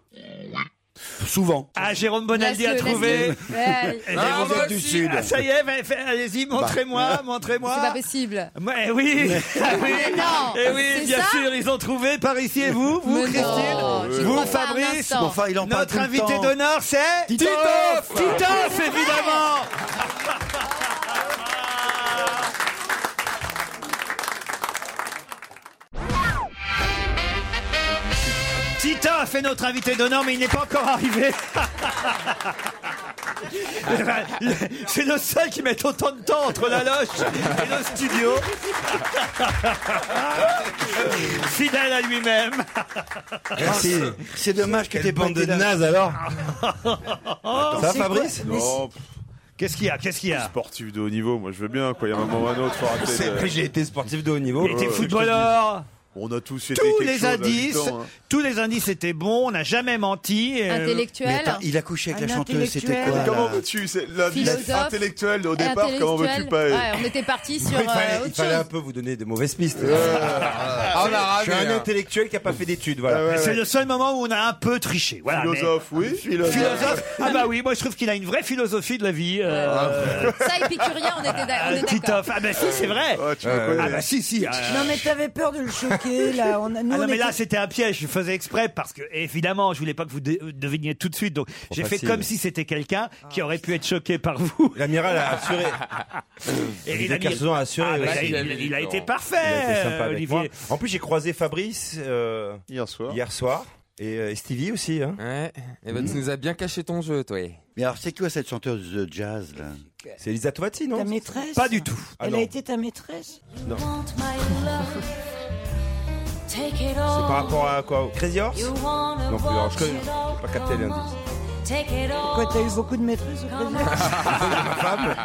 S5: Souvent.
S3: Ah, Jérôme Bonaldi a
S5: Laisse-le,
S3: trouvé.
S5: laisse-le. Ouais.
S3: Eh bien,
S5: Ah,
S3: vous
S5: moi
S3: êtes du
S5: aussi.
S3: Sud. Ah, ça y est, va- fa- allez-y, montrez-moi,
S5: Bah.
S3: montrez-moi.
S22: Ah
S11: C'est pas possible.
S3: Ouais, *laughs* oui, Ah oui,
S11: Mais non,
S3: Eh oui,
S11: c'est
S3: bien
S11: ça
S3: sûr, ils ont trouvé par ici et vous, vous
S11: Mais non,
S3: Christine,
S11: j'y
S3: vous
S11: crois pas un
S3: Fabrice,
S11: instant. Enfin, il en parle
S3: notre
S11: tout le
S3: invité
S11: temps.
S3: d'honneur c'est
S11: Titoff
S3: Titoff
S11: Ouais.
S3: évidemment. Titoff est notre invité d'honneur, mais il n'est pas encore arrivé. *laughs* *laughs* C'est le seul qui met autant de temps entre la loge et le
S9: *laughs*
S3: studio. Fidèle à lui-même.
S5: Merci. C'est dommage que t'es
S3: bande de nazes,
S5: alors.
S3: Attends,
S5: Ça, c'est Fabrice quoi Mais
S9: Oh, Non, pff,
S3: Qu'est-ce qu'il y a Qu'est-ce qu'il y a
S9: sportif de haut niveau, moi je veux bien, quoi. Il y a un moment ou un autre, faut arrêter
S22: C'est
S9: de-
S22: que j'ai été sportif de haut niveau.
S3: Il était
S9: Ouais,
S3: footballeur.
S9: On a tous été
S3: Tous
S9: quelque
S3: les
S9: chose à huit
S3: indices,
S9: ans, hein.
S3: tous les indices étaient bons. On n'a jamais menti. euh,
S11: Intellectuel. Mais attends, il
S5: a couché
S11: avec Un la chanteuse, c'était intellectuel. quoi,
S9: Comment
S11: là
S9: veux-tu C'est la vie Ah
S11: Philosophe.
S9: intellectuelle au départ, comment veux-tu
S11: Intellectuel.
S9: pas
S11: Ouais, on était
S22: *laughs*
S11: parti sur
S22: euh il fallait,
S11: euh,
S22: il
S11: autre
S22: fallait un
S11: chose.
S22: peu vous donner des mauvaises pistes.
S7: Ah, on a
S22: je suis
S7: ravi,
S22: un
S7: hein.
S22: intellectuel qui n'a pas fait d'études. Voilà.
S3: C'est le seul moment où on a un peu triché. Voilà, mais-
S9: Philosophe, oui. Philosophe.
S3: Philosophe. Ah bah oui, moi je trouve qu'il a une vraie philosophie de la vie.
S9: Ah,
S3: euh,
S11: Ça, épicurien, on était d'a- on
S3: euh,
S11: est d'accord.
S3: Titoff. Ah bah si, c'est vrai.
S10: Euh,
S3: ah bah si, si. ah,
S8: Non, mais t'avais peur de le choquer,
S3: *laughs*
S8: là. On a, nous,
S3: Ah non,
S8: on
S3: mais là,
S8: était-
S3: c'était un piège. Je faisais exprès parce que, évidemment, je voulais pas que vous dé- euh, deviniez tout de suite. Donc, j'ai fait
S22: facile.
S3: comme si c'était quelqu'un qui aurait pu être choqué par vous.
S22: L'amiral a assuré.
S3: Et
S22: Olivier
S3: il a mis-
S22: Carzon a assuré.
S3: Ah, bah,
S22: aussi.
S3: il a- il a- il a été parfait,
S22: Il a été sympa avec
S3: Olivier.
S22: moi. En plus, j'ai croisé Fabrice euh,
S9: hier soir.
S22: Et euh, Stevie aussi. Hein.
S7: Ouais. Eh ben, tu nous as bien caché ton jeu, toi.
S5: Mais alors, c'est quoi cette chanteuse de jazz là
S22: C'est Elisa Tovati, non
S8: Ta maîtresse
S22: Pas du tout. Ah,
S8: Elle
S22: non.
S8: a été ta maîtresse
S22: Non.
S8: C'est
S22: C'est par rapport à quoi au Crazy Horse
S8: You
S22: Non,
S8: wanna
S22: plus, alors, je
S8: watch
S22: connais.
S8: it all.
S22: J'ai pas capté l'indice.
S8: Quoi, t'as eu beaucoup de maîtresses au
S5: Ma femme.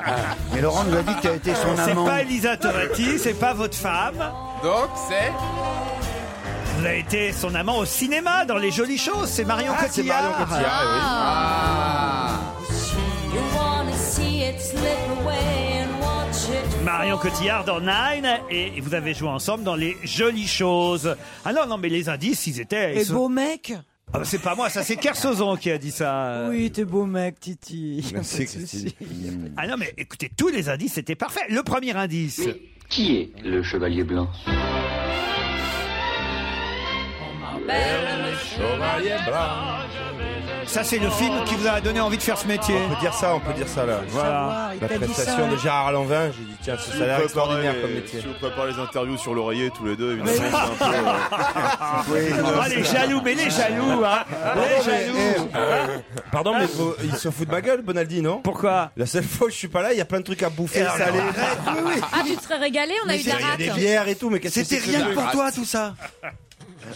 S5: Mais Laurent nous a dit que tu as été son
S3: C'est
S5: amant.
S3: pas Elisa Tomati, c'est pas votre femme.
S7: Donc c'est.
S3: Vous avez été son amant au cinéma, dans les jolies choses. C'est Marion
S21: Ah,
S3: Cotillard.
S21: c'est Marion Cotillard, oui.
S7: Ah.
S21: You wanna see it slip away and watch it
S3: Marion Cotillard dans Nine et vous avez joué ensemble dans les jolies choses. Ah non non mais les indices ils étaient. ils
S8: Et
S3: sont-
S8: beau mec
S3: Ah, bah, c'est pas moi ça c'est Kersozon qui a dit ça.
S8: Oui, t'es beau mec, Titi.
S3: Merci, Ah non mais écoutez tous les indices étaient parfaits. Le premier indice.
S20: Qui est le chevalier blanc
S3: Ça c'est le film qui vous a donné envie de faire ce métier.
S22: On peut dire ça, on peut dire ça là.
S3: Voilà.
S22: La prestation de Gérard Lanvin, j'ai dit tiens, ce
S9: Si vous,
S22: salaire extraordinaire
S9: préparez,
S22: comme métier.
S9: si vous préparez les interviews sur l'oreiller tous les deux, évidemment,
S22: Mais-
S9: c'est un peu. euh,
S3: Oh, les jaloux mais les jaloux hein. Les jaloux.
S22: eh, Pardon, mais faut- il se fout de ma gueule, Bonaldi, non
S3: Pourquoi
S22: La seule fois que je suis pas là, il y a plein de trucs à bouffer, alors, salés. arrête,
S11: Ah, tu te serais régalé, on a
S22: Mais
S11: eu de
S22: c'est-
S11: la
S22: il y a
S11: rate.
S22: des bières et tout, mais qu'est-ce que
S5: C'était
S22: c'est que
S5: rien
S22: ça
S5: que pour
S22: Ah,
S5: toi tout ça.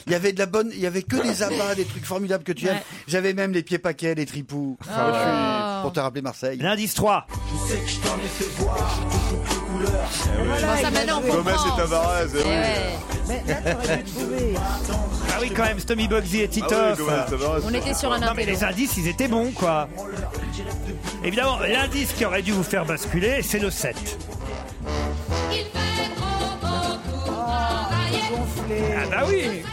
S5: Il y avait de la bonne, il y avait que des abats, des trucs formidables que tu aimes. J'avais même les pieds paquets, les tripous.
S21: Ah.
S5: Je suis- Pour te rappeler Marseille.
S3: L'indice 3.
S21: Je sais que je t'en ai fait voir
S5: Voilà,
S21: ça maintenant on
S9: Gomez et
S11: Oh,
S9: Tavares. eh oui.
S8: Mais là, t'aurais dû trouver.
S3: Ah oui quand même Stommy Bugsy et Titoff.
S9: Ah oui, Gomez et Tavares.
S11: On était sur un
S3: Non mais
S11: intello.
S3: les indices ils étaient bons quoi. Évidemment l'indice qui aurait dû vous faire basculer c'est le 7. Ah bah oui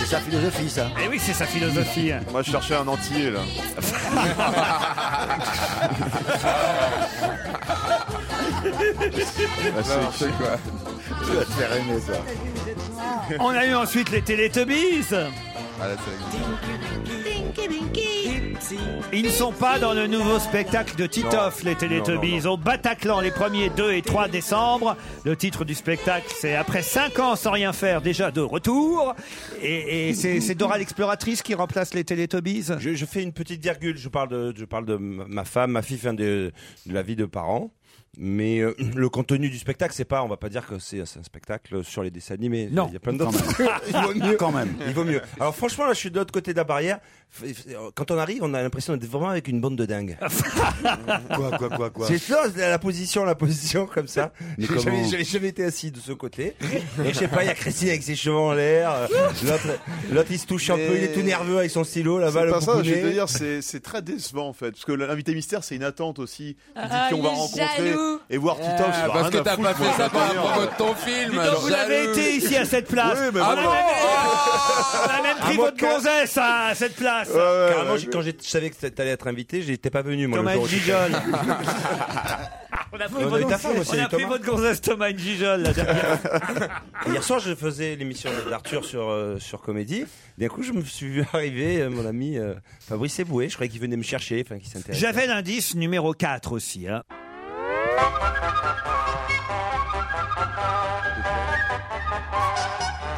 S5: C'est sa philosophie, ça.
S3: Eh oui, c'est sa philosophie.
S9: Moi, je cherchais un entier,
S22: *laughs*
S9: là.
S21: Ah,
S22: c'est quoi
S5: Tu vas te faire aimer ça.
S3: On a eu ensuite les Teletubbies.
S9: Ah,
S3: Ils ne sont pas dans le nouveau spectacle de Titoff,
S21: Non.
S3: les Teletubbies. Au Bataclan, les 1er, 2 et 3 décembre. Le titre du spectacle, c'est Après 5 ans sans rien faire, déjà de retour. Et, et c'est c'est Dora l'exploratrice qui remplace les Teletubbies.
S22: Je, je fais une petite virgule. Je parle de, je parle de m- ma femme, ma fille, fin de, de la vie de parents. Mais euh, le contenu du spectacle, c'est pas, on va pas dire que c'est c'est un spectacle sur les dessins animés. Non. Il y a plein d'autres. *laughs* Il vaut mieux.
S5: Quand même.
S22: Il vaut mieux. Alors franchement, là, je suis de l'autre côté de la barrière. F- f- Quand on arrive, on a l'impression d'être vraiment avec une bande de *laughs* dingues.
S7: *laughs*
S5: Quoi, quoi, quoi, quoi
S22: C'est ça, la la position, la position comme ça.
S5: Mais
S22: J'ai
S5: comment
S22: jamais, j'avais jamais été assis de ce côté. Et je sais pas, il y a Christine avec ses cheveux en l'air. euh, L'autre, l'autre, il se touche un
S9: Mais-
S22: peu, il est tout nerveux avec son stylo là-bas.
S9: C'est
S22: le
S9: pas ça, je vais te
S22: pouponnet.
S9: dire, c'est c'est très décevant en fait. Parce que l'invité mystère, c'est une attente aussi. Tu dis
S22: Ah,
S9: qu'on
S22: il
S9: va
S22: est
S9: rencontrer
S22: jaloux.
S9: et voir Titoff.
S22: Ah,
S9: je dis,
S22: parce
S9: rien
S22: que
S9: à
S22: t'as
S9: foutre,
S22: pas
S9: moi,
S22: fait
S9: je
S22: ça
S9: vais
S22: par
S9: venir.
S22: rapport de ton film.
S3: Dis donc, vous l'avez été ici à cette place.
S9: Oui, mais
S3: on,
S9: bon.
S3: avait- on a même
S22: Ah,
S3: pris
S22: moi,
S3: votre gonzesse à, à cette place.
S22: Carrément, j'ai- quand j'ai- je savais que t'allais être invité, j'étais pas venu. Moi,
S3: Thomas
S22: le jour où
S3: Gijol.
S22: j'étais-
S3: On a pris
S22: On a eu ta femme aussi,
S3: on a pris
S22: Thomas.
S3: votre gonzesse Thomas Gijol. la dernière.
S22: Hier soir, je faisais l'émission d'Arthur sur, euh, sur Comédie. D'un coup, je me suis vu arriver, euh, mon ami euh, Fabrice Eboué. Je croyais qu'il venait me chercher, enfin, qu'il s'intéressait.
S3: J'avais l'indice numéro 4 aussi. hein.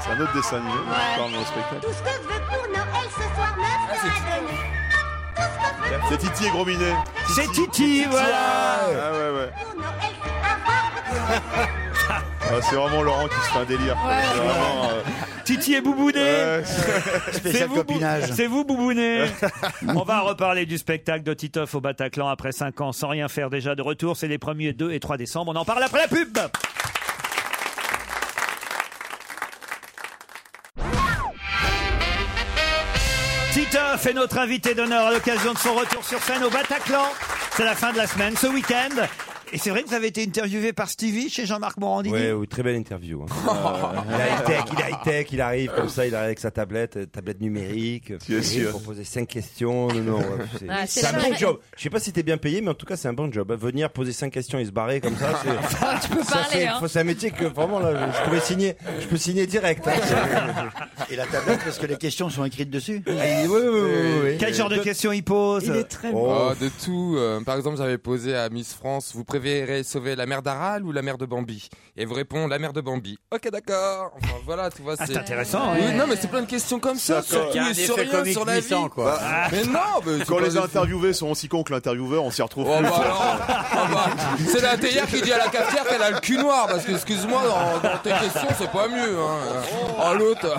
S9: C'est un autre dessin animé, encore dans le spectacle.
S21: Tout ce que je veux pour Noël ce soir
S3: Ah,
S21: me sera donné
S9: C'est Titi et Gros Minet.
S3: C'est Titi, voilà.
S9: Ah ouais,
S3: *laughs*
S9: ouais. Ah, c'est vraiment Laurent qui se fait un délire. quoi. C'est vraiment, euh,
S3: Titi et Boubounet.
S5: *laughs* Spécial
S3: vous, Bou-
S5: copinage.
S3: C'est vous,
S9: *laughs*
S3: Boubounet. On va reparler du spectacle de Titoff au Bataclan après 5 ans sans rien faire déjà de retour. C'est les 1er, 2 et 3 décembre. On en parle après la pub. Titoff est notre invité d'honneur à l'occasion de son retour sur scène au Bataclan. C'est la fin de la semaine, ce week-end. Et c'est vrai que vous avez été interviewé par Stevie chez Jean-Marc Morandini.
S22: Ouais, ouais, très belle *laughs* interview. hein. Il est high-tech, il est high-tech, il arrive comme ça, il arrive avec sa tablette, euh, tablette numérique.
S9: Tu es sûr
S22: Il proposait cinq questions. Non, non, ouais, c'est
S9: Ah, c'est
S22: c'est un
S9: la
S22: bon
S9: vraie-
S22: job. Je sais pas si t'es bien payé, mais en tout cas, c'est un bon job. hein. Venir poser cinq questions et se barrer comme ça,
S21: *laughs*
S22: c'est.
S21: Tu peux
S22: ça,
S21: parler,
S22: c'est-
S21: hein.
S22: faut- C'est un métier que vraiment, là, je, je pourrais signer. Je peux signer direct. hein. *laughs*
S5: Et la tablette, parce que les questions sont écrites dessus. Euh,
S22: oui, oui, oui,
S7: Euh,
S22: oui.
S3: Quel genre de questions il pose
S5: Oh,
S8: Il est très
S7: Oh, de tout. Euh, par exemple, j'avais posé à Miss France, vous, pré- devez sauver la mère d'Aral ou la mère de Bambi Et elle vous répond la mère de Bambi. Ok, d'accord. Enfin, voilà, tu vois,
S3: Ah,
S7: c'est
S3: c'est intéressant,
S7: Oui,
S3: hein.
S7: non, mais c'est plein de questions comme ça,
S9: D'accord.
S7: sur
S9: Il y a
S7: tout
S9: un
S7: et sur
S9: effet
S7: rien,
S9: comique
S7: sur la vie.
S9: glissant, quoi. Ah.
S7: Bah, Mais non, mais c'est
S9: Quand
S7: pas
S9: les
S7: des fous.
S9: interviewés sont aussi cons que l'intervieweur, on s'y retrouve
S7: Oh,
S9: plus.
S7: bah, alors. Ah, bah, c'est la théière qui dit à la cafetière qu'elle a le cul noir, parce que, excuse-moi, dans, dans tes questions, c'est pas mieux. Hein. Oh,
S22: *laughs*
S7: l'autre.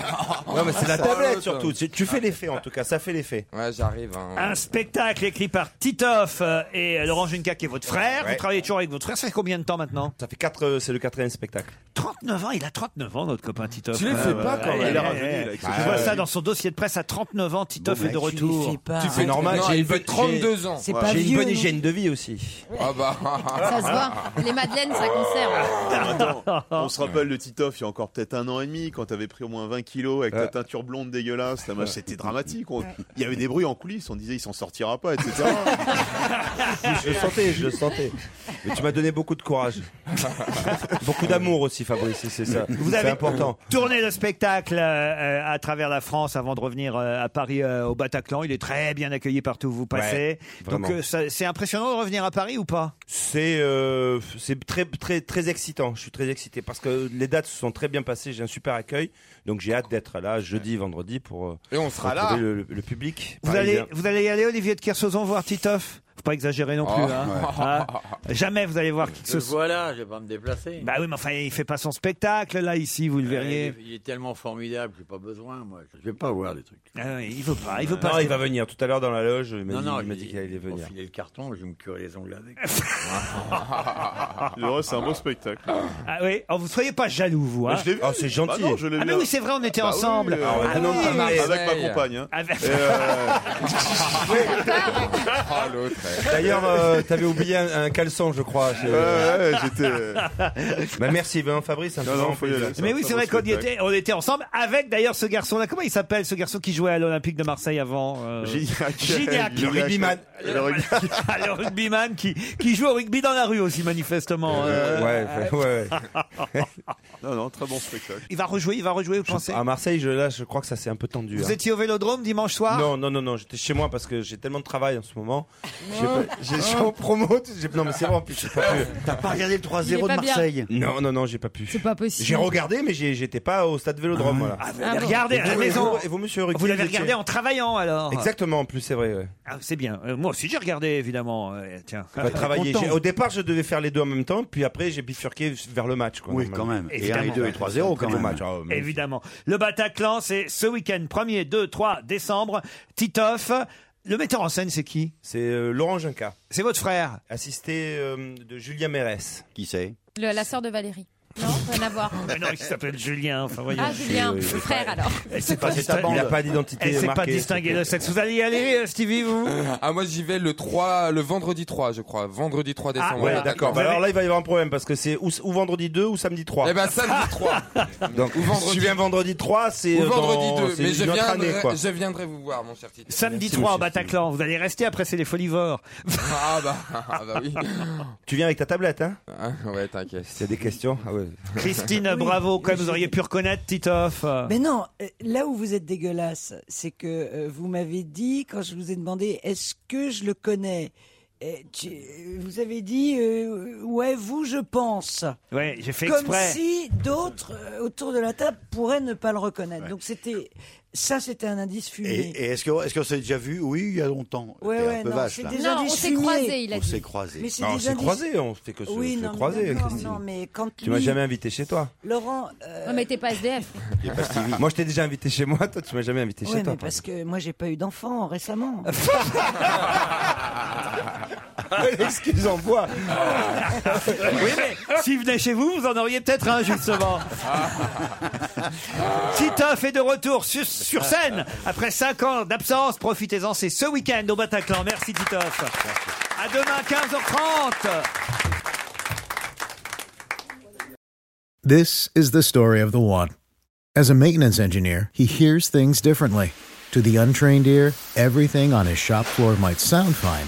S22: Non, mais c'est la
S7: Oh,
S22: tablette
S7: l'autre.
S22: surtout. C'est- Tu fais l'effet en tout cas, ça fait l'effet.
S7: Ouais, j'arrive.
S22: hein.
S3: Un spectacle écrit par Titoff euh, et euh, Laurent Junca, qui est votre frère. Vous
S22: Ouais.
S3: travaillez toujours avec votre frère. Ça fait combien de temps maintenant
S22: Ça fait 4, c'est le quatrième spectacle.
S3: 39 ans, il a 39 ans, notre copain Titoff.
S22: Tu les fais pas, quand même.
S3: Ah, ouais,
S22: Il a
S3: ouais,
S22: rajeuni,
S3: ouais.
S22: là, avec
S3: Je
S22: ce-
S3: vois
S22: Ah,
S3: ça
S22: oui.
S3: dans son dossier de presse à 39 ans. Titoff est de retour.
S22: Tu fais normal, j'ai une bonne- j'ai- J'ai une bonne hygiène de vie aussi.
S7: Ah bah.
S11: Ça se voit.
S17: bah.
S22: Ah.
S11: Les madeleines, ça conserve.
S9: *laughs* Attends, on se rappelle de Titoff il y a encore peut-être un an et demi, quand t'avais pris au moins 20 kilos avec ta teinture blonde dégueulasse. ta mâche, C'était dramatique. on- Il y avait des bruits en coulisses, on disait il s'en sortira pas, etc.
S22: *laughs* Je le sentais, je le sentais. Mais tu m'as donné beaucoup de courage. *laughs* beaucoup d'amour aussi, Fabrice, c'est- c'est ça.
S3: Vous
S22: C'est
S3: avez
S22: important.
S3: tourné le spectacle euh, euh, à travers la France avant de revenir euh, à Paris euh, au Bataclan. Il est très bien accueilli partout où vous passez.
S22: Ouais,
S3: Donc
S22: vraiment.
S3: euh, ça- c'est impressionnant de revenir à Paris ou pas
S22: C'est euh, c'est très très très excitant. Je suis très excité parce que les dates se sont très bien passées. J'ai un super accueil, donc j'ai hâte d'être là jeudi, vendredi pour euh,
S7: Et on sera
S22: retrouver
S7: là.
S22: le, le- le public.
S3: vous allez,
S22: parisien.
S3: vous allez y aller, Olivier de Kersauzon, voir Titoff Faut pas exagérer non plus.
S22: Oh,
S3: hein.
S22: ouais.
S3: Hein Jamais vous allez voir qui que
S17: Ce
S3: ce soit.
S17: voilà, je vais pas me déplacer.
S3: Bah oui, mais enfin, il fait pas son spectacle là ici, vous le verriez.
S17: il, est, il est tellement formidable, j'ai pas besoin, moi. Je vais pas voir des trucs.
S3: Ah oui, il veut pas, il veut
S22: Non,
S3: pas.
S22: il va venir tout à l'heure dans la loge. Il m'a
S17: Non,
S22: dit,
S17: non,
S22: il m'a
S17: je-
S22: dit qu'il allait
S17: Pour
S22: venir.
S17: filer le carton, je vais me curer les ongles avec.
S9: *laughs* Le reste, c'est un beau spectacle.
S3: Ah oui, oh, vous soyez pas jaloux, vous. Hein.
S9: Mais je l'ai vu. Ah, c'est gentil. Bah non, je l'ai
S3: Ah
S9: vu.
S3: mais oui, c'est vrai, on était
S9: Bah oui,
S3: ensemble.
S9: euh,
S3: Ah
S9: non,
S3: oui.
S9: pas mal. Avec ma compagne. hein.
S3: Avec-
S9: Et,
S3: *laughs*
S9: euh, *laughs* Oh,
S7: Ah, l'autre.
S9: *laughs*
S22: D'ailleurs, euh, t'avais oublié un, un caleçon, je crois. chez-
S9: Ouais, ouais, j'étais. euh,
S22: Bah merci, ben, Fabrice. un
S9: Non,
S22: peu
S9: non,
S22: grand
S9: faut y
S22: plaisir.
S9: aller.
S3: Mais oui, c'est vrai qu'on y était, on était ensemble avec d'ailleurs ce garçon-là. Comment il s'appelle ce garçon qui jouait à l'Olympique de Marseille avant euh,
S9: Gignac.
S3: Gignac.
S9: Le rugbyman.
S3: Le le rugbyman *laughs* qui, qui joue au rugby dans la rue aussi, manifestement.
S22: Euh, ouais, ouais, ouais.
S9: *laughs* non, non, très bon spectacle.
S3: Il va rejouer, il va rejouer, vous pensez
S22: À Marseille, je, là, je crois que ça s'est un peu tendu.
S3: Vous
S22: hein.
S3: étiez au vélodrome dimanche soir
S22: Non, non, non, non, j'étais chez moi parce que j'ai tellement de travail en ce moment. J'ai
S3: Non.
S22: pas- J'ai je suis en promo. tu- j'ai- Non, mais c'est vrai, en plus, j'ai pas pu. T'as pas regardé le
S6: Il est de pas bien. Marseille
S22: Non, non, non, j'ai pas pu. C'est
S6: pas possible.
S22: J'ai regardé, mais j'ai- j'étais pas au stade Vélodrome. voilà.
S3: Ah. Vous l'avez regardé à la maison.
S22: Ah Et vous, monsieur Ruquier,
S3: Vous l'avez
S22: étiez-
S3: regardé en travaillant alors
S22: Exactement, en plus, c'est vrai. ouais.
S3: Ah, c'est bien. Euh, moi aussi j'ai regardé évidemment. Euh, tiens.
S22: Pas travailler. J'ai- Au départ, je devais faire les deux en même temps, puis après, j'ai bifurqué vers le match. Quoi,
S5: Oui, quand même. Et un, et deux, et trois, zéro, quand même.
S22: Très beau match, ah, ouais, magnifique.
S3: Évidemment. Le Bataclan, c'est ce week-end, 1er, 2, 3 décembre. Titoff. Le metteur en scène, c'est qui
S22: C'est euh, Laurent Junca,
S3: C'est votre frère.
S22: assisté euh, de Julien Mérès.
S5: Qui c'est
S11: Le- la sœur de Valérie. Non, rien à voir.
S3: Mais non, il s'appelle Julien. Enfin, voyons.
S11: Ah, Julien,
S22: oui, oui,
S11: frère alors.
S3: Elle s'est
S22: C'est ta
S3: distin-
S22: bande. Il a pas d'identité
S3: Elle s'est pas
S22: marquée.
S3: distinguée de sexe. Vous allez y aller, euh, Stevie, vous
S7: Ah, moi j'y vais le 3, le vendredi 3, je crois. Vendredi 3 décembre.
S22: Ah,
S7: Voilà,
S22: ouais, d'accord.
S7: Vous
S22: Bah
S7: avez-
S22: alors là, il va y avoir un problème parce que c'est ou, ou vendredi 2 ou samedi Ah. 3.
S7: Eh ben, samedi 3.
S22: Donc,
S7: ou vendredi-
S22: si tu viens vendredi 3, c'est.
S7: Ou
S22: euh, dans-
S7: vendredi 2.
S22: c'est
S7: Mais je
S22: une autre
S7: viendrai,
S22: année, quoi.
S7: je viendrai vous voir, mon cher Tito.
S3: Samedi
S22: Merci,
S3: 3 au
S22: monsieur
S3: Bataclan. Vous allez rester après, c'est les folivores.
S7: Ah, bah, ah bah oui.
S22: Tu viens avec ta tablette, hein
S7: Ah, ouais, t'inquiète.
S22: C'est des questions. Ah ouais.
S3: Christine, bravo. Comme vous auriez pu reconnaître Titoff.
S22: Ah.
S3: euh,
S8: Mais non, euh, là où vous êtes dégueulasse, c'est que euh, vous m'avez dit, quand je vous ai demandé est-ce que je le connais, eh, tu- euh, vous avez dit euh, ouais, vous, je pense.
S3: *laughs* Ouais, j'ai fait
S8: Comme
S3: exprès.
S8: si d'autres euh, autour de la table pourraient ne pas le reconnaître. Donc c'était ça, c'était un indice
S5: Et,
S8: fumé.
S5: et est-ce que- est-ce qu'on s'est déjà vu Oui, il y a longtemps.
S8: Ouais,
S5: T'es
S8: ouais,
S5: un peu
S8: non,
S5: vache,
S8: c'est
S5: là.
S8: des Non, indices on s'est fumés. croisés, il
S5: On
S8: a dit.
S5: s'est croisés.
S8: Mais c'est
S22: Non,
S8: des
S22: on s'est
S8: indices-
S22: croisés, on se fait que se,
S8: Oui,
S22: se
S8: non, mais
S22: croiser,
S8: d'accord,
S22: Christine.
S8: Non, mais quand
S22: Tu m'as
S8: lui-
S22: jamais invité chez toi.
S8: Laurent. euh,
S11: Non, mais t'es pas SDF.
S22: Moi, je t'ai déjà invité chez moi, toi, tu m'as jamais invité
S8: ouais,
S22: chez toi.
S8: mais parce que moi j'ai pas eu d'enfant
S22: *laughs*
S8: récemment. *laughs*
S22: Excuse en bois.
S3: Oui, mais s'il venait chez vous, vous en auriez peut-être un, justement. Titoff est de retour sur, sur scène. Après 5 ans d'absence, profitez-en. C'est ce week-end au Bataclan. Merci, Titoff. À demain, 15h30.
S14: This is the story of the one. As a maintenance engineer, he hears things differently. To the untrained ear, everything on his shop floor might sound fine,